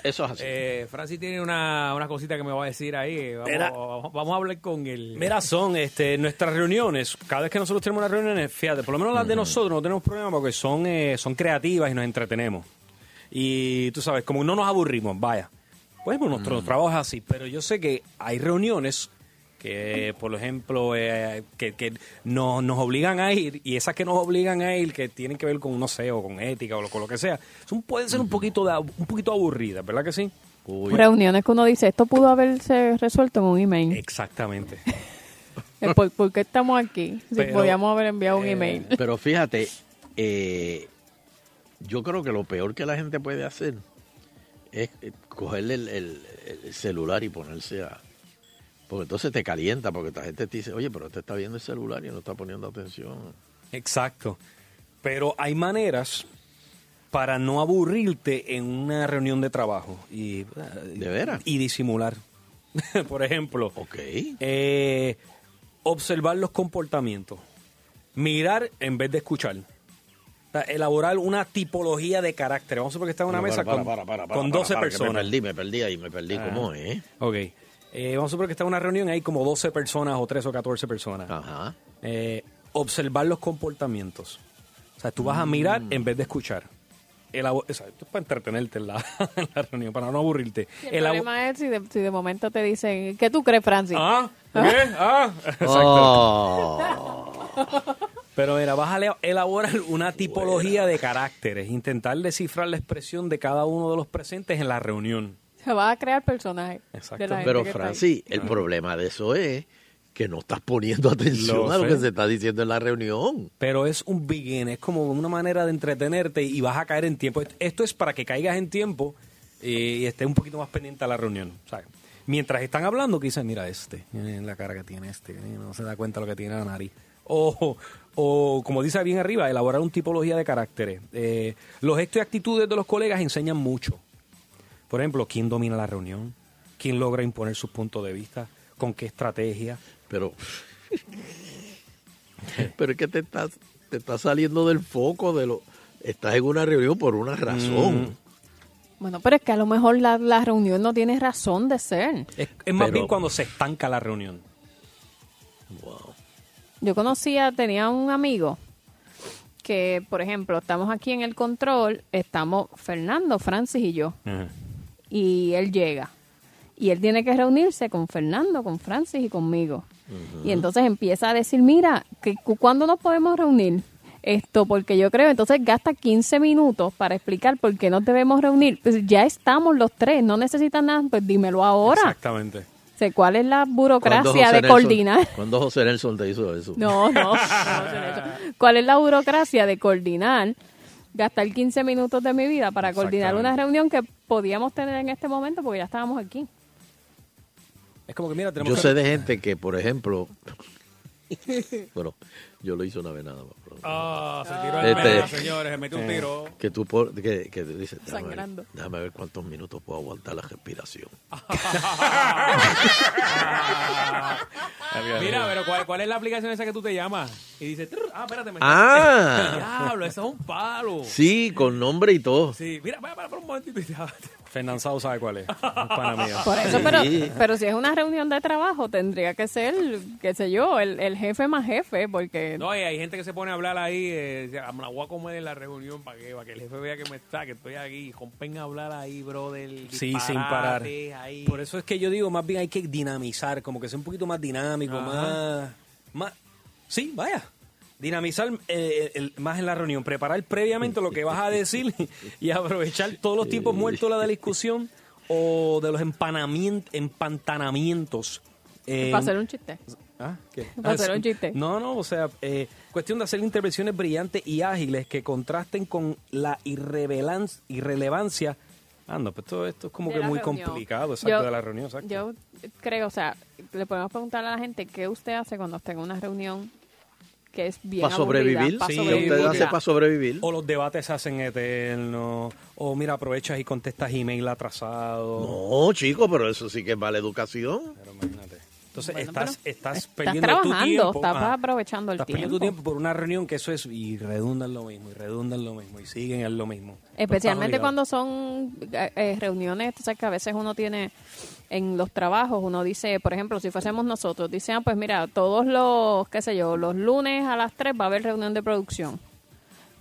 Speaker 3: eso es así.
Speaker 2: Eh, Francis tiene una, una cosita que me va a decir ahí. Vamos,
Speaker 5: Mira.
Speaker 2: vamos- vamos a hablar con él.
Speaker 5: Mira, son este, nuestras reuniones. Cada vez que nosotros tenemos unas reuniones, fíjate, por lo menos las de nosotros no tenemos problema porque son, eh, son creativas y nos entretenemos. Y tú sabes, como no nos aburrimos, vaya. Pues bueno, nuestro trabajo es así, pero yo sé que hay reuniones que, por ejemplo, eh, que, que nos, nos obligan a ir y esas que nos obligan a ir, que tienen que ver con, no sé, o con ética o lo- con lo que sea, son, pueden ser un poquito, de, ab- un poquito aburridas, ¿verdad que sí?
Speaker 4: Reuniones que uno dice, esto pudo haberse resuelto en un email.
Speaker 5: Exactamente.
Speaker 4: Eh, ¿Por, por qué estamos aquí? Si
Speaker 3: Pero,
Speaker 4: podíamos haber enviado un email.
Speaker 3: Pero fíjate, eh, yo creo que lo peor que la gente puede hacer es eh, cogerle el, el- el celular y ponerse a... Porque entonces te calienta, porque la gente te dice, oye, pero te está viendo el celular y no está poniendo atención.
Speaker 5: Exacto. Pero hay maneras para no aburrirte en una reunión de trabajo. Y, ¿De
Speaker 3: veras?
Speaker 5: Y disimular. Por ejemplo, eh, observar los comportamientos. Mirar en vez de escuchar. O sea, elaborar una tipología de carácter. Vamos a suponer que está en una
Speaker 3: Pero
Speaker 5: mesa
Speaker 3: para,
Speaker 5: con,
Speaker 3: para, para, para,
Speaker 5: con
Speaker 3: para,
Speaker 5: 12
Speaker 3: para, que
Speaker 5: personas.
Speaker 3: Me perdí, me perdí ahí, me perdí.
Speaker 5: Ah.
Speaker 3: ¿Cómo es?
Speaker 5: Ok. Eh, vamos a suponer que está en una reunión y hay como 12 personas o 3 o 14 personas. Eh, observar los comportamientos. O sea, tú vas a
Speaker 3: Mm.
Speaker 5: mirar en vez de escuchar. Elabo- o sea, esto es para entretenerte en la, en la reunión, para no aburrirte.
Speaker 4: El
Speaker 5: Elabo-
Speaker 4: problema es si de, si de momento te dicen, ¿qué tú crees, Francis?
Speaker 5: Ah, ¿qué? Ah, exacto.
Speaker 3: Oh.
Speaker 5: Pero mira, vas a lea- elaborar una tipología de caracteres, intentar descifrar la expresión de cada uno de los presentes en la reunión.
Speaker 4: Se va a crear personajes. de la gente
Speaker 3: Pero
Speaker 4: que está ahí.
Speaker 3: Francis, el problema de eso es que no estás poniendo atención
Speaker 5: Lo
Speaker 3: a lo
Speaker 5: sé.
Speaker 3: que se está diciendo en la reunión.
Speaker 5: Pero es un begin, es como una manera de entretenerte y vas a caer en tiempo. Esto es para que caigas en tiempo eh, y estés un poquito más pendiente a la reunión. ¿sabes? Mientras están hablando, que dicen, mira este, eh, la cara que tiene este, eh, no se da cuenta lo que tiene la nariz. O, o, como dice bien arriba, elaborar una tipología de caracteres. Eh, los gestos y actitudes de los colegas enseñan mucho. Por ejemplo, quién domina la reunión, quién logra imponer sus puntos de vista, con qué estrategia.
Speaker 3: Pero Pero es que te estás, te estás saliendo del foco de lo... Estás en una reunión por una razón.
Speaker 2: Mm,
Speaker 4: Bueno, pero es que a lo mejor la, la reunión no tiene razón de ser.
Speaker 5: es, es más
Speaker 3: Pero-
Speaker 5: bien cuando se estanca la reunión.
Speaker 4: Yo conocía, tenía un amigo que, por ejemplo, estamos aquí en el control, estamos Fernando, Francis y yo, y él llega. Y él tiene que reunirse con Fernando, con Francis y conmigo. Y entonces empieza a decir, mira, que cu- ¿cuándo nos podemos reunir? Esto, porque yo creo, entonces gasta 15 minutos para explicar por qué nos debemos reunir. Pues ya estamos los tres, no necesitan nada, pues dímelo ahora.
Speaker 5: Exactamente.
Speaker 4: Sé cuál es la
Speaker 3: ¿Cuándo
Speaker 4: burocracia
Speaker 3: José
Speaker 4: de
Speaker 3: Nelson-
Speaker 4: coordinar.
Speaker 3: ¿Cuándo José Nelson te hizo eso?
Speaker 4: No, no. ¿Cuál es la burocracia de coordinar? Gastar 15 minutos de mi vida para coordinar una reunión que podíamos tener en este momento porque ya estábamos aquí.
Speaker 5: Es como que, mira, tenemos
Speaker 3: Yo
Speaker 5: que-
Speaker 3: sé de gente que, por ejemplo... bueno, yo lo hice una vez nada más. pero-
Speaker 2: Ah, se tiró al medio, señores, se metió un
Speaker 3: eh,
Speaker 2: tiro.
Speaker 3: Que tú por- que, que tú dices, déjame ver,
Speaker 2: Sangrando.
Speaker 3: déjame ver cuántos minutos puedo aguantar la respiración.
Speaker 2: Mira, pero ¿cuál, cuál es la aplicación esa que tú te llamas? Y dices, "Trrr, ah, espérate. Me
Speaker 3: Ah.
Speaker 2: Diablo, eso es un palo.
Speaker 3: Sí, con nombre y todo.
Speaker 2: Sí, mira, para, para, para un momentito. y ya.
Speaker 5: Fernanzado sabe cuál es. Un pana mío.
Speaker 4: Por eso, pero, pero si es una reunión de trabajo, tendría que ser, qué sé yo, el, el jefe más jefe, porque
Speaker 2: No, y hay gente que se pone a hablar ahí, eh, dice, "Ah, me la voy a comer en la reunión para que, para que el jefe vea que me está, que estoy aquí. Compen a hablar ahí, bro, del
Speaker 5: Sí, sin parar.
Speaker 2: Ahí.
Speaker 5: Por eso es que yo digo, más bien hay que dinamizar, como que sea un poquito más dinámico,
Speaker 2: Ajá.
Speaker 5: más, más... Sí, vaya. Dinamizar eh, el- más en la reunión, preparar previamente lo que vas a decir y aprovechar todos los tipos muertos de la discusión o de los empanamien- empantanamientos. eh,
Speaker 4: para hacer un chiste.
Speaker 5: ¿Ah? ¿Qué?
Speaker 4: Va a
Speaker 5: Ah,
Speaker 4: ser
Speaker 5: sí.
Speaker 4: un chiste.
Speaker 5: No, no, o sea, eh, cuestión de hacer intervenciones brillantes y ágiles que contrasten con la irrevelan- irrelevancia. Ah, no, pues todo esto es como
Speaker 4: De
Speaker 5: que
Speaker 4: la
Speaker 5: muy
Speaker 4: reunión.
Speaker 5: complicado, exacto,
Speaker 4: Yo-
Speaker 5: de la reunión, exacto.
Speaker 4: Yo creo, o sea, le podemos preguntar a la gente qué usted hace cuando está en una reunión que es bien
Speaker 3: Para sobrevivir,
Speaker 4: aburrida, para
Speaker 3: sí,
Speaker 4: sobrevivir.
Speaker 3: usted hace para sobrevivir.
Speaker 5: O los debates se hacen eternos, o mira, aprovechas y contestas email atrasado.
Speaker 3: No, chico, pero eso sí que es mala educación.
Speaker 5: Pero imagínate. Entonces
Speaker 4: Bueno,
Speaker 5: estás,
Speaker 4: pero
Speaker 5: estás,
Speaker 4: estás
Speaker 5: perdiendo tu
Speaker 4: trabajando,
Speaker 5: tiempo.
Speaker 4: estás
Speaker 5: ajá,
Speaker 4: aprovechando el
Speaker 5: estás perdiendo tu
Speaker 4: tiempo.
Speaker 5: tiempo por una reunión que eso es y redundan lo mismo, y redundan lo mismo, y siguen en lo mismo. Pues,
Speaker 4: Especialmente
Speaker 5: Estás obligado.
Speaker 4: cuando son eh, eh, reuniones, tú sabes que a veces uno tiene en los trabajos, uno dice, por ejemplo, si fuésemos nosotros, dicen, ah, pues mira, todos los, qué sé yo, los lunes a las 3 va a haber reunión de producción.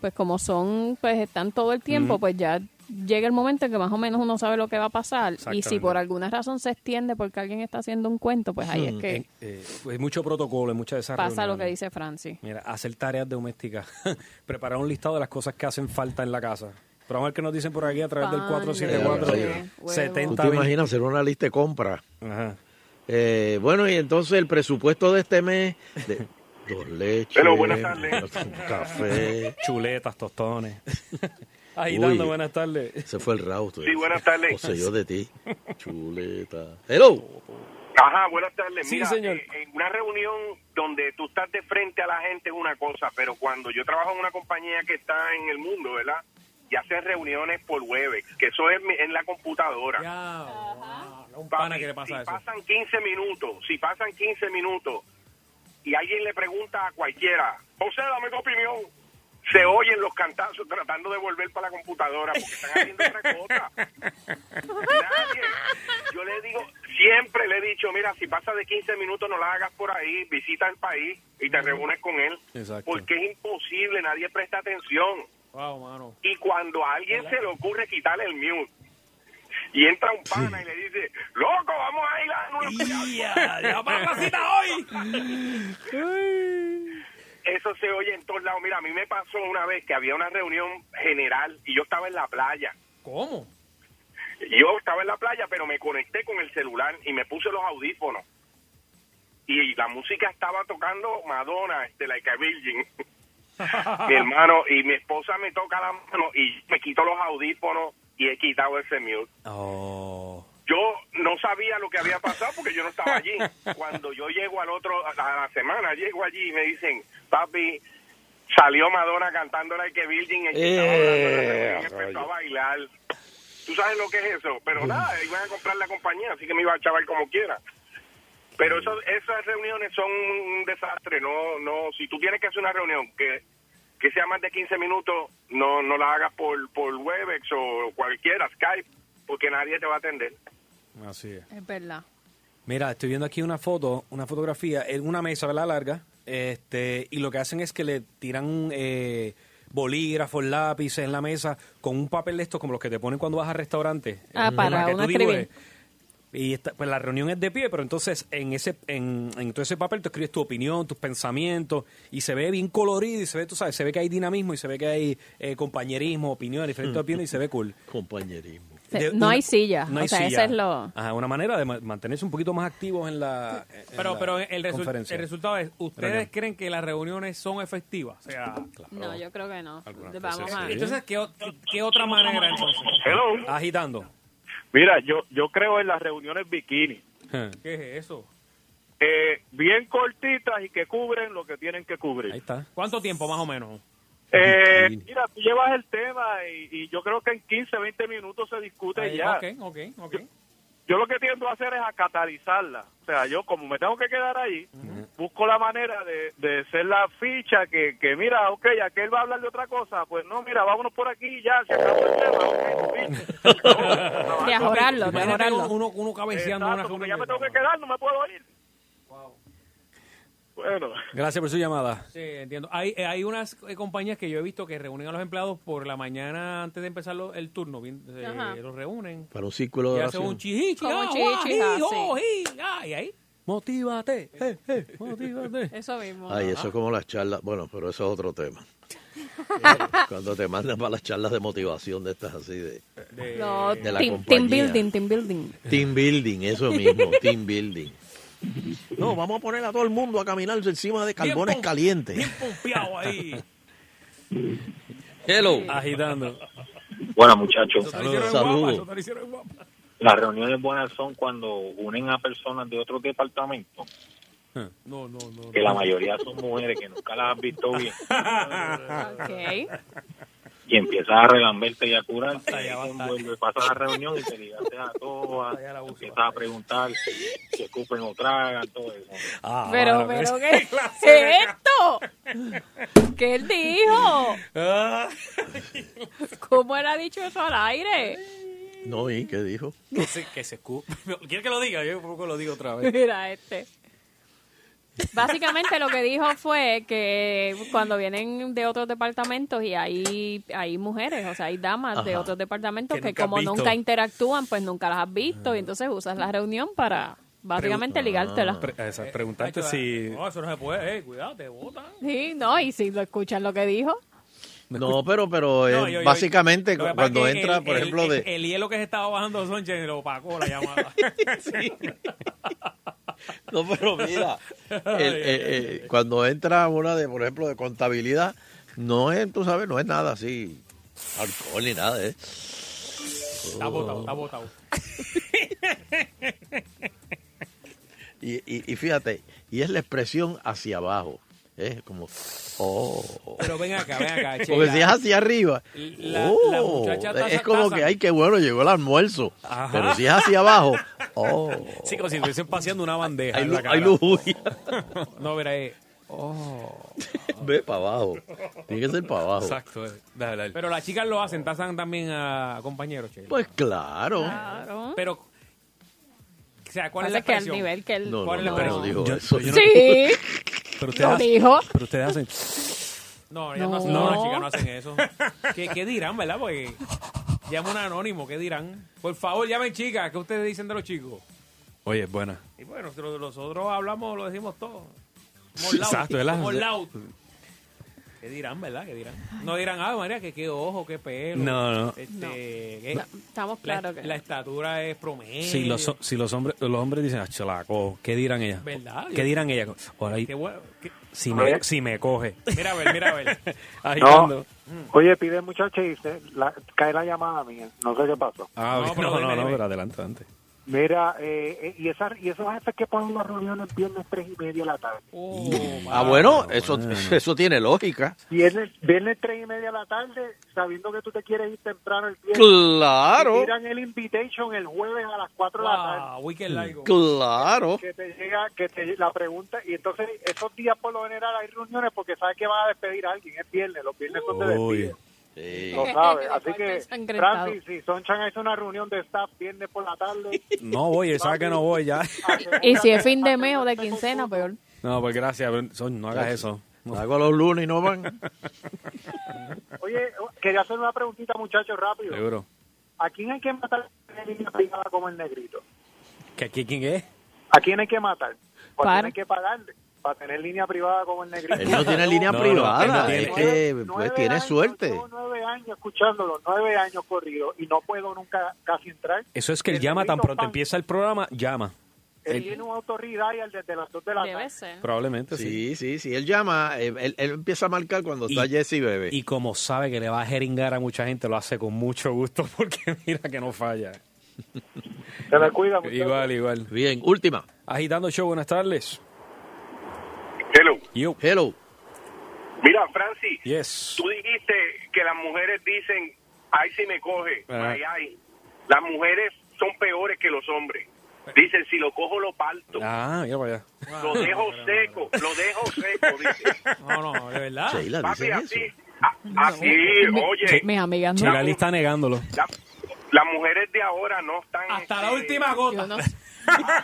Speaker 4: Pues como son, pues están todo el tiempo,
Speaker 16: Ujú.
Speaker 4: pues ya llega el momento en que más o menos uno sabe lo que va a pasar. Y si
Speaker 5: Exactamente.
Speaker 4: por alguna razón se extiende porque alguien está haciendo un cuento, pues ahí es
Speaker 5: Mm,
Speaker 4: que
Speaker 5: en- eh, pues mucho protocolo en muchas de esas
Speaker 4: pasa lo
Speaker 5: reuniones.
Speaker 4: que dice Francis.
Speaker 5: Mira, hacer tareas domésticas, preparar un listado de las cosas que hacen falta en la casa. Pero vamos a ver qué nos dicen por aquí a través del
Speaker 4: Pan,
Speaker 5: 474
Speaker 3: leche, ¿Tú
Speaker 5: 70
Speaker 3: te imaginas hacer una lista de compra?
Speaker 5: Ajá.
Speaker 3: Eh, bueno, y entonces el presupuesto de este mes... De, dos leches,
Speaker 5: Hello, buenas tardes.
Speaker 3: un café...
Speaker 5: Chuletas, tostones.
Speaker 3: Uy.
Speaker 5: Agitando, buenas tardes.
Speaker 3: Ese fue el Raúl. tú
Speaker 15: Sí,
Speaker 3: eres.
Speaker 15: buenas tardes.
Speaker 3: O sea, yo de ti. Chuleta. Hello.
Speaker 15: Ajá, buenas tardes.
Speaker 3: Sí,
Speaker 15: Mira,
Speaker 3: señor.
Speaker 15: eh, en una reunión donde tú estás de frente a la gente es una cosa, pero cuando yo trabajo en una compañía que está en el mundo, ¿verdad? Y hacen reuniones por Webex, que eso es mi- en la computadora.
Speaker 2: Un pana que le pasa eso.
Speaker 15: pasan 15 minutos, si pasan 15 minutos y alguien le pregunta a cualquiera, o sea, dame tu opinión, se oyen los cantazos tratando de volver para la computadora porque están haciendo otra cosa. Nadie, yo le digo, siempre le he dicho, mira, si pasa de 15 minutos no la hagas por ahí, visita el país y te reúnes con él,
Speaker 5: Exacto.
Speaker 15: porque es imposible, nadie presta atención.
Speaker 2: Wow, mano.
Speaker 15: Y cuando a alguien se le ocurre quitarle el mute, y entra un pana y le dice, loco, vamos a ir a una
Speaker 2: ya vamos a la cita
Speaker 15: hoy. Eso se oye en todos lados. Mira, a mí me pasó una vez que había una reunión general y yo estaba en la playa.
Speaker 2: ¿Cómo?
Speaker 15: Yo estaba en la playa, pero me conecté con el celular y me puse los audífonos. Y la música estaba tocando Madonna, de Like a Virgin. mi hermano y mi esposa me toca la mano y me quito los audífonos y he quitado ese mute.
Speaker 2: Oh.
Speaker 15: Yo no sabía lo que había pasado porque yo no estaba allí. Cuando yo llego al otro, a la semana, llego allí y me dicen, papi, salió Madonna cantando la que Virgin y
Speaker 3: Eh,
Speaker 15: empezó a
Speaker 3: rayo.
Speaker 15: bailar. ¿Tú sabes lo que es eso? Pero nada, iban a comprar la compañía, así que me iba a chaval como quiera. Pero eso- esas reuniones son un desastre. No, no, si tú tienes que hacer una reunión que, que sea más de 15 minutos, no, no la hagas por, por Webex o cualquiera, Skype, porque nadie te va a atender.
Speaker 5: Así es.
Speaker 4: Es verdad.
Speaker 5: Mira, estoy viendo aquí una foto, una fotografía en una mesa, ¿verdad? Larga. Este, y lo que hacen es que le tiran eh, bolígrafos, lápices en la mesa con un papel de estos como los que te ponen cuando vas a restaurantes.
Speaker 4: Ah, para
Speaker 5: que tú
Speaker 4: uno
Speaker 5: dibujes.
Speaker 4: escribir.
Speaker 5: Y esta- pues la reunión es de pie, pero entonces en ese en, en todo ese papel tú escribes tu opinión, tus pensamientos y se ve bien colorido y se ve, tú sabes, se ve que hay dinamismo y se ve que hay eh, compañerismo, opiniones, diferentes opiniones y se ve cool.
Speaker 3: Compañerismo.
Speaker 4: Se- no hay silla, o sea, ese es lo-
Speaker 5: Ajá, una manera de ma- mantenerse un poquito más activos en la en
Speaker 2: Pero,
Speaker 5: la
Speaker 2: pero el, resu-
Speaker 5: conferencia.
Speaker 2: el resultado es, ¿ustedes
Speaker 5: Reunión.
Speaker 2: creen que las reuniones son efectivas? O sea,
Speaker 3: Oh,
Speaker 4: No, yo creo que no.
Speaker 2: Algunas
Speaker 4: Vamos
Speaker 2: veces
Speaker 4: a
Speaker 2: sí. Entonces, ¿qué, o- qué- qué otra manera entonces?
Speaker 5: Hello. Agitando.
Speaker 11: Mira, yo, yo creo en las reuniones bikini.
Speaker 2: ¿Qué es eso?
Speaker 11: Eh, bien cortitas y que cubren lo que tienen que cubrir. Ahí
Speaker 5: está. ¿Cuánto tiempo más o menos?
Speaker 11: Eh, mira, tú llevas el tema y, y yo creo que en 15, 20 minutos se discute
Speaker 2: Ahí,
Speaker 11: ya.
Speaker 2: ok, ok, ok.
Speaker 11: Yo lo que tiendo a hacer es a catalizarla. O sea, yo como me tengo que quedar ahí, busco la manera de, de ser la ficha que, que mira, ok, aquel va a hablar de otra cosa. Pues no, mira, vámonos por aquí y ya, se acabó el tema.
Speaker 2: De
Speaker 11: ajorarlo, de ajorarlo.
Speaker 2: Uno, uno cabeceando una
Speaker 11: Porque ya me tengo que quedar, no me puedo ir. Bueno.
Speaker 5: Gracias por su llamada.
Speaker 2: Sí, entiendo. Hay, eh, hay unas eh, compañías que yo he visto que reúnen a los empleados por la mañana antes de empezar lo- el turno. bien, eh,
Speaker 4: Ajá.
Speaker 2: los reúnen.
Speaker 3: Para un círculo de
Speaker 2: Y hacen un
Speaker 3: oración.
Speaker 2: chijí, chijá,
Speaker 4: Como chijí,
Speaker 2: guají,
Speaker 4: chijá, sí.
Speaker 2: ojí, ah, y ahí.
Speaker 5: Motívate, eh, eh, motívate.
Speaker 4: Eso mismo.
Speaker 3: Ay, eso es como las charlas. Bueno, pero eso es otro tema. Cuando te mandan para las charlas de motivación de estas así de,
Speaker 5: Ah.
Speaker 4: Lo-
Speaker 3: Eh, de la
Speaker 4: team, team
Speaker 3: compañía.
Speaker 4: building, team building.
Speaker 3: Team building, eso mismo, team building. No, vamos a poner a todo el mundo a caminar encima de carbones calientes.
Speaker 2: pompeado ahí.
Speaker 3: Hello.
Speaker 5: Agitando.
Speaker 17: Bueno, muchachos.
Speaker 5: Saludos.
Speaker 17: Las reuniones buenas son cuando unen a personas de otros departamentos,
Speaker 2: No, no, no.
Speaker 17: que la mayoría son mujeres que nunca las has visto bien.
Speaker 4: Ok.
Speaker 17: y empiezas a relamberte y a curarte, y ahí vuelve, pasas a la reunión y te ligaste a todas, empiezas a preguntar si escupen o tragan, todo eso.
Speaker 5: Ah,
Speaker 4: Pero, pero, ¿qué, ¿qué es esto? ¿Qué él dijo?
Speaker 5: Ah.
Speaker 4: ¿Cómo él ha dicho eso al aire?
Speaker 3: No, ¿y qué dijo?
Speaker 5: Que se, que se escu- ¿Quieres que lo diga? Yo poco lo digo otra vez.
Speaker 4: Mira este. Básicamente lo que dijo fue que cuando vienen de otros departamentos y hay, hay mujeres, o sea, hay damas de
Speaker 13: Ajá.
Speaker 4: otros departamentos
Speaker 13: Que
Speaker 4: que,
Speaker 13: nunca has
Speaker 4: como
Speaker 13: visto.
Speaker 4: nunca interactúan, pues nunca las has visto
Speaker 3: Ah.
Speaker 4: y entonces usas la reunión para básicamente
Speaker 3: Ah.
Speaker 4: ligártelas.
Speaker 2: eh,
Speaker 5: preguntarte si...
Speaker 2: No, eso no se puede, eh, cuidado, te botan.
Speaker 4: Sí, no, y si lo escuchas lo que dijo.
Speaker 3: No, pero, pero eh,
Speaker 2: No, yo- yo-
Speaker 3: básicamente
Speaker 2: lo que pasa
Speaker 3: cuando
Speaker 2: es que
Speaker 3: entra,
Speaker 2: el-
Speaker 3: por
Speaker 2: el-
Speaker 3: ejemplo, de...
Speaker 2: El, el hielo que se estaba bajando Sonche lo opacó la llamada.
Speaker 3: No, pero mira, el- el- el- cuando entra una de, por ejemplo, de contabilidad, no es, tú sabes, no es nada así, alcohol ni nada, ¿eh?
Speaker 4: Oh.
Speaker 2: Está botado, está botado.
Speaker 3: Y, y- y fíjate, y es la expresión hacia abajo, ¿eh? Como, oh.
Speaker 2: Pero ven acá, ven acá, che,
Speaker 3: Porque
Speaker 2: la-
Speaker 3: si es hacia arriba,
Speaker 2: la-
Speaker 3: oh,
Speaker 2: la muchacha taza-
Speaker 3: es como
Speaker 2: taza.
Speaker 3: que, ay, qué bueno, llegó el almuerzo.
Speaker 5: Ajá.
Speaker 3: Pero si es hacia abajo, oh.
Speaker 5: Sí, como si estuviesen paseando una bandeja
Speaker 3: Hay,
Speaker 5: en
Speaker 3: lu-
Speaker 5: la cara.
Speaker 3: hay lujuria.
Speaker 5: No, mira, eh. Oh.
Speaker 3: Ve para abajo. Tiene que ser para abajo.
Speaker 5: Exacto. eh. Dale, dale.
Speaker 2: Pero las chicas lo hacen, tasan también a compañeros, che.
Speaker 3: Pues claro.
Speaker 2: Pero, o sea, ¿cuál es la
Speaker 4: Pasa que al
Speaker 2: expresión?
Speaker 4: nivel que él- No, no,
Speaker 2: ¿Cuál es la
Speaker 4: no,
Speaker 2: expresión?
Speaker 4: dijo
Speaker 5: Yo-
Speaker 4: eso,
Speaker 5: yo no-
Speaker 4: Sí.
Speaker 5: Pero
Speaker 4: Lo
Speaker 5: ustedes
Speaker 4: dijo.
Speaker 5: hacen. Pero ustedes hacen.
Speaker 2: No, ellas no, hacen,
Speaker 5: No.
Speaker 2: no, las chicas no hacen eso. ¿Qué, qué dirán, verdad? Porque llama un anónimo, ¿qué dirán? Por favor, llamen chicas, ¿qué ustedes dicen de los chicos?
Speaker 5: Oye, es buena.
Speaker 2: Y bueno, nosotros, nosotros hablamos, lo decimos todo. Somos loud,
Speaker 5: Exacto, ¿verdad?
Speaker 2: somos loud. ¿Qué dirán, verdad? ¿Qué dirán? No dirán, ah, María, que qué ojo, qué pelo.
Speaker 5: No, no.
Speaker 2: Este,
Speaker 4: No.
Speaker 2: ¿qué?
Speaker 4: No, estamos
Speaker 2: La-
Speaker 4: claros que-
Speaker 2: La estatura es promedio.
Speaker 5: Si los,
Speaker 2: Eh.
Speaker 5: si los hombres los hombres dicen, ah, chalaco, ¿qué dirán ellas?
Speaker 2: ¿Verdad?
Speaker 5: ¿Qué dirán ellas? Ahora, ahí-
Speaker 2: Qué bueno, qué-
Speaker 5: si,
Speaker 2: A
Speaker 5: me,
Speaker 2: ver.
Speaker 5: si me coge.
Speaker 2: Mira a ver, mira a ver.
Speaker 5: Ahí
Speaker 16: No.
Speaker 5: cuando-
Speaker 16: Oye, pide mucho chiste, la, cae la llamada mía, no sé qué pasó.
Speaker 5: Ah, ok.
Speaker 16: pero
Speaker 5: no, no,
Speaker 16: dime,
Speaker 5: no,
Speaker 16: dime.
Speaker 5: pero adelante, adelante.
Speaker 16: Mira, eh, eh, y, esas y esos jefes que ponen las reuniones viernes tres y media de la tarde.
Speaker 2: Oh.
Speaker 3: Ah, bueno, eso, eso tiene lógica.
Speaker 16: Viernes, viernes tres y media de la tarde, sabiendo que tú te quieres ir temprano el viernes.
Speaker 3: Claro.
Speaker 16: Te tiran el invitation el jueves a las cuatro de la tarde.
Speaker 3: Claro.
Speaker 16: Que te llega que te, la pregunta, y entonces esos días por lo general hay reuniones porque sabes que vas a despedir a alguien, es viernes, los viernes son de despide. Lo sabes, así que,
Speaker 4: ensangrentado.
Speaker 16: Francis, si Sonchan hizo una reunión de staff viernes por la tarde,
Speaker 5: No voy, él sabe que no voy ya.
Speaker 14: Ah,
Speaker 4: Y si es fin de mes o de quincena, peor.
Speaker 5: No, pues gracias, pero son- no hagas eso.
Speaker 3: Hago los lunes y no van.
Speaker 16: Oye, quería hacer una preguntita, muchachos, rápido.
Speaker 5: Seguro.
Speaker 16: ¿A quién hay que matar en línea privada como el negrito?
Speaker 5: ¿Que aquí quién es?
Speaker 16: ¿A quién hay que matar? ¿O a quién hay que pagarle para tener línea privada como el negrito?
Speaker 3: Él no tiene línea
Speaker 5: No, no, él
Speaker 3: privada.
Speaker 5: no tiene.
Speaker 3: es que pues, tiene suerte.
Speaker 16: Llevo nueve años escuchándolo, nueve años corrido, y no puedo nunca casi entrar.
Speaker 5: Eso es que él llama tan pronto empieza el programa, llama.
Speaker 16: Él
Speaker 5: Él-
Speaker 16: tiene un autoridad y desde las dos de la tarde. Debe
Speaker 4: ser.
Speaker 5: Probablemente sí.
Speaker 3: Sí, sí, sí. Él llama, eh, él, él empieza a marcar cuando está Jesse Bebé.
Speaker 5: Y como sabe que le va a jeringar a mucha gente, lo hace con mucho gusto porque mira que no falla.
Speaker 16: Se me cuida
Speaker 5: Igual, igual.
Speaker 3: Bien, última.
Speaker 5: Agitando Show, buenas tardes.
Speaker 15: Hello.
Speaker 5: You.
Speaker 3: Hello.
Speaker 15: Mira, Francis,
Speaker 5: Yes.
Speaker 15: tú dijiste que las mujeres dicen, ay, si me coge,
Speaker 2: Ah.
Speaker 5: Ajá.
Speaker 15: ay, ay. Las mujeres son peores que los hombres. Dicen, si lo cojo, lo parto.
Speaker 5: Ah, mira para allá.
Speaker 15: Lo dejo
Speaker 2: Ah.
Speaker 15: seco, lo dejo seco, dice.
Speaker 2: No, no, de verdad.
Speaker 5: Sheila,
Speaker 15: Papi,
Speaker 5: ¿dicen
Speaker 15: así, a- así,
Speaker 4: Mi-
Speaker 15: oye,
Speaker 4: Mis amigas no.
Speaker 5: Sheila Lee está negándolo.
Speaker 15: las mujeres de ahora no están... eh,
Speaker 2: Hasta la última gota.
Speaker 4: No,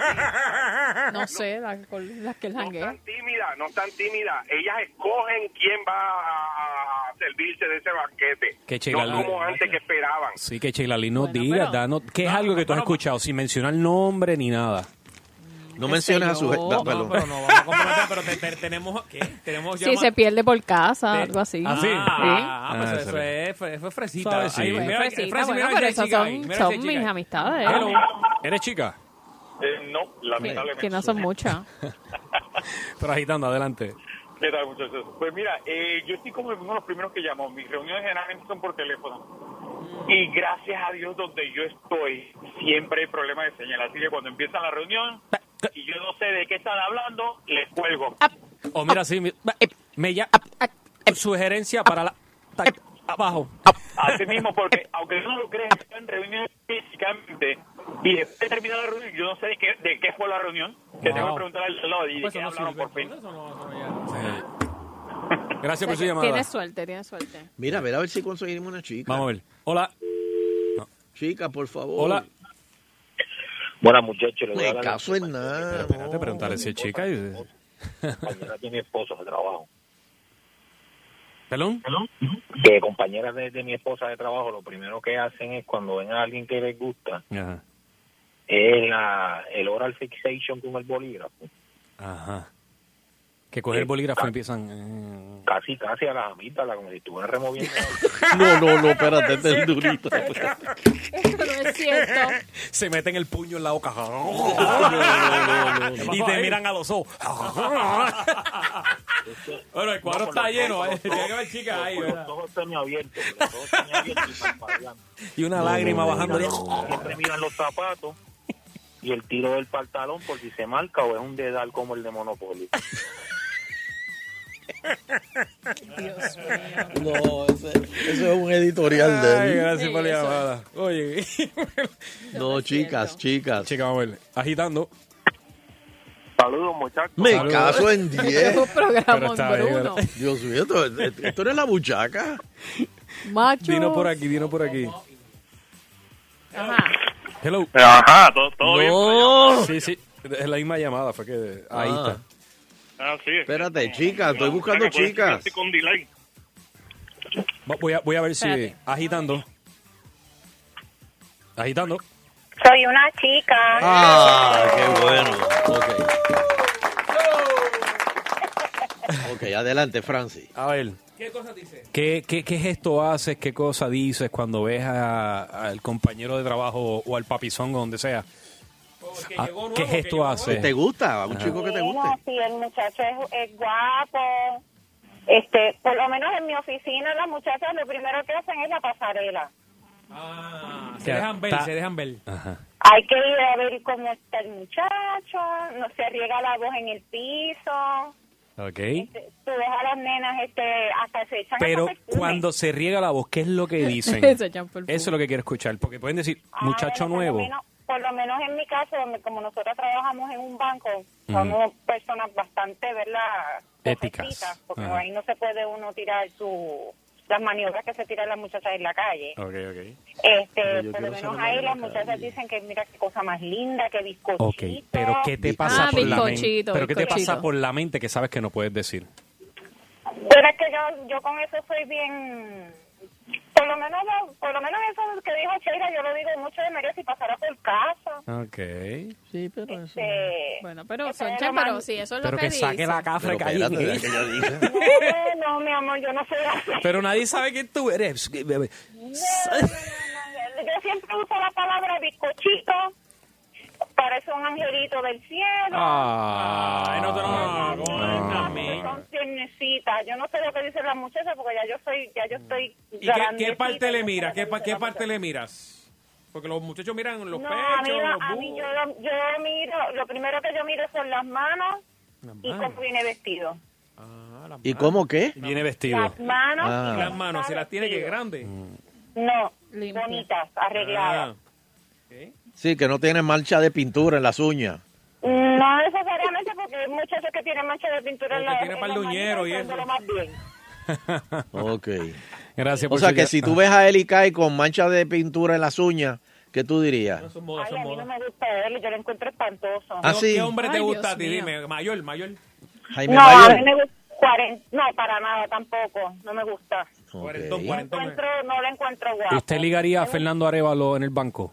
Speaker 4: no sé, la- con las que él janguea.
Speaker 15: tímidas, no están tímidas. Ellas escogen quién va a servirse de ese banquete.
Speaker 5: Qué
Speaker 15: no
Speaker 5: chica, la-
Speaker 15: como antes que esperaban.
Speaker 5: Sí, que Sheila Lee nos diga, danos- ¿qué es algo que tú has escuchado sin mencionar nombre ni nada?
Speaker 3: No menciones a su je- da- perdón.
Speaker 2: Pero no, vamos a comprometer, pero te- te- tenemos, ¿qué? Tenemos
Speaker 4: Si
Speaker 2: llama-
Speaker 4: se pierde por casa,
Speaker 2: Sí.
Speaker 4: algo así.
Speaker 2: Ah, sí. Ah, pues
Speaker 5: Ah,
Speaker 2: eso,
Speaker 5: eso
Speaker 2: es, fue, fue fresita.
Speaker 5: Suavecito. Ah,
Speaker 2: Ahí, mira,
Speaker 4: Fresita,
Speaker 2: eh, Francis,
Speaker 4: bueno,
Speaker 2: mira
Speaker 4: pero
Speaker 2: esa
Speaker 4: esas
Speaker 2: chica
Speaker 4: son,
Speaker 2: ahí, mira esa
Speaker 4: son
Speaker 2: chica
Speaker 4: mis
Speaker 2: ahí.
Speaker 4: amistades.
Speaker 2: Hello.
Speaker 5: ¿Eres chica?
Speaker 18: Eh, no, lamentablemente.
Speaker 4: Que no son muchas.
Speaker 5: Pero agitando, adelante.
Speaker 18: ¿Qué tal, muchachos? Pues mira, eh, yo estoy como uno de los primeros que llamó. Mis reuniones generalmente son por teléfono. Y gracias a Dios, donde yo estoy, siempre hay problema de señal. Así que cuando empiezan la reunión y yo no sé de qué están hablando, les cuelgo.
Speaker 5: eh,
Speaker 2: Ah, eh.
Speaker 5: O mira, sí, mi- me, ya- sugerencia para la... abajo.
Speaker 18: Así mismo, porque aunque no lo creas, en reuniones físicamente y después de terminar la reunión, yo no sé de qué, de qué fue la reunión. Que tengo que preguntar al lado y de qué hablaron por fin.
Speaker 5: Gracias por su
Speaker 4: Tienes
Speaker 5: llamada.
Speaker 4: suerte, tienes suerte.
Speaker 3: Mira, verá a ver si conseguimos una chica.
Speaker 5: Vamos a ver. Hola.
Speaker 3: Chica, por favor.
Speaker 5: Hola.
Speaker 16: Buenas muchachos, le voy a
Speaker 3: Me
Speaker 16: dar la
Speaker 3: caso en nada.
Speaker 5: Espérate, preguntarle si es chica. y-
Speaker 16: compañera de mi esposo de trabajo.
Speaker 5: ¿Pelón?
Speaker 16: Que compañeras de, de mi esposa de trabajo lo primero que hacen es cuando ven a alguien que les gusta,
Speaker 5: Ajá.
Speaker 18: Eh.
Speaker 16: es la, el oral fixation con el bolígrafo.
Speaker 5: Ajá. Que coge el bolígrafo y empiezan. eh,
Speaker 16: Casi, casi a las amígdalas, como si estuvieran removiendo.
Speaker 3: No, no, no, espérate, este es durito.
Speaker 4: Esto no es cierto.
Speaker 5: Se meten el puño en la boca.
Speaker 16: no, no.
Speaker 5: Y te miran a los ojos. Bueno, el cuadro está lleno. eh. Tiene que haber chicas ahí,
Speaker 16: Con
Speaker 5: ¿verdad?
Speaker 16: los ojos semiabiertos, con los ojos semiabiertos y parpadeando.
Speaker 5: Y una lágrima bajando.
Speaker 16: Siempre miran los zapatos y el tiro del pantalón por si se marca o es un dedal como el de Monopoly.
Speaker 3: No, ese, ese es un editorial de él.
Speaker 5: Ay, gracias por la llamada. Oye.
Speaker 3: No, chicas, chicas.
Speaker 5: Chicas, vamos a ver. Agitando.
Speaker 18: Saludos, muchachos.
Speaker 3: Me
Speaker 5: Saludos.
Speaker 3: caso en 10.
Speaker 5: Pero está bien, ¿verdad?
Speaker 3: Dios mío, esto, esto no es la buchaca.
Speaker 4: Macho.
Speaker 5: Dino por aquí, dino por aquí.
Speaker 4: Ajá.
Speaker 5: Hello.
Speaker 18: Ajá, todo, todo
Speaker 5: No. Sí, sí. Es la misma llamada, fue que. Ahí
Speaker 3: Ah.
Speaker 5: está.
Speaker 18: Ah, sí.
Speaker 3: Espérate, chicas, estoy buscando chicas.
Speaker 18: Estoy con delay.
Speaker 5: Va- Voy a, voy a ver si.
Speaker 18: Espérate.
Speaker 5: Agitando. Agitando.
Speaker 14: Soy una chica.
Speaker 3: Ah, qué bueno. Ok. Ok, adelante, Francis.
Speaker 5: A ver.
Speaker 2: ¿Qué cosa dice?
Speaker 5: ¿Qué, qué, qué gesto haces? ¿Qué cosa dices cuando ves a- al compañero de trabajo o al papizón o donde sea? Ah, ¿Qué gesto haces? Ah.
Speaker 3: ¿Te gusta? ¿A un chico que te gusta?
Speaker 14: Bueno, si el muchacho es, es guapo, este, por lo menos en mi oficina las muchachas lo primero que hacen es la pasarela.
Speaker 2: Ah, Se dejan ver,
Speaker 5: Ta-
Speaker 2: se dejan ver.
Speaker 14: Hay que ir a ver cómo está el muchacho, no se riega la voz en el piso,
Speaker 5: Ok.
Speaker 14: tú dejas a las nenas este, hasta se echan
Speaker 5: Pero
Speaker 14: hasta perfume.
Speaker 5: cuando se riega la voz, ¿qué es lo que dicen?
Speaker 14: Se
Speaker 5: Eso
Speaker 14: echan perfume.
Speaker 5: es lo que quiero escuchar, porque pueden decir,
Speaker 14: Ah,
Speaker 5: muchacho
Speaker 14: bueno,
Speaker 5: nuevo.
Speaker 14: Por lo, menos, por lo menos en mi caso, donde como nosotros trabajamos en un banco, somos personas bastante, ¿verdad?
Speaker 5: Éticas.
Speaker 14: Correctitas, Porque
Speaker 5: Ajá.
Speaker 14: ahí no se puede uno tirar su, las maniobras que se tiran las muchachas en la calle.
Speaker 5: Ok, ok.
Speaker 14: Este,
Speaker 5: Pero Ah. yo
Speaker 14: por
Speaker 5: quiero
Speaker 14: lo
Speaker 5: saber
Speaker 14: menos
Speaker 5: la
Speaker 14: ahí
Speaker 5: de
Speaker 14: las muchachas dicen que mira qué cosa más linda, qué bizcochito.
Speaker 5: Ok, pero ¿qué te pasa
Speaker 14: Ah,
Speaker 5: por la mente?
Speaker 14: bizcochito,
Speaker 5: ¿Pero qué te
Speaker 14: bizcochito.
Speaker 5: pasa por la mente que sabes que no puedes decir?
Speaker 14: Pero es que yo, yo con eso soy bien... Por lo menos lo- por lo menos eso que dijo Sheila, yo lo digo mucho de María si pasara por casa.
Speaker 5: Ok.
Speaker 3: Sí,
Speaker 14: pero este,
Speaker 4: Bueno, pero
Speaker 14: Esa es la
Speaker 4: Soncha, pero
Speaker 14: man-
Speaker 4: si eso es lo
Speaker 5: Pero
Speaker 4: que,
Speaker 5: que saque
Speaker 4: dice.
Speaker 5: la cafre
Speaker 3: Pero espérate,
Speaker 5: calle. ¿eh?
Speaker 3: deja que ella diga.
Speaker 14: No, no, mi amor, yo no soy así.
Speaker 5: Pero nadie sabe quién tú eres.
Speaker 14: Yo siempre uso la palabra bizcochito. Parece un angelito del cielo.
Speaker 5: Ah, no te
Speaker 2: lo
Speaker 14: Son tiernecitas. Yo no sé lo que dicen las muchachas porque ya yo soy, ya yo estoy
Speaker 2: Mm. ¿Y qué,
Speaker 14: grandecita.
Speaker 2: qué parte le miras? ¿Qué, pa- qué parte le miras? Porque los muchachos miran los
Speaker 14: No, ah, a mí,
Speaker 2: pechos,
Speaker 14: la-
Speaker 2: los
Speaker 14: a mí yo, yo miro, lo primero que yo miro son las manos y
Speaker 2: Ah.
Speaker 14: cómo viene vestido.
Speaker 3: ¿Y cómo qué?
Speaker 5: Viene vestido.
Speaker 14: Las manos,
Speaker 3: Ah.
Speaker 2: Las manos, se las tiene que grandes.
Speaker 14: no, bonitas,
Speaker 2: Ah.
Speaker 14: arregladas.
Speaker 3: Sí, que no tiene mancha de pintura en las uñas.
Speaker 14: No necesariamente porque hay muchachos que tienen mancha de pintura en la
Speaker 2: tiene
Speaker 14: en
Speaker 2: pal
Speaker 14: las
Speaker 2: de uñero y
Speaker 14: manitas,
Speaker 2: eso.
Speaker 14: son de lo más bien.
Speaker 3: Ok.
Speaker 5: Gracias
Speaker 3: O
Speaker 5: por
Speaker 3: sea,
Speaker 5: su
Speaker 3: que
Speaker 5: llam-
Speaker 3: si tú
Speaker 5: Ah.
Speaker 3: ves a Eli Kai con mancha de pintura en las uñas, ¿qué tú dirías?
Speaker 14: Ay, a mí no me gusta verlo, yo lo encuentro espantoso.
Speaker 3: Ah, sí.
Speaker 2: ¿Qué hombre te
Speaker 14: Ay, Dios
Speaker 2: gusta a ti?
Speaker 14: mío.
Speaker 2: Dime, mayor, mayor.
Speaker 3: Jaime
Speaker 14: No, a
Speaker 3: Mayor.
Speaker 14: mí me gusta. cuaren- No, para nada tampoco, no me gusta.
Speaker 2: Cuarentón,
Speaker 14: No,
Speaker 2: cuarentón. eh.
Speaker 5: eh.
Speaker 14: encuentro, no lo encuentro guapo.
Speaker 5: ¿Usted ligaría a Fernando Arevalo en el banco?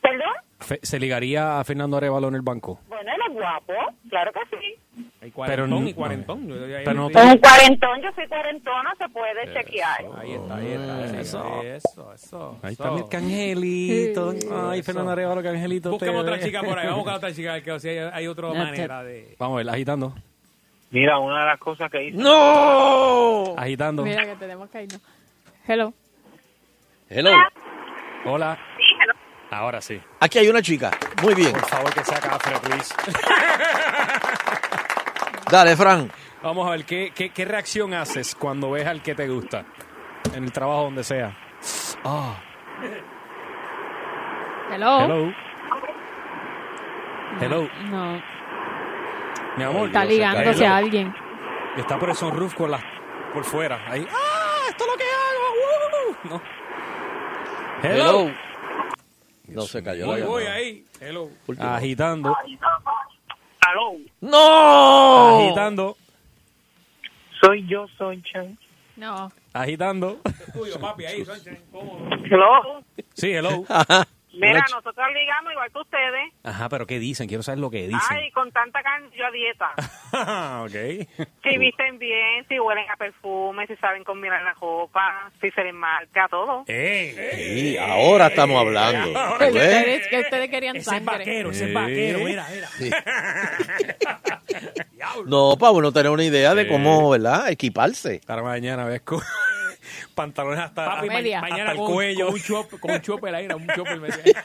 Speaker 14: ¿Perdón?
Speaker 5: Fe- ¿Se ligaría a Fernando Arevalo en el banco?
Speaker 14: Bueno, él es guapo, claro que sí.
Speaker 2: Hay
Speaker 5: Pero
Speaker 2: cuarentón
Speaker 5: no-
Speaker 2: y cuarentón. Yo- yo- yo-
Speaker 5: Pero no-
Speaker 2: yo-
Speaker 14: Es un cuarentón, yo soy cuarentona, se puede chequear.
Speaker 2: Ahí está, ahí está. Eso, eso, eso.
Speaker 5: Ahí está mi arcangelito. Ay, Fernando Arevalo, que angelito. te
Speaker 2: Buscamos otra
Speaker 5: ve.
Speaker 2: chica por ahí, vamos a buscar otra chica, que si hay, hay otra manera de...
Speaker 5: Vamos a ver, agitando.
Speaker 16: Mira, una de las cosas que hice.
Speaker 5: ¡No! Agitando.
Speaker 4: Mira que tenemos que irnos. Hello.
Speaker 3: Hello.
Speaker 5: Hola. Ahora sí.
Speaker 3: Aquí hay una chica. Muy bien.
Speaker 5: Por favor, que sea Cafre, please.
Speaker 3: Dale, Fran.
Speaker 5: Vamos a ver, ¿qué, qué, qué reacción haces cuando ves al que te gusta? en el trabajo, donde sea.
Speaker 4: Oh.
Speaker 5: Ah.
Speaker 4: Hello.
Speaker 5: Hello. Hello.
Speaker 4: No.
Speaker 5: Mi amor.
Speaker 4: Está ligándose a alguien.
Speaker 5: Está por el sunroof con la, por fuera. Ahí.
Speaker 8: ¡Ah! ¡Esto es lo que hago!
Speaker 5: ¡Uh! Hello.
Speaker 3: No se cayó
Speaker 2: Voy,
Speaker 3: la
Speaker 2: voy
Speaker 3: llamada.
Speaker 2: ahí. Hello.
Speaker 3: Último.
Speaker 5: Agitando.
Speaker 12: Aló.
Speaker 5: ¡No! Agitando.
Speaker 12: Soy yo, Sonchan.
Speaker 4: No.
Speaker 5: Agitando.
Speaker 2: Tuyo, papi, ahí, Sánchez.
Speaker 12: Hello.
Speaker 5: Sí, hello.
Speaker 12: Mira, nosotros ligamos igual que ustedes.
Speaker 5: Ajá, pero ¿qué dicen? Quiero saber lo que dicen.
Speaker 12: Ay, con tanta carne yo a dieta.
Speaker 5: ok.
Speaker 12: Si visten bien, si huelen a perfume, si saben combinar la ropa, si se les marca, todo.
Speaker 3: Sí, ahora estamos
Speaker 5: Eh,
Speaker 3: hablando.
Speaker 4: Que
Speaker 3: ¿Ves?
Speaker 4: ustedes, que ustedes querían sangre.
Speaker 3: ese es vaquero, mira, No, para uno tener una idea de cómo, ¿verdad? Equiparse.
Speaker 5: Para mañana, ves. co- Pantalones hasta,
Speaker 2: Papi, ma-
Speaker 5: hasta
Speaker 2: mañana
Speaker 5: el
Speaker 2: con,
Speaker 5: cuello.
Speaker 2: Con un chopper, con un chopper ahí, un chopper. me decía.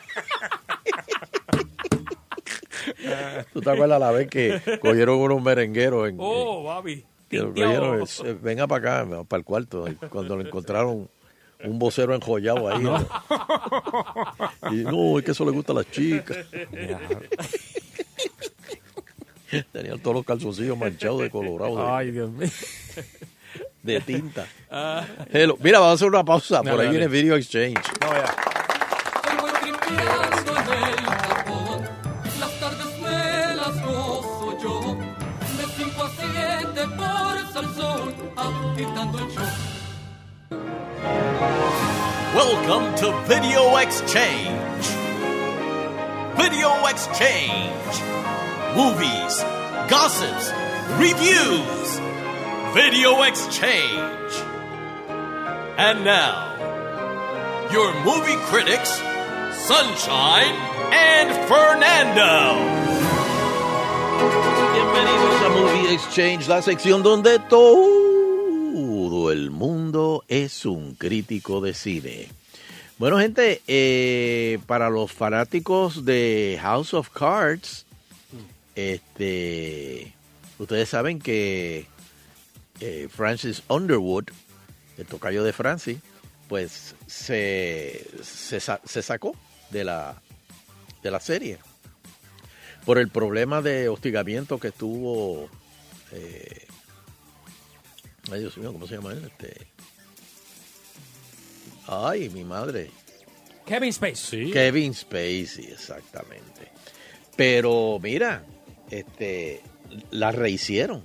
Speaker 3: ¿Tú te acuerdas la vez que cogieron unos merengueros en...
Speaker 2: Oh, papi.
Speaker 3: que lo cogieron, eh, venga para acá, para el cuarto. y cuando lo encontraron, un vocero enjollado ahí. ¿no?
Speaker 5: Ah,
Speaker 3: Y, no, es que eso le gusta a las chicas. Tenían todos los calzoncillos manchados de colorado. de-
Speaker 5: Ay, Dios mío.
Speaker 3: de tinta.
Speaker 5: Ah.
Speaker 3: Hello. Mira, vamos a hacer una pausa.
Speaker 5: Dale,
Speaker 3: Por ahí
Speaker 5: dale.
Speaker 3: viene Video Exchange.
Speaker 8: Respirando en el tapón, las tardes me las gozo yo. De 5 a 7 por Salsón, agitando el show.
Speaker 19: Welcome to Video Exchange. Video Exchange. Movies, gossips, reviews. Video Exchange. And now, your movie critics, Sunshine and Fernando.
Speaker 3: Bienvenidos a Movie Exchange, la sección donde todo el mundo es un crítico de cine. Bueno, gente, eh, para los fanáticos de House of Cards, este, ustedes saben que eh, Francis Underwood, el tocayo de Francis, pues se, se, sa- se sacó de la, de la serie por el problema de hostigamiento que tuvo. eh, ay, Dios mío, ¿cómo se llama él? Este, ay, mi madre.
Speaker 2: Kevin Spacey.
Speaker 3: Kevin Spacey, exactamente. Pero mira, este, la rehicieron.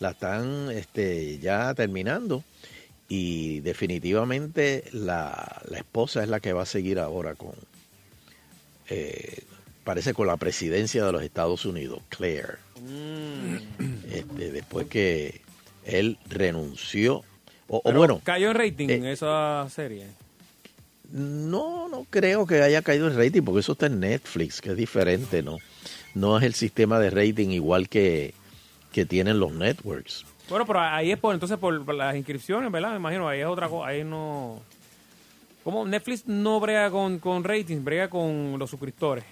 Speaker 3: La están este, ya terminando. Y definitivamente la, la esposa es la que va a seguir ahora con. eh, parece con la presidencia de los Estados Unidos, Claire.
Speaker 2: Mm.
Speaker 3: Este, después que él renunció. O, o
Speaker 2: Pero
Speaker 3: bueno, eh,
Speaker 2: Cayó en rating en esa serie.
Speaker 3: no, no creo que haya caído el rating, porque eso está en Netflix, que es diferente, ¿no? No es el sistema de rating igual que, que tienen los networks.
Speaker 2: Bueno, pero ahí es por entonces por por las inscripciones, ¿verdad? Me imagino, ahí es otra cosa, ahí no... Como Netflix no brega con, con ratings, brega con los suscriptores.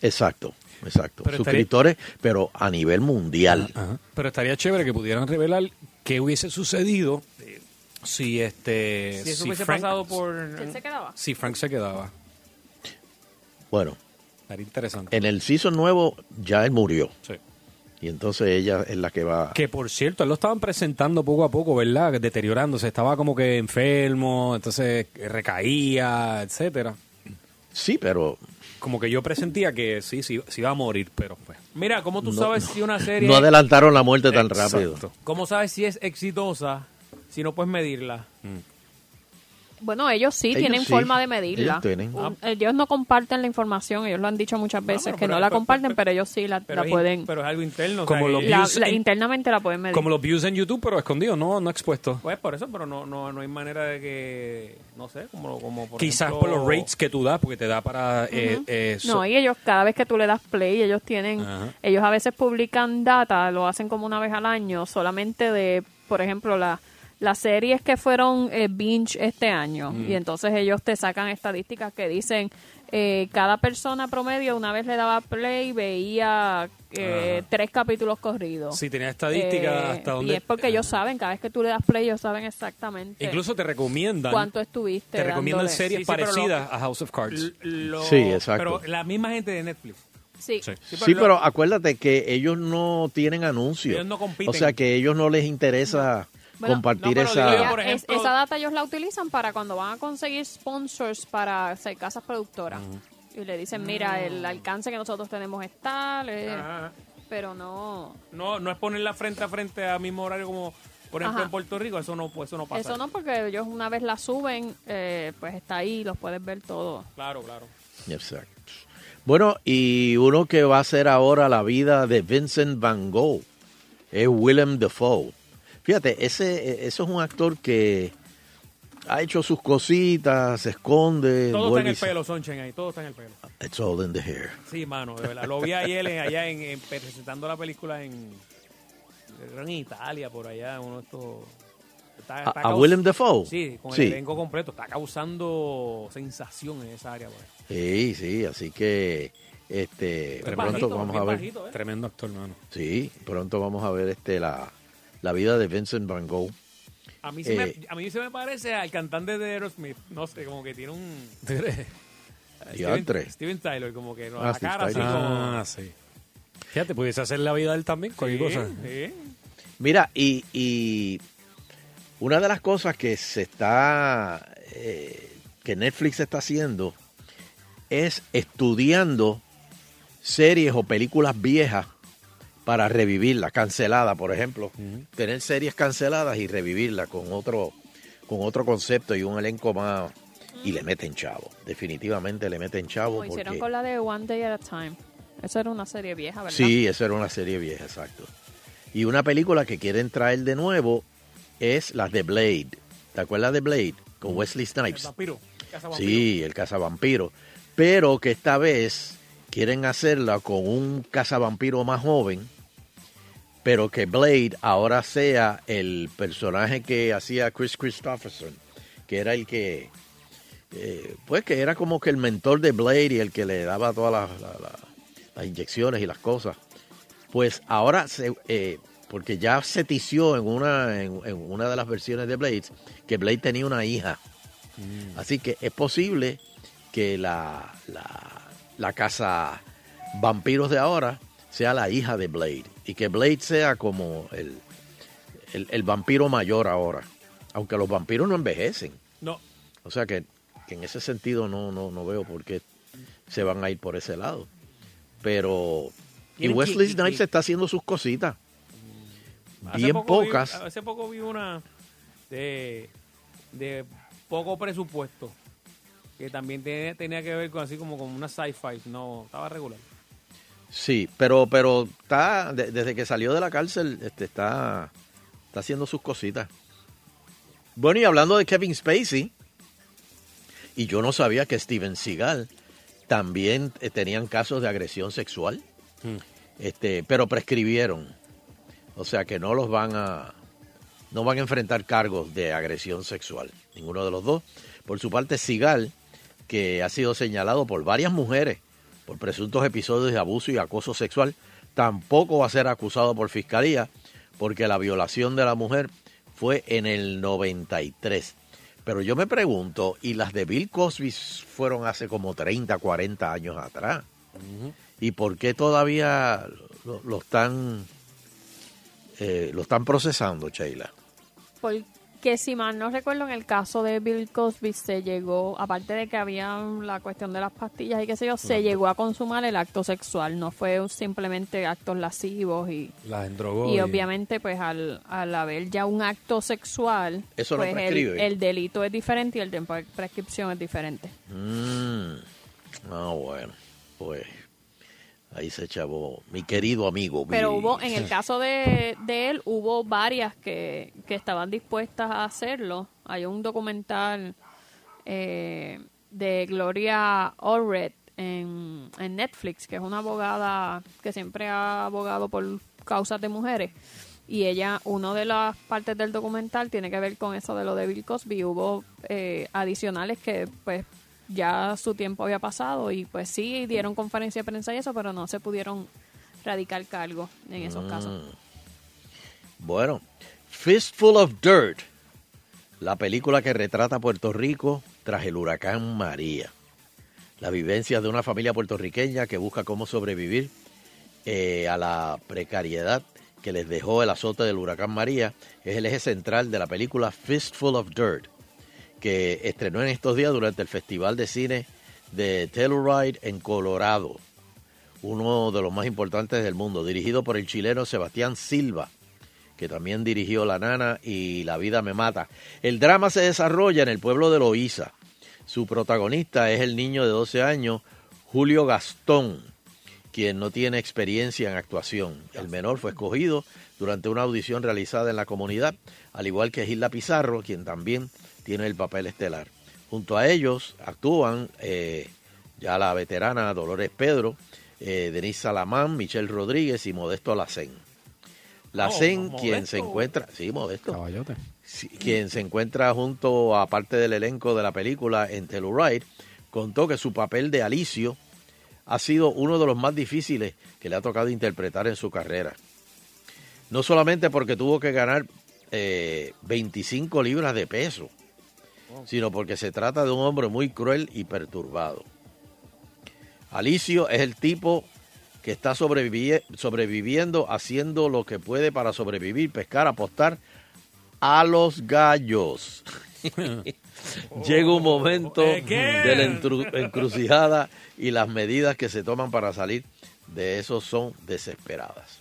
Speaker 3: Exacto, exacto.
Speaker 5: Pero estaría-
Speaker 3: Suscriptores, pero a nivel mundial.
Speaker 5: Pero estaría chévere que pudieran revelar qué hubiese sucedido eh, si este.
Speaker 2: Si eso
Speaker 5: si
Speaker 2: hubiese
Speaker 5: Frank-
Speaker 2: pasado por... ¿Quién
Speaker 4: se quedaba?
Speaker 5: Si Frank se quedaba.
Speaker 3: Bueno,
Speaker 5: Estaría interesante.
Speaker 3: en el season nuevo ya él murió.
Speaker 5: Sí.
Speaker 3: Y entonces ella es la que va...
Speaker 5: Que por cierto, él lo estaban presentando poco a poco, ¿verdad? Deteriorándose, estaba como que enfermo, entonces recaía, etcétera.
Speaker 3: Sí, pero
Speaker 5: Como que yo presentía que sí, sí, sí iba a morir, pero pues.
Speaker 2: Mira, ¿cómo tú
Speaker 5: No,
Speaker 2: sabes
Speaker 5: no.
Speaker 2: si una serie...
Speaker 3: No adelantaron la muerte tan
Speaker 5: Exacto.
Speaker 3: rápido.
Speaker 2: ¿Cómo sabes si es exitosa si no puedes medirla?
Speaker 4: Bueno, ellos sí
Speaker 2: Ellos
Speaker 4: tienen
Speaker 2: sí,
Speaker 4: forma de medirla.
Speaker 2: ellos tienen.
Speaker 4: Un- ellos no comparten la información, ellos lo han dicho
Speaker 3: Ah,
Speaker 4: muchas veces que
Speaker 2: pero-
Speaker 4: no la
Speaker 2: pero-
Speaker 4: comparten, pero, ellos sí la,
Speaker 2: Pero
Speaker 4: la
Speaker 2: es-
Speaker 4: pueden.
Speaker 2: Pero es algo interno. o
Speaker 5: Como
Speaker 2: sea,
Speaker 5: los
Speaker 2: que-
Speaker 4: la-
Speaker 5: views
Speaker 4: la-
Speaker 5: en-
Speaker 4: internamente la pueden medir.
Speaker 5: Como los views en YouTube, pero escondido, no, no expuesto.
Speaker 2: Pues por eso, pero no, no, no hay manera de que... No sé, como... como por
Speaker 5: Quizás
Speaker 2: ejemplo-
Speaker 5: por los rates que tú das, porque te da para eh, eh, so-
Speaker 4: No, y ellos cada vez que tú le das play, ellos tienen,
Speaker 5: Ajá.
Speaker 4: ellos a veces publican data, lo hacen como una vez al año, solamente de, por ejemplo, la, las series que fueron eh, binge este año.
Speaker 13: Mm.
Speaker 4: Y entonces ellos te sacan estadísticas que dicen, eh, cada persona promedio una vez le daba play veía eh,
Speaker 5: Ajá.
Speaker 4: tres capítulos corridos. Eh,
Speaker 5: Sí, tenía estadística hasta
Speaker 4: Y
Speaker 5: dónde-
Speaker 4: es porque ellos saben, cada vez que tú le das play, ellos saben
Speaker 2: este,
Speaker 4: exactamente
Speaker 5: Incluso te recomiendan.
Speaker 4: cuánto estuviste.
Speaker 5: Te recomiendan
Speaker 4: dándole.
Speaker 5: series
Speaker 2: Sí, sí, pero lo-
Speaker 5: parecidas a House of Cards.
Speaker 3: Sí, exacto.
Speaker 2: Pero la misma gente de Netflix.
Speaker 4: Sí.
Speaker 3: Sí, pero acuérdate que ellos no tienen anuncios.
Speaker 2: Ellos no compiten.
Speaker 3: O sea, que ellos no les interesa
Speaker 4: Bueno,
Speaker 3: compartir
Speaker 4: no, pero
Speaker 3: esa...
Speaker 4: digo, es- esa data ellos la utilizan para cuando van a conseguir sponsors para o sea, casas productoras. Y le dicen, mira, el alcance que nosotros tenemos es tal, eh,
Speaker 2: Ajá.
Speaker 4: pero no,
Speaker 2: No, no es ponerla frente a frente a mismo horario como, por ejemplo,
Speaker 4: Ajá.
Speaker 2: en Puerto Rico. Eso no, eso no pasa.
Speaker 4: eso no porque ellos una vez la suben, eh, pues está ahí, los puedes ver todo.
Speaker 2: Claro, claro.
Speaker 3: Exacto. Bueno, y uno que va a ser ahora la vida de Vincent Van Gogh es Willem Dafoe. Fíjate, ese, eh, eso es un actor que ha hecho sus cositas, se esconde.
Speaker 2: Todo está en
Speaker 3: vuelve
Speaker 2: el
Speaker 3: y se-
Speaker 2: pelo, Sonchen, ahí. Todo está en el pelo.
Speaker 3: It's all in the hair.
Speaker 2: Sí, mano, de verdad. Lo vi ayer en- allá en, en- presentando la película en, creo en Italia, por allá, uno de estos... está-
Speaker 3: ¿A-
Speaker 2: está
Speaker 3: a
Speaker 2: caus-
Speaker 3: Willem Dafoe?
Speaker 2: Sí, con
Speaker 3: Sí.
Speaker 2: el elenco completo. Está causando sensación en esa área. pues. por ahí.
Speaker 3: Sí, sí, así que este,
Speaker 2: Bien
Speaker 3: pronto
Speaker 2: bajito,
Speaker 3: vamos
Speaker 2: bien
Speaker 3: a ver.
Speaker 2: bajito, ¿eh?
Speaker 5: Tremendo actor, hermano.
Speaker 3: Sí, pronto vamos a ver este la, la vida de Vincent Van Gogh.
Speaker 2: A mí, se
Speaker 3: Eh,
Speaker 2: me, a mí se me parece al cantante de Aerosmith. No sé, como que tiene un...
Speaker 3: Diantre.
Speaker 2: Steven, Steven Tyler, como que no,
Speaker 5: Ah,
Speaker 2: la cara así como...
Speaker 5: Ah, sí. Fíjate, pudiese hacer la vida de él también, cualquier
Speaker 2: Sí,
Speaker 5: cosa.
Speaker 2: sí.
Speaker 3: Mira, y, y una de las cosas que se está, eh, que Netflix está haciendo es estudiando series o películas viejas para revivirlas, canceladas, por ejemplo. Tener series canceladas y revivirlas con otro, con otro concepto y un elenco más. Y le meten chavo, definitivamente le meten chavo.
Speaker 4: Como hicieron
Speaker 3: porque-
Speaker 4: con la de One Day at a Time. Eso era una serie vieja, ¿verdad?
Speaker 3: Sí, esa era una serie vieja, exacto. Y una película que quieren traer de nuevo es la de Blade. ¿Te acuerdas de Blade?
Speaker 4: Mm.
Speaker 3: Con Wesley
Speaker 2: El
Speaker 3: Snipes.
Speaker 2: vampiro. cazavampiro.
Speaker 3: Sí, el cazavampiro. Pero que esta vez quieren hacerla con un cazavampiro más joven, pero que Blade ahora sea el personaje que hacía Chris Christopherson, que era el que, eh, pues que era como que el mentor de Blade y el que le daba todas las, la- la- las inyecciones y las cosas. Pues ahora, se, eh, porque ya se tició en una, en, en una de las versiones de Blade, que Blade tenía una hija.
Speaker 2: Mm.
Speaker 3: Así que es posible que la, la, la casa vampiros de ahora sea la hija de Blade y que Blade sea como el, el, el vampiro mayor ahora. Aunque los vampiros no envejecen.
Speaker 2: No.
Speaker 3: O sea que, que en ese sentido no, no, no veo por qué se van a ir por ese lado. Pero... Y
Speaker 2: Tienen que-
Speaker 3: Wesley
Speaker 2: y-
Speaker 3: Snipes
Speaker 2: y-
Speaker 3: está haciendo sus cositas.
Speaker 2: Hace
Speaker 3: Bien
Speaker 2: poco vi-
Speaker 3: pocas.
Speaker 2: hace poco vi una de, de poco presupuesto que también te- tenía que ver con así como con una sci-fi. No, estaba regular.
Speaker 3: Sí, pero, pero está, de- desde que salió de la cárcel, este, está, está haciendo sus cositas. Bueno, y hablando de Kevin Spacey, y yo no sabía que Steven Seagal también eh, tenían casos de agresión sexual, este, pero prescribieron. O sea que no los van a, no van a enfrentar cargos de agresión sexual, ninguno de los dos. Por su parte, Seagal, que ha sido señalado por varias mujeres por presuntos episodios de abuso y acoso sexual, tampoco va a ser acusado por fiscalía porque la violación de la mujer fue en el 93. Pero yo me pregunto, ¿y las de Bill Cosby fueron hace como 30, 40 años atrás? ¿Y por qué todavía lo, lo están eh, lo están procesando, Sheila?
Speaker 4: Porque si mal no recuerdo, en el caso de Bill Cosby se llegó, aparte de que había la cuestión de las pastillas y qué sé yo, se llegó a consumar el acto sexual, no fue un- simplemente actos lascivos y,
Speaker 5: La endrogó.
Speaker 4: y obviamente pues al, al haber ya un acto sexual,
Speaker 5: Eso no
Speaker 4: pues el,
Speaker 5: prescribe.
Speaker 4: el delito es diferente y el tiempo de prescripción es diferente.
Speaker 3: Mm. Ah, bueno, pues ahí se chavó mi querido amigo.
Speaker 4: Pero
Speaker 3: Bill.
Speaker 4: hubo, en el caso de, de él, hubo varias que, que estaban dispuestas a hacerlo. Hay un documental eh, de Gloria Allred en, en Netflix, que es una abogada que siempre ha abogado por causas de mujeres. Y ella, una de las partes del documental tiene que ver con eso de lo de Bill Cosby. Hubo eh, adicionales que pues ya su tiempo había pasado y pues sí, dieron conferencia de prensa y eso, pero no se pudieron radicar cargo en esos casos.
Speaker 3: Mm. Bueno, Fistful of Dirt, la película que retrata a Puerto Rico tras el huracán María. La vivencia de una familia puertorriqueña que busca cómo sobrevivir eh, a la precariedad que les dejó el azote del huracán María es el eje central de la película Fistful of Dirt, que estrenó en estos días durante el Festival de Cine de Telluride en Colorado, uno de los más importantes del mundo, dirigido por el chileno Sebastián Silva, que también dirigió La Nana y La Vida Me Mata. El drama se desarrolla en el pueblo de Loíza. Su protagonista es el niño de 12 años, Julio Gastón, quien no tiene experiencia en actuación. El menor fue escogido durante una audición realizada en la comunidad, al igual que Gilda Pizarro, quien también tiene el papel estelar. Junto a ellos actúan eh, ya la veterana Dolores Pedro, eh, Denise Salamán, Michelle Rodríguez y Modesto Lacén. Lacén,
Speaker 5: Oh,
Speaker 3: quien
Speaker 5: Modesto.
Speaker 3: se encuentra, sí, Modesto, Sí, quien se encuentra junto a parte del elenco de la película en Telluride, contó que su papel de Alicio ha sido uno de los más difíciles que le ha tocado interpretar en su carrera. No solamente porque tuvo que ganar eh, 25 libras de peso, sino porque se trata de un hombre muy cruel y perturbado. Alicio es el tipo que está sobrevivi- sobreviviendo, haciendo lo que puede para sobrevivir, pescar, apostar a los gallos. Llega un momento de la entru- encrucijada y las medidas que se toman para salir de eso son desesperadas.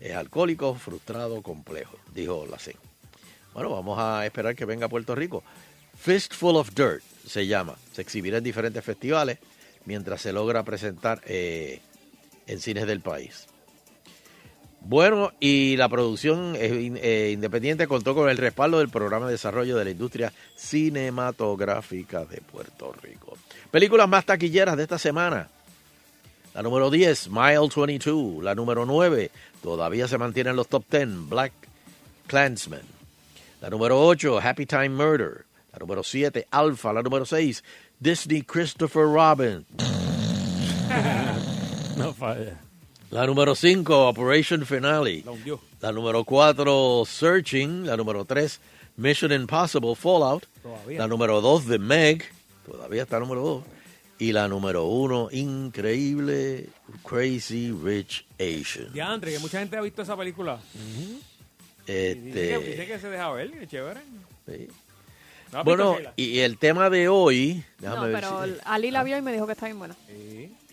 Speaker 3: Es alcohólico, frustrado, complejo, dijo la CEN. Bueno, vamos a esperar que venga a Puerto Rico. Fistful of Dirt se llama. Se exhibirá en diferentes festivales mientras se logra presentar eh, en cines del país. Bueno, y la producción eh, in- eh, independiente contó con el respaldo del Programa de Desarrollo de la Industria Cinematográfica de Puerto Rico. Películas más taquilleras de esta semana. La número 10, Mile 22. La número 9, todavía se mantiene en los top 10, Black Klansman. La número 8, Happy Time Murder. La número 7, Alpha. La número 6, Disney Christopher Robin.
Speaker 5: No falla.
Speaker 3: La número 5, Operation Finale.
Speaker 5: La hundió.
Speaker 3: La número 4, Searching. La número 3, Mission Impossible Fallout.
Speaker 5: Todavía.
Speaker 3: La número 2, The Meg. Todavía está número 2. Y la número 1, Increíble Crazy Rich Asian.
Speaker 2: Diantre, que mucha gente ha visto esa película. Dice, que, dice
Speaker 3: Este,
Speaker 2: que se deja ver, que chévere.
Speaker 3: sí.
Speaker 2: ¿No has
Speaker 3: Bueno,
Speaker 2: visto, Sheila?
Speaker 3: y el tema de hoy.
Speaker 4: No,
Speaker 3: Déjame ver
Speaker 4: pero
Speaker 3: si- Ah.
Speaker 4: Ali la vio y me dijo que está bien buena.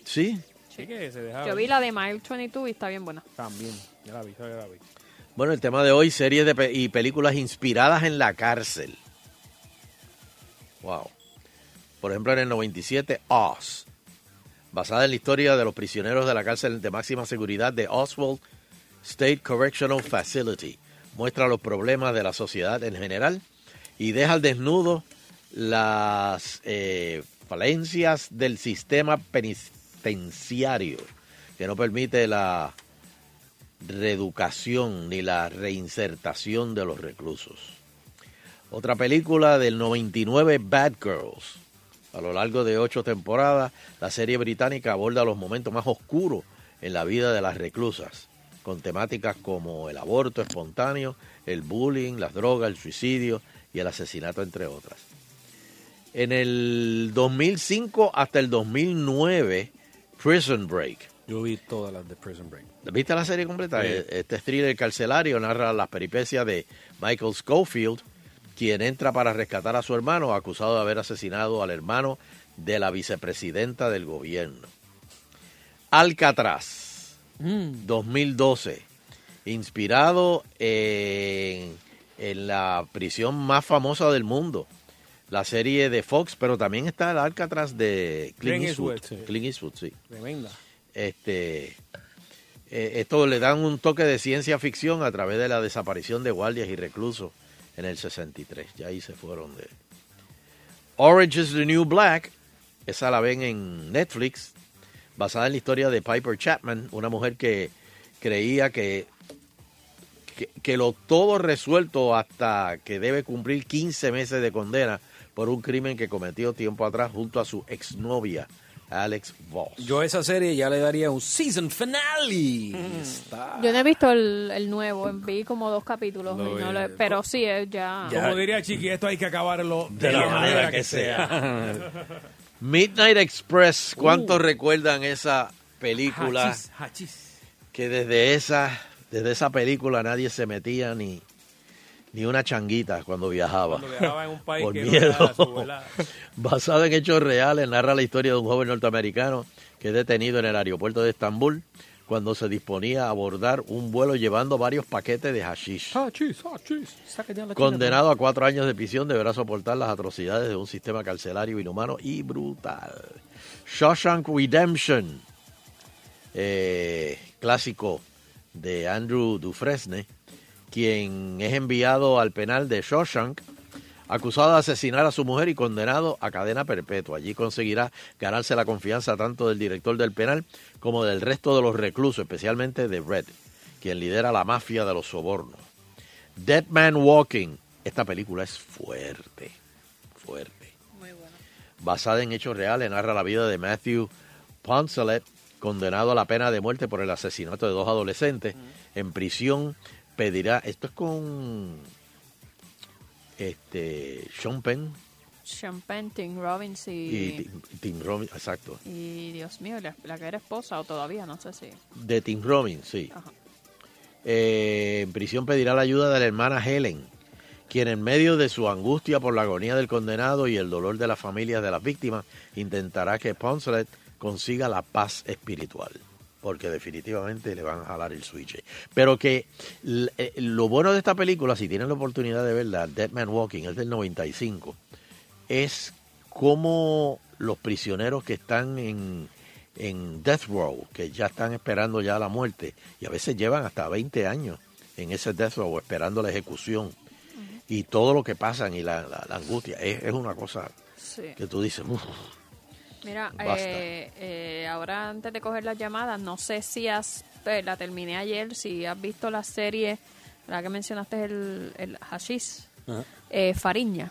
Speaker 3: Sí,
Speaker 2: Sí, que se deja
Speaker 4: Yo
Speaker 2: ver.
Speaker 4: vi la de Mile 22 y está bien buena.
Speaker 2: También, ya la vi, ya la vi.
Speaker 3: Bueno, el tema de hoy, series de pe- y películas inspiradas en la cárcel. Wow. Por ejemplo, en el 97, Oz. Basada en la historia de los prisioneros de la cárcel de máxima seguridad de Oswald State Correctional Facility. Muestra los problemas de la sociedad en general y deja al desnudo las eh, falencias del sistema penitenciario que no permite la reeducación ni la reinsertación de los reclusos. Otra película del 99, Bad Girls. A lo largo de ocho temporadas, la serie británica aborda los momentos más oscuros en la vida de las reclusas, con temáticas como el aborto espontáneo, el bullying, las drogas, el suicidio y el asesinato, entre otras. En el 2005 hasta el 2009, Prison Break.
Speaker 5: Yo vi todas las de Prison Break.
Speaker 3: ¿Viste la serie completa?
Speaker 5: Sí.
Speaker 3: Eh, Este thriller carcelario narra las peripecias de Michael Schofield, quien entra para rescatar a su hermano acusado de haber asesinado al hermano de la vicepresidenta del gobierno. Alcatraz,
Speaker 2: Mm.
Speaker 3: 2012, inspirado en, en la prisión más famosa del mundo, la serie de Fox, pero también está el Alcatraz de Clint
Speaker 2: Clint
Speaker 3: Eastwood.
Speaker 2: Eastwood, sí.
Speaker 3: Clint Eastwood, sí
Speaker 2: Tremenda.
Speaker 3: este eh, esto le dan un toque de ciencia ficción a través de la desaparición de guardias y reclusos en el 63. Ya ahí se fueron de... Orange is the New Black, esa la ven en Netflix, basada en la historia de Piper Chapman, una mujer que creía que, que, que lo todo resuelto hasta que debe cumplir 15 meses de condena por un crimen que cometió tiempo atrás junto a su exnovia, Alex Voss.
Speaker 5: Yo a esa serie ya le daría un season finale.
Speaker 2: Mm.
Speaker 5: Está-
Speaker 4: Yo no he visto el, el nuevo, vi como dos capítulos,
Speaker 5: Lo
Speaker 4: y no
Speaker 5: vi.
Speaker 4: lo he- pero sí, es ya.
Speaker 2: Como diría Chiqui, esto hay que acabarlo
Speaker 3: Ah. De la manera que
Speaker 2: sea.
Speaker 3: Midnight Express, ¿cuántos
Speaker 2: Uh.
Speaker 3: recuerdan esa película?
Speaker 2: Hachís, hachís.
Speaker 3: que desde esa, desde esa película nadie se metía ni, ni una changuita cuando viajaba.
Speaker 2: Cuando viajaba en un país
Speaker 3: Por
Speaker 2: que no
Speaker 3: miedo.
Speaker 2: era su, ¿verdad?
Speaker 3: Basada en hechos reales, narra la historia de un joven norteamericano que es detenido en el aeropuerto de Estambul cuando se disponía a abordar un vuelo llevando varios paquetes de hashish. Condenado a cuatro años de prisión, deberá soportar las atrocidades de un sistema carcelario inhumano y brutal. Shawshank Redemption, eh, clásico de Andrew Dufresne, quien es enviado al penal de Shawshank, acusado de asesinar a su mujer y condenado a cadena perpetua. Allí conseguirá ganarse la confianza tanto del director del penal como del resto de los reclusos, especialmente de Red, quien lidera la mafia de los sobornos. Dead Man Walking. Esta película es fuerte, fuerte. Basada en hechos reales, narra la vida de Matthew Poncelet, condenado a la pena de muerte por el asesinato de dos adolescentes. En prisión pedirá, esto es con este Sean Penn
Speaker 4: Champagne, Tim Robbins
Speaker 3: y,
Speaker 4: y,
Speaker 3: Tim- Tim Robbins, exacto.
Speaker 4: y, Dios mío, la, la que era esposa o todavía, no sé si.
Speaker 3: De Tim Robbins, sí.
Speaker 4: Ajá.
Speaker 3: Eh, en prisión pedirá la ayuda de la hermana Helen, quien en medio de su angustia por la agonía del condenado y el dolor de las familias de las víctimas, intentará que Poncelet consiga la paz espiritual, porque definitivamente le van a jalar el switch. Pero que l- eh, lo bueno de esta película, si tienen la oportunidad de verla, Dead Man Walking, es del 95, es como los prisioneros que están en, en Death Row, que ya están esperando ya la muerte, y a veces llevan hasta 20 años en ese Death Row esperando la ejecución, y todo lo que pasan y la, la- la angustia, es, es una cosa
Speaker 4: Sí.
Speaker 3: que tú dices, "Uf".
Speaker 4: Mira,
Speaker 3: Basta.
Speaker 4: eh, eh, ahora antes de coger las llamadas, no sé si has, eh, la terminé ayer, si has visto la serie, la que mencionaste el, el hashish, eh, Fariña.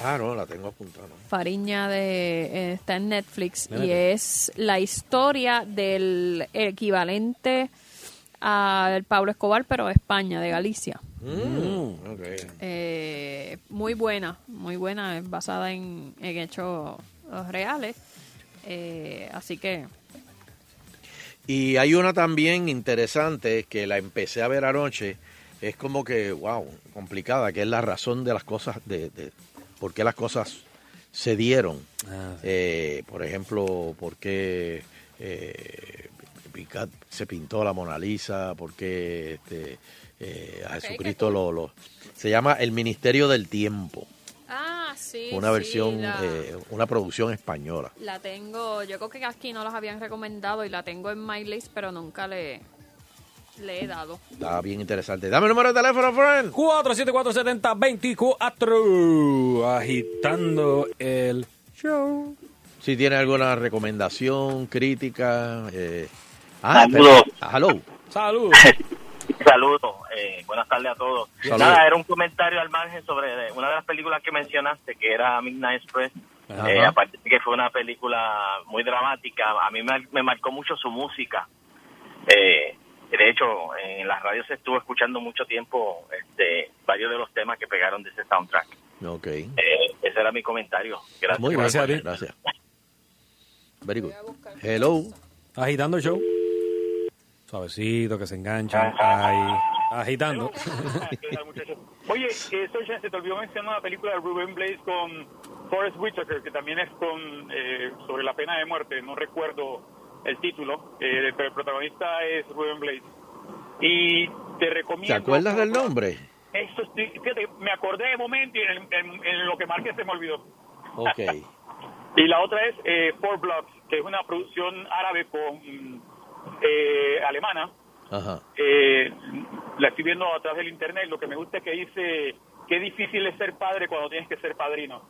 Speaker 3: ah, no, la tengo apuntada. ¿no?
Speaker 4: Fariña de, eh, está en Netflix y
Speaker 3: Espérate.
Speaker 4: es la historia del equivalente al Pablo Escobar, pero de España, de Galicia.
Speaker 3: Mm, ok.
Speaker 4: Eh, muy buena, muy buena, es basada en, en hechos reales. Eh, así que
Speaker 3: Y hay una también interesante que la empecé a ver anoche. Es como que, wow, complicada, que es la razón de las cosas, de, de por qué las cosas se dieron. Eh, por ejemplo, por qué eh, Picasso se pintó la Mona Lisa, por qué este, eh, a Jesucristo lo, lo... Se llama El Ministerio del Tiempo,
Speaker 4: Ah, sí.
Speaker 3: una
Speaker 4: sí,
Speaker 3: versión,
Speaker 4: La,
Speaker 3: eh, una producción española.
Speaker 4: la tengo. Yo creo que aquí no las habían recomendado y la tengo en my list, pero nunca le, le he dado.
Speaker 3: Está bien interesante. Dame el número de teléfono, friend.
Speaker 5: 4747024 agitando el show.
Speaker 3: Si tiene alguna recomendación, crítica. Eh. Ah,
Speaker 12: Saludos.
Speaker 3: pero- hello.
Speaker 5: Saludos.
Speaker 12: Saludos, eh, buenas tardes a todos.
Speaker 3: Saludos.
Speaker 12: Nada, era un comentario al margen sobre eh, una de las películas que mencionaste, que era Midnight Express.
Speaker 5: Ajá.
Speaker 12: Eh, aparte de que fue una película muy dramática, a mí me, me marcó mucho su música. Eh, de hecho, en las radios estuvo escuchando mucho tiempo este, varios de los temas que pegaron de ese soundtrack.
Speaker 3: Ok.
Speaker 12: Eh, ese era mi comentario. Gracias.
Speaker 3: Muy bien,
Speaker 12: Gracias,
Speaker 3: gracias. Very good. Hello.
Speaker 5: Agitando el show. Suavecito, que se enganchan. Ahí. Agitando.
Speaker 18: Oye, eh, Sorchan, se te olvidó mencionar una película de Ruben Blaze con Forrest Whitaker, que también es con eh, sobre la pena de muerte, no recuerdo el título, eh, pero el protagonista es Ruben Blaze. Y te recomiendo...
Speaker 3: ¿Te acuerdas del nombre?
Speaker 18: Eso sí, fíjate, me acordé de momento y en, el- en- en lo que marqué se me olvidó.
Speaker 3: Ok.
Speaker 18: Y la otra es eh, Four Blocks, que es una producción árabe con eh, alemana.
Speaker 3: Ajá.
Speaker 18: Eh, la estoy viendo a través del internet. Lo que me gusta es que dice qué difícil es ser padre cuando tienes que ser padrino.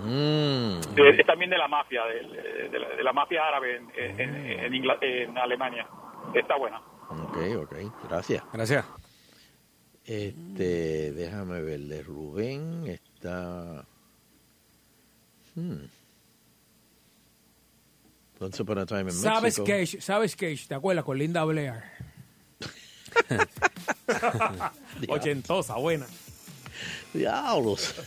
Speaker 3: Mm.
Speaker 18: Eh, Es también de la mafia, del- de, la, de la mafia árabe en, en- en- en Ingla- en Alemania. Está buena.
Speaker 3: Ok, ok. Gracias.
Speaker 5: Gracias.
Speaker 3: Este, déjame verle. Rubén está. Hmm. Once upon a time in
Speaker 2: Sabes
Speaker 3: Mexico.
Speaker 2: que, sabes que, ¿te acuerdas con Linda Blair? Ochentosa, buena.
Speaker 3: Diablos.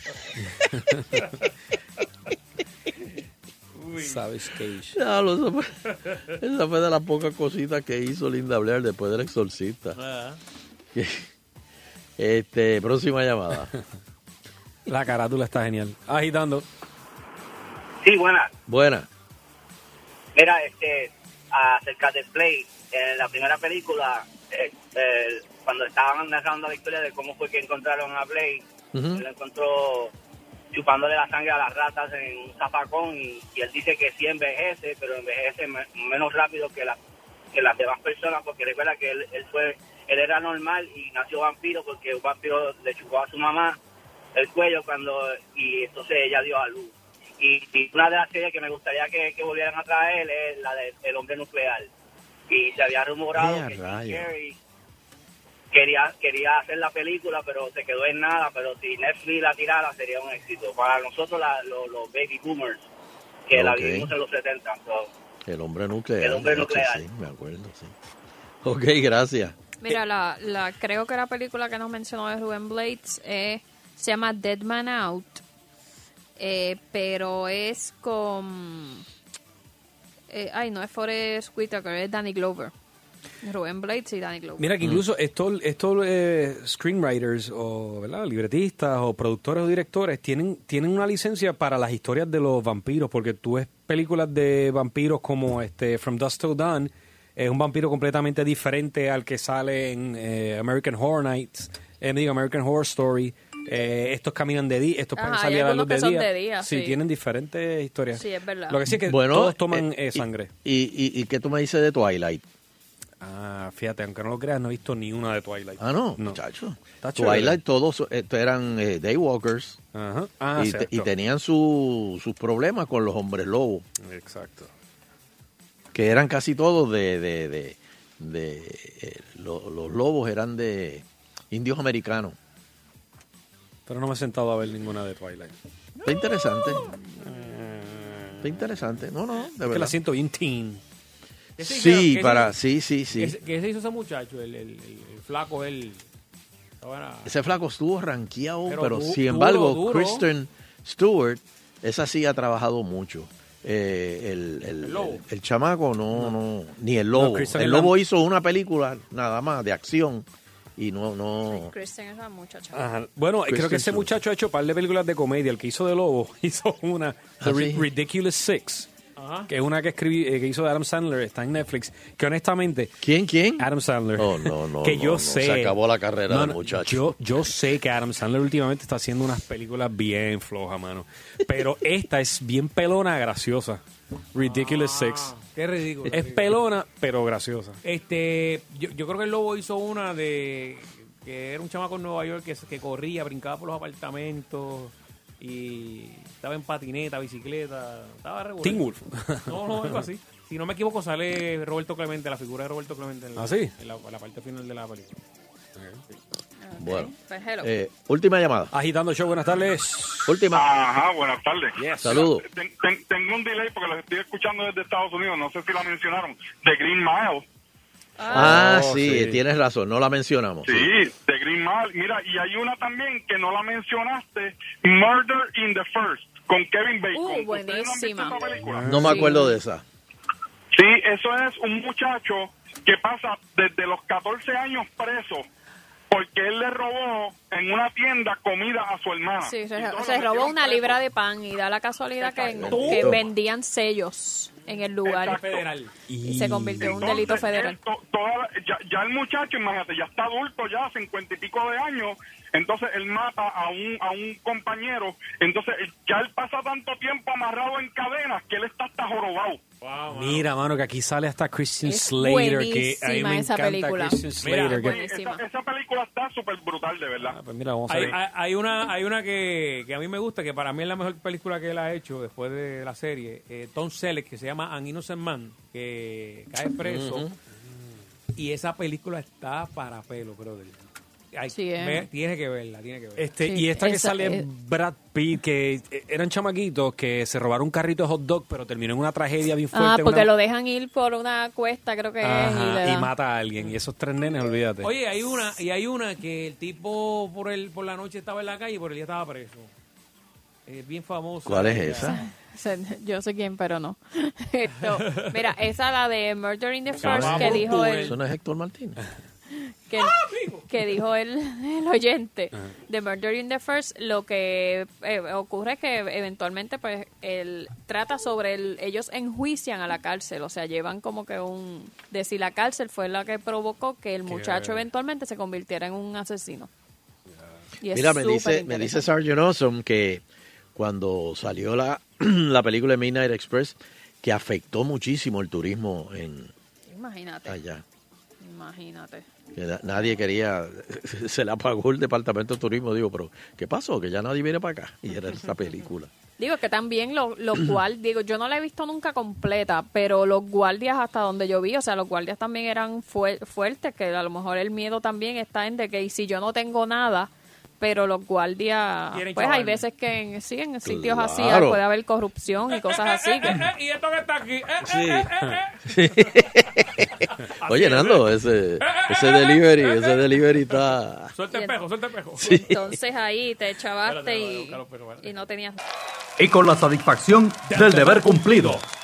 Speaker 5: Sabes Cage.
Speaker 3: Diablos, esa fue, esa fue de las pocas cositas que hizo Linda Blair después del exorcista.
Speaker 6: Ah.
Speaker 3: Este, próxima llamada.
Speaker 5: La carátula está genial. Agitando.
Speaker 6: Sí, buena.
Speaker 3: Buena.
Speaker 6: Mira, este, acerca del Play, en la primera película, eh, eh, cuando estaban narrando la historia de cómo fue que encontraron a Blade,
Speaker 8: Ujú.
Speaker 6: lo encontró chupándole la sangre a las ratas en un zapacón y, y él dice que sí envejece, pero envejece me- menos rápido que, la- que las demás personas porque recuerda que él, él fue él era normal y nació vampiro porque un vampiro le chupó a su mamá el cuello cuando y entonces ella dio a luz. Y, y una de las series que me gustaría que, que volvieran a traer es la de El hombre nuclear. Y se había rumorado
Speaker 3: Ea,
Speaker 6: que Jim
Speaker 3: rayo.
Speaker 6: Carrey quería, quería hacer la película, pero se quedó en nada. Pero si Netflix la tirara, sería un éxito. Para nosotros, la- lo- los, baby boomers, que la
Speaker 3: Ok.
Speaker 6: vivimos en los 70. so,
Speaker 3: El hombre nuclear.
Speaker 6: El hombre
Speaker 3: de hecho,
Speaker 6: nuclear.
Speaker 3: Sí, me acuerdo, sí. Ok, gracias.
Speaker 5: Eh,
Speaker 4: Mira, la, la, creo que la película que nos mencionó de Rubén Blades eh, se llama Dead Man Out, eh, pero es con... eh, ay, no es Forrest Whitaker, es Danny Glover. Rubén Blades y Danny Glover.
Speaker 5: Mira que incluso estos, estos eh, screenwriters o ¿verdad? libretistas o productores o directores tienen, tienen una licencia para las historias de los vampiros, porque tú ves películas de vampiros como este From Dust Till Dawn, es un vampiro completamente diferente al que sale en eh, American Horror Nights, eh, digo, American Horror Story. Eh, estos caminan de día, estos
Speaker 4: Ajá,
Speaker 5: pueden
Speaker 4: hay
Speaker 5: salir a la luz
Speaker 4: algunos
Speaker 5: de
Speaker 4: que son
Speaker 5: día.
Speaker 4: de día, sí.
Speaker 5: tienen diferentes historias.
Speaker 4: Sí, es verdad.
Speaker 5: Lo que sí es que
Speaker 3: Bueno,
Speaker 5: todos toman
Speaker 3: eh,
Speaker 5: eh, sangre.
Speaker 3: ¿Y, y, y qué tú me dices de Twilight?
Speaker 5: Ah, fíjate, aunque no lo creas, no he visto ni una de Twilight.
Speaker 3: Ah, no, muchacho.
Speaker 5: Está chévere.
Speaker 3: Twilight todos eh, eran eh, Daywalkers.
Speaker 5: Ah,
Speaker 3: y, te- y
Speaker 5: cierto.
Speaker 3: tenían su- sus problemas con los hombres lobos,
Speaker 5: Exacto.
Speaker 3: que eran casi todos de... de, de- de, eh, lo- los lobos eran de indios americanos.
Speaker 5: Pero no me he sentado a ver ninguna de Twilight. Eh.
Speaker 3: Está interesante. Está interesante. No, no, de
Speaker 5: que
Speaker 3: verdad.
Speaker 5: la siento bien teen.
Speaker 2: Ese
Speaker 3: Sí,
Speaker 2: que-
Speaker 3: para,
Speaker 2: que-
Speaker 3: sí, sí, sí.
Speaker 2: que- que se hizo ese muchacho? El, el- el- el flaco, él. Ahora,
Speaker 3: Ese flaco estuvo rankeado,
Speaker 2: Pero
Speaker 3: pero,
Speaker 2: du-
Speaker 3: sin
Speaker 2: duro,
Speaker 3: embargo,
Speaker 2: duro.
Speaker 3: Kristen Stewart, esa sí ha trabajado mucho. Eh, el, el-
Speaker 2: lobo.
Speaker 3: el- el chamaco no, no, ni el lobo.
Speaker 5: Kristen
Speaker 3: el
Speaker 5: es
Speaker 3: lobo
Speaker 5: la-
Speaker 3: hizo una película nada más de acción y no, no.
Speaker 4: Kristen es una muchacha.
Speaker 5: Ajá. Bueno, eh,
Speaker 3: Kristen
Speaker 5: creo que ese
Speaker 3: Stewart.
Speaker 5: muchacho ha hecho un par de películas de comedia. El que hizo de Lobo hizo una, The
Speaker 3: Ah, sí.
Speaker 5: Ri- Ridiculous Six,
Speaker 2: Ajá.
Speaker 5: que es una que escribí, eh, que hizo de Adam Sandler, está en Netflix. Que honestamente.
Speaker 3: ¿Quién, quién?
Speaker 5: Adam Sandler.
Speaker 3: No, no, no,
Speaker 5: que
Speaker 3: no,
Speaker 5: yo
Speaker 3: no,
Speaker 5: sé.
Speaker 3: se acabó la carrera del
Speaker 5: Yo,
Speaker 3: muchacho.
Speaker 5: yo sé que Adam Sandler últimamente está haciendo unas películas bien flojas, mano. Pero esta es bien pelona, graciosa.
Speaker 4: Ah.
Speaker 5: Ridiculous Six.
Speaker 2: qué ridículo.
Speaker 5: Es pelona, pero graciosa.
Speaker 2: Este, yo, yo creo que el lobo hizo una de que era un chamaco en Nueva York que, se- que corría, brincaba por los apartamentos y estaba en patineta, bicicleta, estaba regular.
Speaker 5: Teen Wolf.
Speaker 2: No, no, algo así. Si no me equivoco, sale Roberto Clemente, la figura de Roberto Clemente en la,
Speaker 5: ¿Ah, sí?
Speaker 2: en la, en la parte final de la película.
Speaker 3: Bueno.
Speaker 4: Pues hello.
Speaker 3: Eh, última llamada.
Speaker 5: Agitando show, buenas tardes.
Speaker 3: Última.
Speaker 11: Ajá, buenas tardes.
Speaker 3: Saludos.
Speaker 11: Ten- ten- tengo un delay porque los estoy escuchando desde Estados Unidos. No sé si la mencionaron. De Green Mile.
Speaker 3: Ah,
Speaker 11: Oh,
Speaker 3: sí,
Speaker 11: sí.
Speaker 3: tienes razón, no la mencionamos.
Speaker 11: Sí, de Green Mile. Mira, y hay una también que no la mencionaste. Murder in the First con Kevin Bacon.
Speaker 4: Uh, buenísima.
Speaker 3: No
Speaker 11: Ah,
Speaker 3: me
Speaker 4: Sí.
Speaker 3: acuerdo de esa.
Speaker 11: Sí, eso es un muchacho que pasa desde los 14 años preso porque él le robó en una tienda comida a su hermana.
Speaker 4: Sí, se, se robó una libra de pan y da la casualidad que, en-
Speaker 11: Exacto.
Speaker 4: que vendían sellos en el lugar
Speaker 2: federal.
Speaker 4: y se convirtió en un
Speaker 11: Entonces,
Speaker 4: delito federal.
Speaker 11: esto, toda la- ya, ya el muchacho, imagínate, ya está adulto, ya cincuenta y pico de años, entonces él mata a un, a un compañero, entonces él- ya él pasa tanto tiempo amarrado en cadenas que él está hasta jorobado.
Speaker 5: Mira, mano, que aquí sale hasta Christian
Speaker 11: Es
Speaker 5: Slater, que a mí
Speaker 11: buenísima
Speaker 5: me
Speaker 11: esa
Speaker 5: encanta
Speaker 11: película.
Speaker 5: Christian Slater. que-
Speaker 11: Pues, Esa, esa película está súper brutal, de verdad.
Speaker 5: pues mira, vamos a
Speaker 2: Hay,
Speaker 5: ver.
Speaker 2: hay- hay una, hay una que, que a mí me gusta, que para mí es la mejor película que él ha hecho después de la serie, eh, Tom Selleck, que se llama An Innocent Man, que cae preso.
Speaker 3: Ujú.
Speaker 2: Y esa película está para pelo, brother. Ay,
Speaker 4: Sí, eh.
Speaker 2: ve- tiene que verla, tiene que verla.
Speaker 5: Este, y esta que
Speaker 4: esa-
Speaker 5: sale
Speaker 4: eh.
Speaker 5: Brad Pitt, que eh, eran chamaquitos que se robaron un carrito de hot dog, pero terminó en una tragedia bien fuerte.
Speaker 4: Ah, porque
Speaker 5: una-
Speaker 4: lo dejan ir por una cuesta, creo que es. Y,
Speaker 5: Ajá,
Speaker 4: le
Speaker 5: y,
Speaker 4: dan.
Speaker 5: mata a alguien. Y esos tres nenes, olvídate.
Speaker 2: Oye, hay una, y hay una que el tipo por el, por la noche estaba en la calle y por el día estaba preso. Es bien famoso.
Speaker 3: ¿Cuál es esa?
Speaker 4: O sea, Yo sé quién, pero no. Esto, mira, esa la de Murder in the First
Speaker 3: Vamos
Speaker 4: que
Speaker 3: tú, eh.
Speaker 4: dijo
Speaker 3: Eso
Speaker 4: el,
Speaker 3: no es Héctor Martínez.
Speaker 4: que, que dijo el, el oyente de Murder in the First. Lo que eh, ocurre es que eventualmente, pues, él trata sobre el, ellos enjuician a la cárcel, o sea, llevan como que un de si la cárcel fue la que provocó que el
Speaker 3: Qué
Speaker 4: muchacho
Speaker 3: bebé.
Speaker 4: eventualmente se convirtiera en un asesino. Y es
Speaker 3: Mira, me dice, me
Speaker 4: superinteresante.
Speaker 3: dice Sergeant Awesome que cuando salió la, la película de Midnight Express, que afectó muchísimo el turismo en
Speaker 4: Imagínate.
Speaker 3: allá.
Speaker 4: Imagínate.
Speaker 3: Que na- nadie quería, se la pagó el departamento de turismo. Digo, pero ¿qué pasó? Que ya nadie viene para acá. Y era esa película.
Speaker 4: Digo que también lo, lo cual, digo, yo no la he visto nunca completa, pero los guardias hasta donde yo vi, o sea, los guardias también eran fuer- fuertes, que a lo mejor el miedo también está en de que y si yo no tengo nada, pero los guardias,
Speaker 2: Quieren
Speaker 4: pues hay
Speaker 2: chavarme.
Speaker 4: veces que en, sí, en sitios así
Speaker 3: Claro.
Speaker 4: puede haber
Speaker 2: Eh,
Speaker 4: corrupción y cosas así. que-
Speaker 2: Y esto que está aquí. eh,
Speaker 3: Sí. Oye, Nando, ese, ese delivery, ese delivery está...
Speaker 2: Suelta el pejo, suelta el pejo.
Speaker 3: Sí.
Speaker 4: Entonces ahí te echabaste y, y no tenías...
Speaker 20: Y con la satisfacción del deber cumplido,